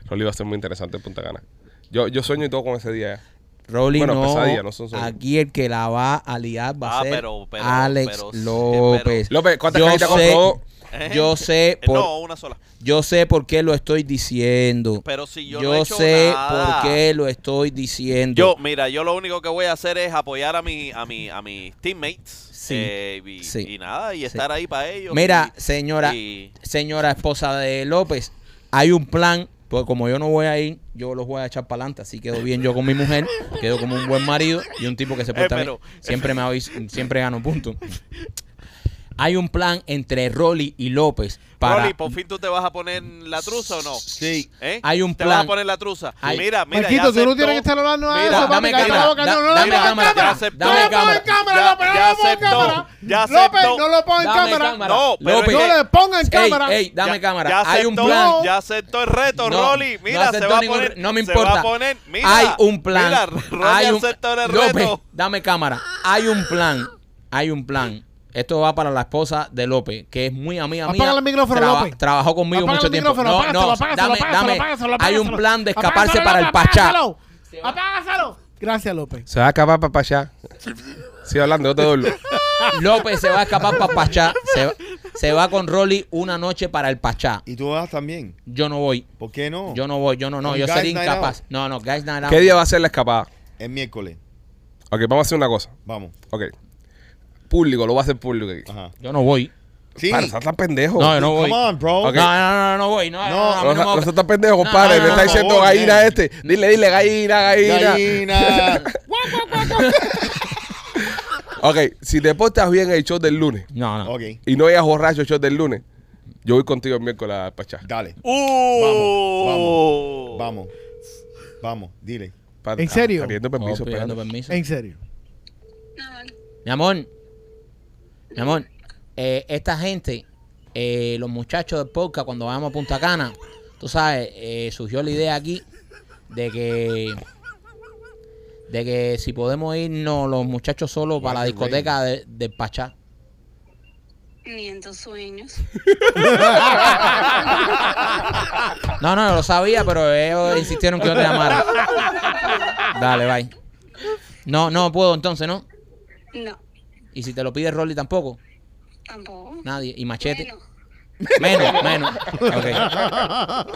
[SPEAKER 3] Rolly va a ser muy interesante en Punta Cana. Yo, yo sueño y todo con ese día. ya.
[SPEAKER 4] Rolly
[SPEAKER 3] Bueno, pesadilla,
[SPEAKER 4] no.
[SPEAKER 3] no son sueños.
[SPEAKER 4] Aquí el que la va a liar va a
[SPEAKER 7] Ah,
[SPEAKER 4] ser
[SPEAKER 7] pero- pero-
[SPEAKER 4] Alex
[SPEAKER 7] pero-
[SPEAKER 4] López.
[SPEAKER 3] López, ¿cuántas
[SPEAKER 4] Yo
[SPEAKER 3] cajitas
[SPEAKER 4] sé-
[SPEAKER 3] compró?
[SPEAKER 7] Eh,
[SPEAKER 4] Yo sé
[SPEAKER 7] eh,
[SPEAKER 4] por,
[SPEAKER 7] No, una sola.
[SPEAKER 4] yo sé por qué lo estoy diciendo.
[SPEAKER 7] Pero si yo
[SPEAKER 4] yo
[SPEAKER 7] no he hecho
[SPEAKER 4] sé
[SPEAKER 7] nada.
[SPEAKER 4] por qué lo estoy diciendo.
[SPEAKER 7] Yo, mira, yo lo único que voy a hacer es apoyar a mi, a mi, a mis teammates.
[SPEAKER 4] Sí,
[SPEAKER 7] eh, y,
[SPEAKER 4] sí,
[SPEAKER 7] y nada, y
[SPEAKER 4] sí.
[SPEAKER 7] estar ahí para ellos.
[SPEAKER 4] Mira,
[SPEAKER 7] y-
[SPEAKER 4] señora,
[SPEAKER 7] y-
[SPEAKER 4] señora esposa de López, hay un plan, porque como yo no voy a ir, yo los voy a echar para adelante. Así quedo bien yo con mi mujer, quedo como un buen marido y un tipo que se porta
[SPEAKER 7] Eh,
[SPEAKER 4] bien.
[SPEAKER 7] pero-
[SPEAKER 4] Siempre me avisa- siempre gano punto. Hay un plan entre Rolly y López para
[SPEAKER 7] Rolly, por fin tú te vas a poner la truza o no? Sí.
[SPEAKER 4] Hay un
[SPEAKER 7] ¿Te vas a
[SPEAKER 4] plan.
[SPEAKER 7] poner la truza?
[SPEAKER 4] Hay-
[SPEAKER 7] Mira, mira,
[SPEAKER 5] Marquito,
[SPEAKER 7] ya
[SPEAKER 5] tú no
[SPEAKER 7] aceptó.
[SPEAKER 5] tienes que estar hablando de
[SPEAKER 7] Mira,
[SPEAKER 5] eso, papi,
[SPEAKER 4] dame
[SPEAKER 5] cállate
[SPEAKER 4] cámara,
[SPEAKER 5] la boca.
[SPEAKER 4] da-
[SPEAKER 5] no, no
[SPEAKER 4] dame
[SPEAKER 5] lo pongas
[SPEAKER 4] cámara,
[SPEAKER 5] en cámara.
[SPEAKER 7] ya
[SPEAKER 5] No
[SPEAKER 7] aceptó.
[SPEAKER 5] lo pongas en cámara,
[SPEAKER 7] Ya-
[SPEAKER 5] López,
[SPEAKER 7] ya
[SPEAKER 5] no lo pongas en
[SPEAKER 7] aceptó,
[SPEAKER 5] cámara.
[SPEAKER 7] ya
[SPEAKER 5] López,
[SPEAKER 7] aceptó.
[SPEAKER 5] no lo pongas en
[SPEAKER 4] Dame
[SPEAKER 5] cámara.
[SPEAKER 4] cámara.
[SPEAKER 7] No, pero
[SPEAKER 4] López.
[SPEAKER 7] es que-
[SPEAKER 5] No le ponga en
[SPEAKER 4] Ey,
[SPEAKER 5] cámara.
[SPEAKER 4] ey, dame
[SPEAKER 7] Ya-
[SPEAKER 4] cámara.
[SPEAKER 7] ya
[SPEAKER 4] Hay un
[SPEAKER 7] aceptó-
[SPEAKER 4] plan.
[SPEAKER 7] Ya aceptó el reto,
[SPEAKER 4] No,
[SPEAKER 7] Rolly.
[SPEAKER 4] no
[SPEAKER 7] Mira, se
[SPEAKER 4] aceptó
[SPEAKER 7] va a
[SPEAKER 4] ningún
[SPEAKER 7] poner.
[SPEAKER 4] re- no me
[SPEAKER 7] se
[SPEAKER 4] importa.
[SPEAKER 7] va a poner- mira,
[SPEAKER 4] hay un plan.
[SPEAKER 7] Mira, Rolly
[SPEAKER 4] hay un,
[SPEAKER 7] aceptó el
[SPEAKER 4] López,
[SPEAKER 7] reto.
[SPEAKER 4] dame cámara. Hay un plan. Hay un plan. Esto va para la esposa de López, que es muy amiga mía.
[SPEAKER 5] Apaga el micrófono, López.
[SPEAKER 4] Trabajó conmigo
[SPEAKER 5] Apaga
[SPEAKER 4] mucho
[SPEAKER 5] el
[SPEAKER 4] tiempo.
[SPEAKER 5] micrófono,
[SPEAKER 4] no,
[SPEAKER 5] apágaselo,
[SPEAKER 4] no,
[SPEAKER 5] apágaselo,
[SPEAKER 4] dame,
[SPEAKER 5] apágaselo,
[SPEAKER 4] dame.
[SPEAKER 5] apágaselo,
[SPEAKER 4] hay un
[SPEAKER 5] apágaselo.
[SPEAKER 4] plan de escaparse
[SPEAKER 5] Apágaselo,
[SPEAKER 4] para el
[SPEAKER 5] López,
[SPEAKER 4] Pachá.
[SPEAKER 5] apágaselo. Apágaselo. Gracias, López.
[SPEAKER 3] Se va a acabar para allá. Sigue hablando, yo te doblo.
[SPEAKER 4] López se va a escapar para Pachá. Se, va- se va con Rolly una noche para el Pachá.
[SPEAKER 6] Y tú vas también.
[SPEAKER 4] Yo no voy.
[SPEAKER 6] ¿Por qué no?
[SPEAKER 4] Yo no voy. Yo no, no.
[SPEAKER 6] Con
[SPEAKER 4] Yo
[SPEAKER 6] Guys
[SPEAKER 4] sería
[SPEAKER 6] Night
[SPEAKER 4] incapaz.
[SPEAKER 6] Out.
[SPEAKER 4] No, no. Guys Night Out.
[SPEAKER 3] ¿Qué día va a ser la escapada?
[SPEAKER 6] Es miércoles.
[SPEAKER 3] Ok, vamos a hacer una cosa.
[SPEAKER 6] Vamos.
[SPEAKER 3] Ok. Público, lo va a hacer público aquí.
[SPEAKER 6] Ajá.
[SPEAKER 4] Yo no voy.
[SPEAKER 6] Sí.
[SPEAKER 3] Para, estás tan pendejo.
[SPEAKER 4] No, yo no voy.
[SPEAKER 6] Come on, bro.
[SPEAKER 3] Ok.
[SPEAKER 4] No, no, no, no, no voy. No, no, no, a mí
[SPEAKER 3] No,
[SPEAKER 4] no me
[SPEAKER 3] no,
[SPEAKER 4] va-
[SPEAKER 3] no seas tan pendejo, compadre.
[SPEAKER 4] no,
[SPEAKER 3] Le
[SPEAKER 4] no,
[SPEAKER 3] está
[SPEAKER 4] no,
[SPEAKER 3] diciendo
[SPEAKER 6] por favor,
[SPEAKER 3] gallina
[SPEAKER 6] man.
[SPEAKER 3] este. Dile, dile, gallina, gallina.
[SPEAKER 6] Gallina.
[SPEAKER 3] Ok, si te portas bien el show del lunes
[SPEAKER 4] No, no.
[SPEAKER 6] ok.
[SPEAKER 3] y no hayas borracho el show del lunes, yo voy contigo el miércoles a Pachá.
[SPEAKER 6] Dale.
[SPEAKER 3] Oh.
[SPEAKER 7] Uh.
[SPEAKER 6] Vamos. Vamos. Dile.
[SPEAKER 3] Pa-
[SPEAKER 5] ¿En serio?
[SPEAKER 3] ah, Pidiendo permiso,
[SPEAKER 4] Oh, pidiendo
[SPEAKER 3] espérate.
[SPEAKER 4] permiso.
[SPEAKER 5] En serio.
[SPEAKER 4] Mi amor, mi amor, eh, esta gente, eh, los muchachos del podcast, cuando vayamos a Punta Cana, tú sabes, eh, surgió la idea aquí de que de que si podemos irnos los muchachos solos para la
[SPEAKER 6] Guay, güey.
[SPEAKER 4] discoteca de- del Pachá.
[SPEAKER 8] Ni en tus sueños.
[SPEAKER 4] No, no, lo sabía, pero ellos insistieron que yo te llamara. Dale, bye. No, no puedo entonces, ¿no?
[SPEAKER 8] No,
[SPEAKER 4] Y si te lo pide Rolly tampoco.
[SPEAKER 8] tampoco.
[SPEAKER 4] Nadie. Y machete.
[SPEAKER 8] Bueno,
[SPEAKER 4] Menos, menos. Ok.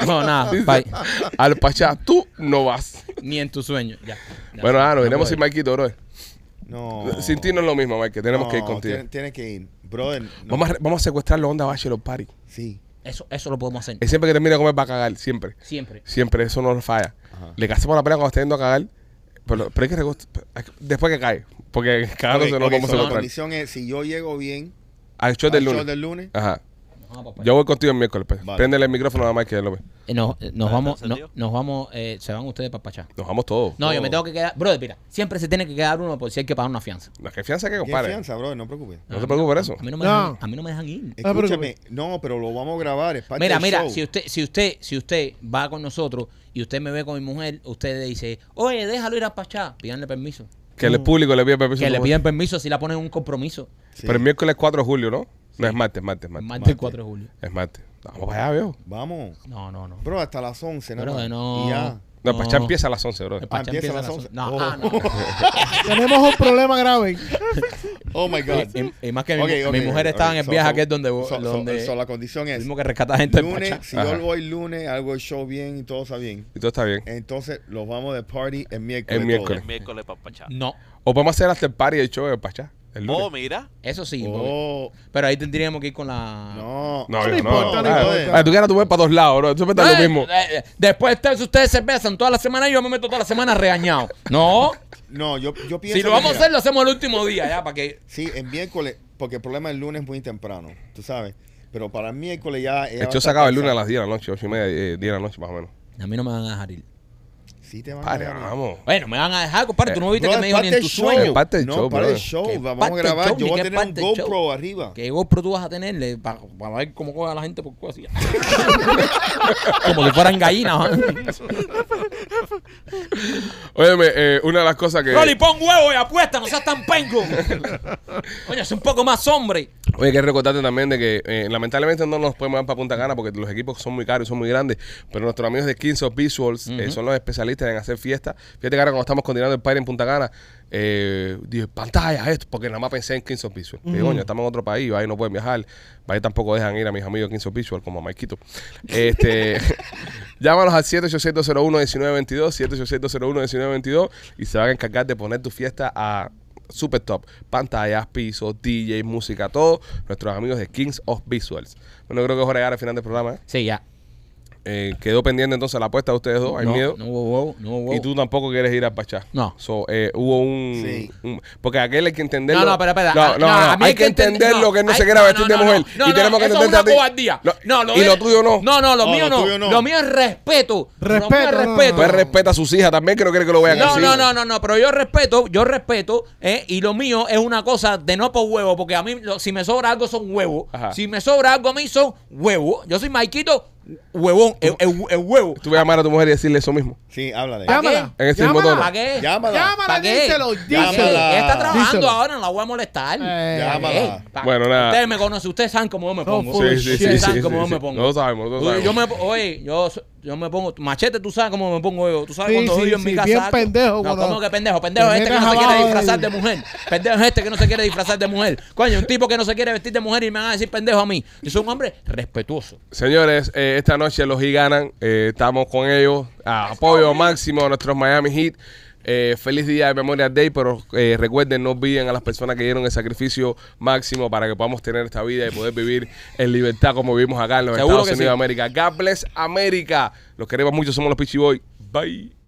[SPEAKER 4] No, nada. Bye.
[SPEAKER 3] Al Pachá, tú no vas.
[SPEAKER 4] Ni en tu sueño. Ya. ya.
[SPEAKER 3] Bueno, nada, nos
[SPEAKER 4] No
[SPEAKER 3] iremos sin
[SPEAKER 4] puedo ir.
[SPEAKER 3] Marquito, bro.
[SPEAKER 6] No.
[SPEAKER 3] Sin ti no es lo mismo, Mike. Tenemos
[SPEAKER 6] No,
[SPEAKER 3] que ir contigo.
[SPEAKER 6] tien- Tienes que ir. Brother. no.
[SPEAKER 3] Vamos, a, re- vamos a secuestrar la onda Bachelor Party.
[SPEAKER 6] Sí.
[SPEAKER 4] Eso, eso lo podemos hacer.
[SPEAKER 3] Es siempre que termina de comer va a cagar, siempre.
[SPEAKER 4] Siempre.
[SPEAKER 3] Siempre, eso no nos falla.
[SPEAKER 6] Ajá.
[SPEAKER 3] Le cazamos la pena cuando está yendo a cagar, pero, pero hay que recost- hay que- después que cae, porque cagando
[SPEAKER 6] Ok,
[SPEAKER 3] se lo
[SPEAKER 6] ok,
[SPEAKER 3] vamos
[SPEAKER 6] so
[SPEAKER 3] a
[SPEAKER 6] la
[SPEAKER 3] encontrar.
[SPEAKER 6] condición es si yo llego bien
[SPEAKER 3] Al show del
[SPEAKER 6] al show
[SPEAKER 3] lunes.
[SPEAKER 6] del lunes,
[SPEAKER 3] Ajá.
[SPEAKER 4] No, papá.
[SPEAKER 3] Yo voy contigo el miércoles, pues.
[SPEAKER 6] Vale.
[SPEAKER 3] Préndele el micrófono a Mike López.
[SPEAKER 4] Eh, Nos, eh, nos
[SPEAKER 7] Ah,
[SPEAKER 4] vamos,
[SPEAKER 7] ¿se
[SPEAKER 4] no-
[SPEAKER 7] dio?
[SPEAKER 4] nos vamos, eh, se van ustedes para Pachá.
[SPEAKER 3] Nos vamos todos.
[SPEAKER 4] No, yo me
[SPEAKER 6] Oh.
[SPEAKER 4] tengo que quedar. Brother, mira, siempre se tiene que quedar uno por si hay que pagar una fianza.
[SPEAKER 3] La confianza que
[SPEAKER 6] ¿Qué
[SPEAKER 3] compare.
[SPEAKER 6] fianza, brother? No te preocupes.
[SPEAKER 3] Ah, No te preocupes por eso.
[SPEAKER 4] A mí no me,
[SPEAKER 5] No.
[SPEAKER 4] dejan, a mí no me dejan ir.
[SPEAKER 5] Ah, pero-
[SPEAKER 6] Escúchame, no, pero lo vamos a grabar. Es parte
[SPEAKER 4] Mira,
[SPEAKER 6] del
[SPEAKER 4] mira,
[SPEAKER 6] show.
[SPEAKER 4] si usted, si usted, si usted va con nosotros y usted me ve con mi mujer, usted le dice, oye, déjalo ir a Pachá, pídanle permiso.
[SPEAKER 3] Que el público le pida permiso.
[SPEAKER 4] Que
[SPEAKER 3] a
[SPEAKER 4] le
[SPEAKER 3] todo
[SPEAKER 4] piden permiso si la ponen en un compromiso.
[SPEAKER 6] Sí.
[SPEAKER 3] Pero el miércoles 4 de julio, ¿no? No, es martes, martes, martes.
[SPEAKER 4] Martes el 4 de julio.
[SPEAKER 3] Es martes. Vamos para allá, viejo.
[SPEAKER 6] Vamos,
[SPEAKER 4] No, no, no.
[SPEAKER 6] bro, hasta las 11, ¿no?
[SPEAKER 4] Pero que
[SPEAKER 6] pues, Y
[SPEAKER 4] no.
[SPEAKER 6] ya.
[SPEAKER 3] No,
[SPEAKER 4] No.
[SPEAKER 3] Pachá empieza a las 11, bro.
[SPEAKER 4] El
[SPEAKER 6] Ah,
[SPEAKER 4] Pachá empieza a las 11. No,
[SPEAKER 6] Oh.
[SPEAKER 4] ah, no.
[SPEAKER 5] Tenemos un problema grave.
[SPEAKER 6] Oh my God.
[SPEAKER 4] Y, y más que mi,
[SPEAKER 6] Ok,
[SPEAKER 4] mu-
[SPEAKER 6] ok,
[SPEAKER 4] mi mujer
[SPEAKER 6] ok,
[SPEAKER 4] estaba
[SPEAKER 6] ok.
[SPEAKER 4] en el
[SPEAKER 6] So,
[SPEAKER 4] viaje
[SPEAKER 6] so,
[SPEAKER 4] aquel donde,
[SPEAKER 6] so, so,
[SPEAKER 4] donde
[SPEAKER 6] so, la condición es.
[SPEAKER 4] tuvimos que rescatar gente del
[SPEAKER 6] lunes,
[SPEAKER 4] Pachá.
[SPEAKER 6] si
[SPEAKER 3] Ajá.
[SPEAKER 6] yo voy lunes, algo el show bien y todo está bien.
[SPEAKER 3] Y todo está bien.
[SPEAKER 6] Entonces, los vamos de party el miércoles.
[SPEAKER 3] El
[SPEAKER 6] todo.
[SPEAKER 3] miércoles.
[SPEAKER 7] El miércoles para Pachá.
[SPEAKER 4] No,
[SPEAKER 3] O podemos hacer hasta el party del show de Pachá. El lunes.
[SPEAKER 7] Oh, mira.
[SPEAKER 4] eso sí. porque-
[SPEAKER 6] Oh,
[SPEAKER 4] Pero ahí tendríamos que ir con la...
[SPEAKER 6] no.
[SPEAKER 3] No,
[SPEAKER 5] No
[SPEAKER 3] yo no.
[SPEAKER 5] importa,
[SPEAKER 6] no
[SPEAKER 3] Ah,
[SPEAKER 6] importa.
[SPEAKER 3] ah, tú quieras tu para todos lados, bro. Eso me da lo
[SPEAKER 4] Eh,
[SPEAKER 3] mismo.
[SPEAKER 4] eh, eh, después ustedes, si ustedes se besan toda la semana y yo me meto toda la semana regañado. No,
[SPEAKER 6] No, yo, yo pienso.
[SPEAKER 4] si lo
[SPEAKER 6] que,
[SPEAKER 4] vamos a
[SPEAKER 6] mira,
[SPEAKER 4] hacer, lo hacemos el último día ya, para que...
[SPEAKER 6] Sí, el miércoles, porque el problema es el lunes muy temprano, tú sabes. Pero para el miércoles ya.
[SPEAKER 3] El show se acaba el lunes a las 10 de la noche, 8 y media, eh, 10 de la noche más o menos.
[SPEAKER 4] A mí no me van a dejar ir.
[SPEAKER 6] Sí, te van
[SPEAKER 3] Pare,
[SPEAKER 6] a dar.
[SPEAKER 3] vamos.
[SPEAKER 4] Bueno, me van a dejar, compadre. Tú no viste
[SPEAKER 6] Bro,
[SPEAKER 4] que me dijo
[SPEAKER 6] es
[SPEAKER 4] ni
[SPEAKER 6] parte
[SPEAKER 4] en tu
[SPEAKER 6] del show.
[SPEAKER 4] sueño.
[SPEAKER 3] Es parte del
[SPEAKER 6] no,
[SPEAKER 3] show,
[SPEAKER 6] parte del
[SPEAKER 3] brother.
[SPEAKER 6] show.
[SPEAKER 4] ¿Qué
[SPEAKER 6] Vamos
[SPEAKER 4] parte
[SPEAKER 6] a
[SPEAKER 4] del
[SPEAKER 6] grabar.
[SPEAKER 4] show?
[SPEAKER 6] Yo
[SPEAKER 4] Ni
[SPEAKER 6] voy a
[SPEAKER 4] qué
[SPEAKER 6] tener un
[SPEAKER 4] parte del show.
[SPEAKER 6] GoPro arriba.
[SPEAKER 4] ¿Qué GoPro tú vas a tenerle para, ver cómo coge a la gente por culo así? Como si fueran gallinas. ¿ah?
[SPEAKER 3] Óyeme, eh, una de las cosas que.
[SPEAKER 4] Rolly, pon huevo y apuesta, no seas tan penco. Coño, es un poco más hombre.
[SPEAKER 3] Oye, hay que recordarte también de que eh, lamentablemente no nos podemos dar para Punta Cana porque los equipos son muy caros y son muy grandes. Pero nuestros amigos de Kings of Visuals eh, son los especialistas en hacer fiestas. Fíjate que ahora cuando estamos continuando el party en Punta Cana, eh, dije, pantalla esto, porque nada más pensé en Kings of Visuals. Dije, coño, estamos en otro país, ahí no pueden viajar. Ahí tampoco dejan ir a mis amigos de Kings of Visuals como a Maikito. Este, llámanos al 787-01-1922, 787-01-1922 y se van a encargar de poner tu fiesta a super top. Pantallas, pisos, DJ, música, todo. Nuestros amigos de Kings of Visuals. Bueno, creo que es hora de llegar al final del programa. ¿eh?
[SPEAKER 4] Sí, ya.
[SPEAKER 3] Eh, quedó pendiente entonces la apuesta de ustedes dos. Hay
[SPEAKER 4] no,
[SPEAKER 3] miedo.
[SPEAKER 4] No hubo huevo, no hubo huevo.
[SPEAKER 3] Y tú tampoco quieres ir al Pachá.
[SPEAKER 4] No.
[SPEAKER 3] So, eh, hubo un,
[SPEAKER 6] Sí.
[SPEAKER 3] un- Porque aquel hay que entenderlo.
[SPEAKER 4] No, no, espera, espera.
[SPEAKER 3] No,
[SPEAKER 4] Ah,
[SPEAKER 3] no,
[SPEAKER 4] no,
[SPEAKER 3] no,
[SPEAKER 4] a mí
[SPEAKER 3] Hay que entender lo que no
[SPEAKER 4] hay-
[SPEAKER 3] se quiera vestir de
[SPEAKER 4] no, no,
[SPEAKER 3] mujer.
[SPEAKER 4] no,
[SPEAKER 3] y
[SPEAKER 4] no,
[SPEAKER 3] tenemos que
[SPEAKER 4] eso
[SPEAKER 3] entenderte
[SPEAKER 4] Es una
[SPEAKER 3] a ti.
[SPEAKER 4] cobardía.
[SPEAKER 3] No,
[SPEAKER 4] No, lo
[SPEAKER 3] y
[SPEAKER 4] de-
[SPEAKER 3] lo tuyo no.
[SPEAKER 4] No, no, lo
[SPEAKER 6] No,
[SPEAKER 4] mío
[SPEAKER 6] lo tuyo
[SPEAKER 4] no.
[SPEAKER 6] no.
[SPEAKER 4] Lo mío es respeto. Lo mío es
[SPEAKER 5] Respeto, no,
[SPEAKER 4] respeto.
[SPEAKER 3] Pues respeta a sus hijas también, que no quiere que lo vean
[SPEAKER 4] No,
[SPEAKER 3] así.
[SPEAKER 4] no, no, no, no, pero yo respeto, yo respeto, ¿eh? y lo mío es una cosa de no por huevo, porque a mí lo- si me sobra algo son huevos,
[SPEAKER 3] Ajá.
[SPEAKER 4] si me sobra algo a mí son huevos, yo soy Maikito, huevón, el, el- el huevo.
[SPEAKER 3] Tú vas a llamar a tu mujer y decirle eso mismo.
[SPEAKER 6] Sí, háblale.
[SPEAKER 4] ¿Para qué?
[SPEAKER 5] Llámala.
[SPEAKER 3] En ese mismo
[SPEAKER 5] Llámala.
[SPEAKER 3] tono.
[SPEAKER 4] ¿Para qué?
[SPEAKER 6] Llámala.
[SPEAKER 5] Llámala,
[SPEAKER 4] ¿Para qué?
[SPEAKER 5] díselo,
[SPEAKER 4] ¿Para qué?
[SPEAKER 5] díselo.
[SPEAKER 6] Llámala.
[SPEAKER 4] Ella está trabajando
[SPEAKER 5] Díselo.
[SPEAKER 4] ahora, no la voy a molestar.
[SPEAKER 5] Eh.
[SPEAKER 6] Llámala.
[SPEAKER 4] pa-
[SPEAKER 3] Bueno, nada.
[SPEAKER 4] Ustedes me conocen, ustedes saben cómo yo me
[SPEAKER 5] No,
[SPEAKER 4] pongo.
[SPEAKER 5] full
[SPEAKER 3] Sí, sí, sí,
[SPEAKER 4] Ustedes
[SPEAKER 3] sí,
[SPEAKER 4] saben
[SPEAKER 3] sí,
[SPEAKER 4] cómo yo
[SPEAKER 3] sí.
[SPEAKER 4] me pongo.
[SPEAKER 3] No lo sabemos, no lo
[SPEAKER 4] Oye,
[SPEAKER 3] sabemos.
[SPEAKER 4] yo me, oye, yo, so- yo me pongo machete, tú sabes cómo me pongo yo. Tú sabes
[SPEAKER 5] Sí,
[SPEAKER 4] cuando
[SPEAKER 5] sí,
[SPEAKER 4] doy yo en
[SPEAKER 5] sí,
[SPEAKER 4] mi casa.
[SPEAKER 5] bien
[SPEAKER 4] algo.
[SPEAKER 5] pendejo,
[SPEAKER 4] No,
[SPEAKER 5] cuando
[SPEAKER 4] ¿cómo que pendejo? Pendejo es
[SPEAKER 5] te
[SPEAKER 4] este que no se
[SPEAKER 5] metes
[SPEAKER 4] quiere
[SPEAKER 5] abajo
[SPEAKER 4] disfrazar
[SPEAKER 5] y-
[SPEAKER 4] de mujer. Pendejo es este que no se quiere disfrazar de mujer. Coño, un tipo que no se quiere vestir de mujer y me van a decir pendejo a mí. Yo soy un hombre respetuoso.
[SPEAKER 3] Señores, eh, esta noche los Heat ganan. eh, estamos con ellos. a apoyo máximo a nuestros Miami Heat. Eh, feliz día de Memorial Day, pero eh, recuerden, no olviden a las personas que dieron el sacrificio máximo para que podamos tener esta vida y poder vivir en libertad como vivimos acá en los
[SPEAKER 4] Seguro
[SPEAKER 3] Estados
[SPEAKER 4] que
[SPEAKER 3] Unidos
[SPEAKER 4] sí.
[SPEAKER 3] de América. God bless América. Los queremos mucho, somos los Pichiboy. Bye.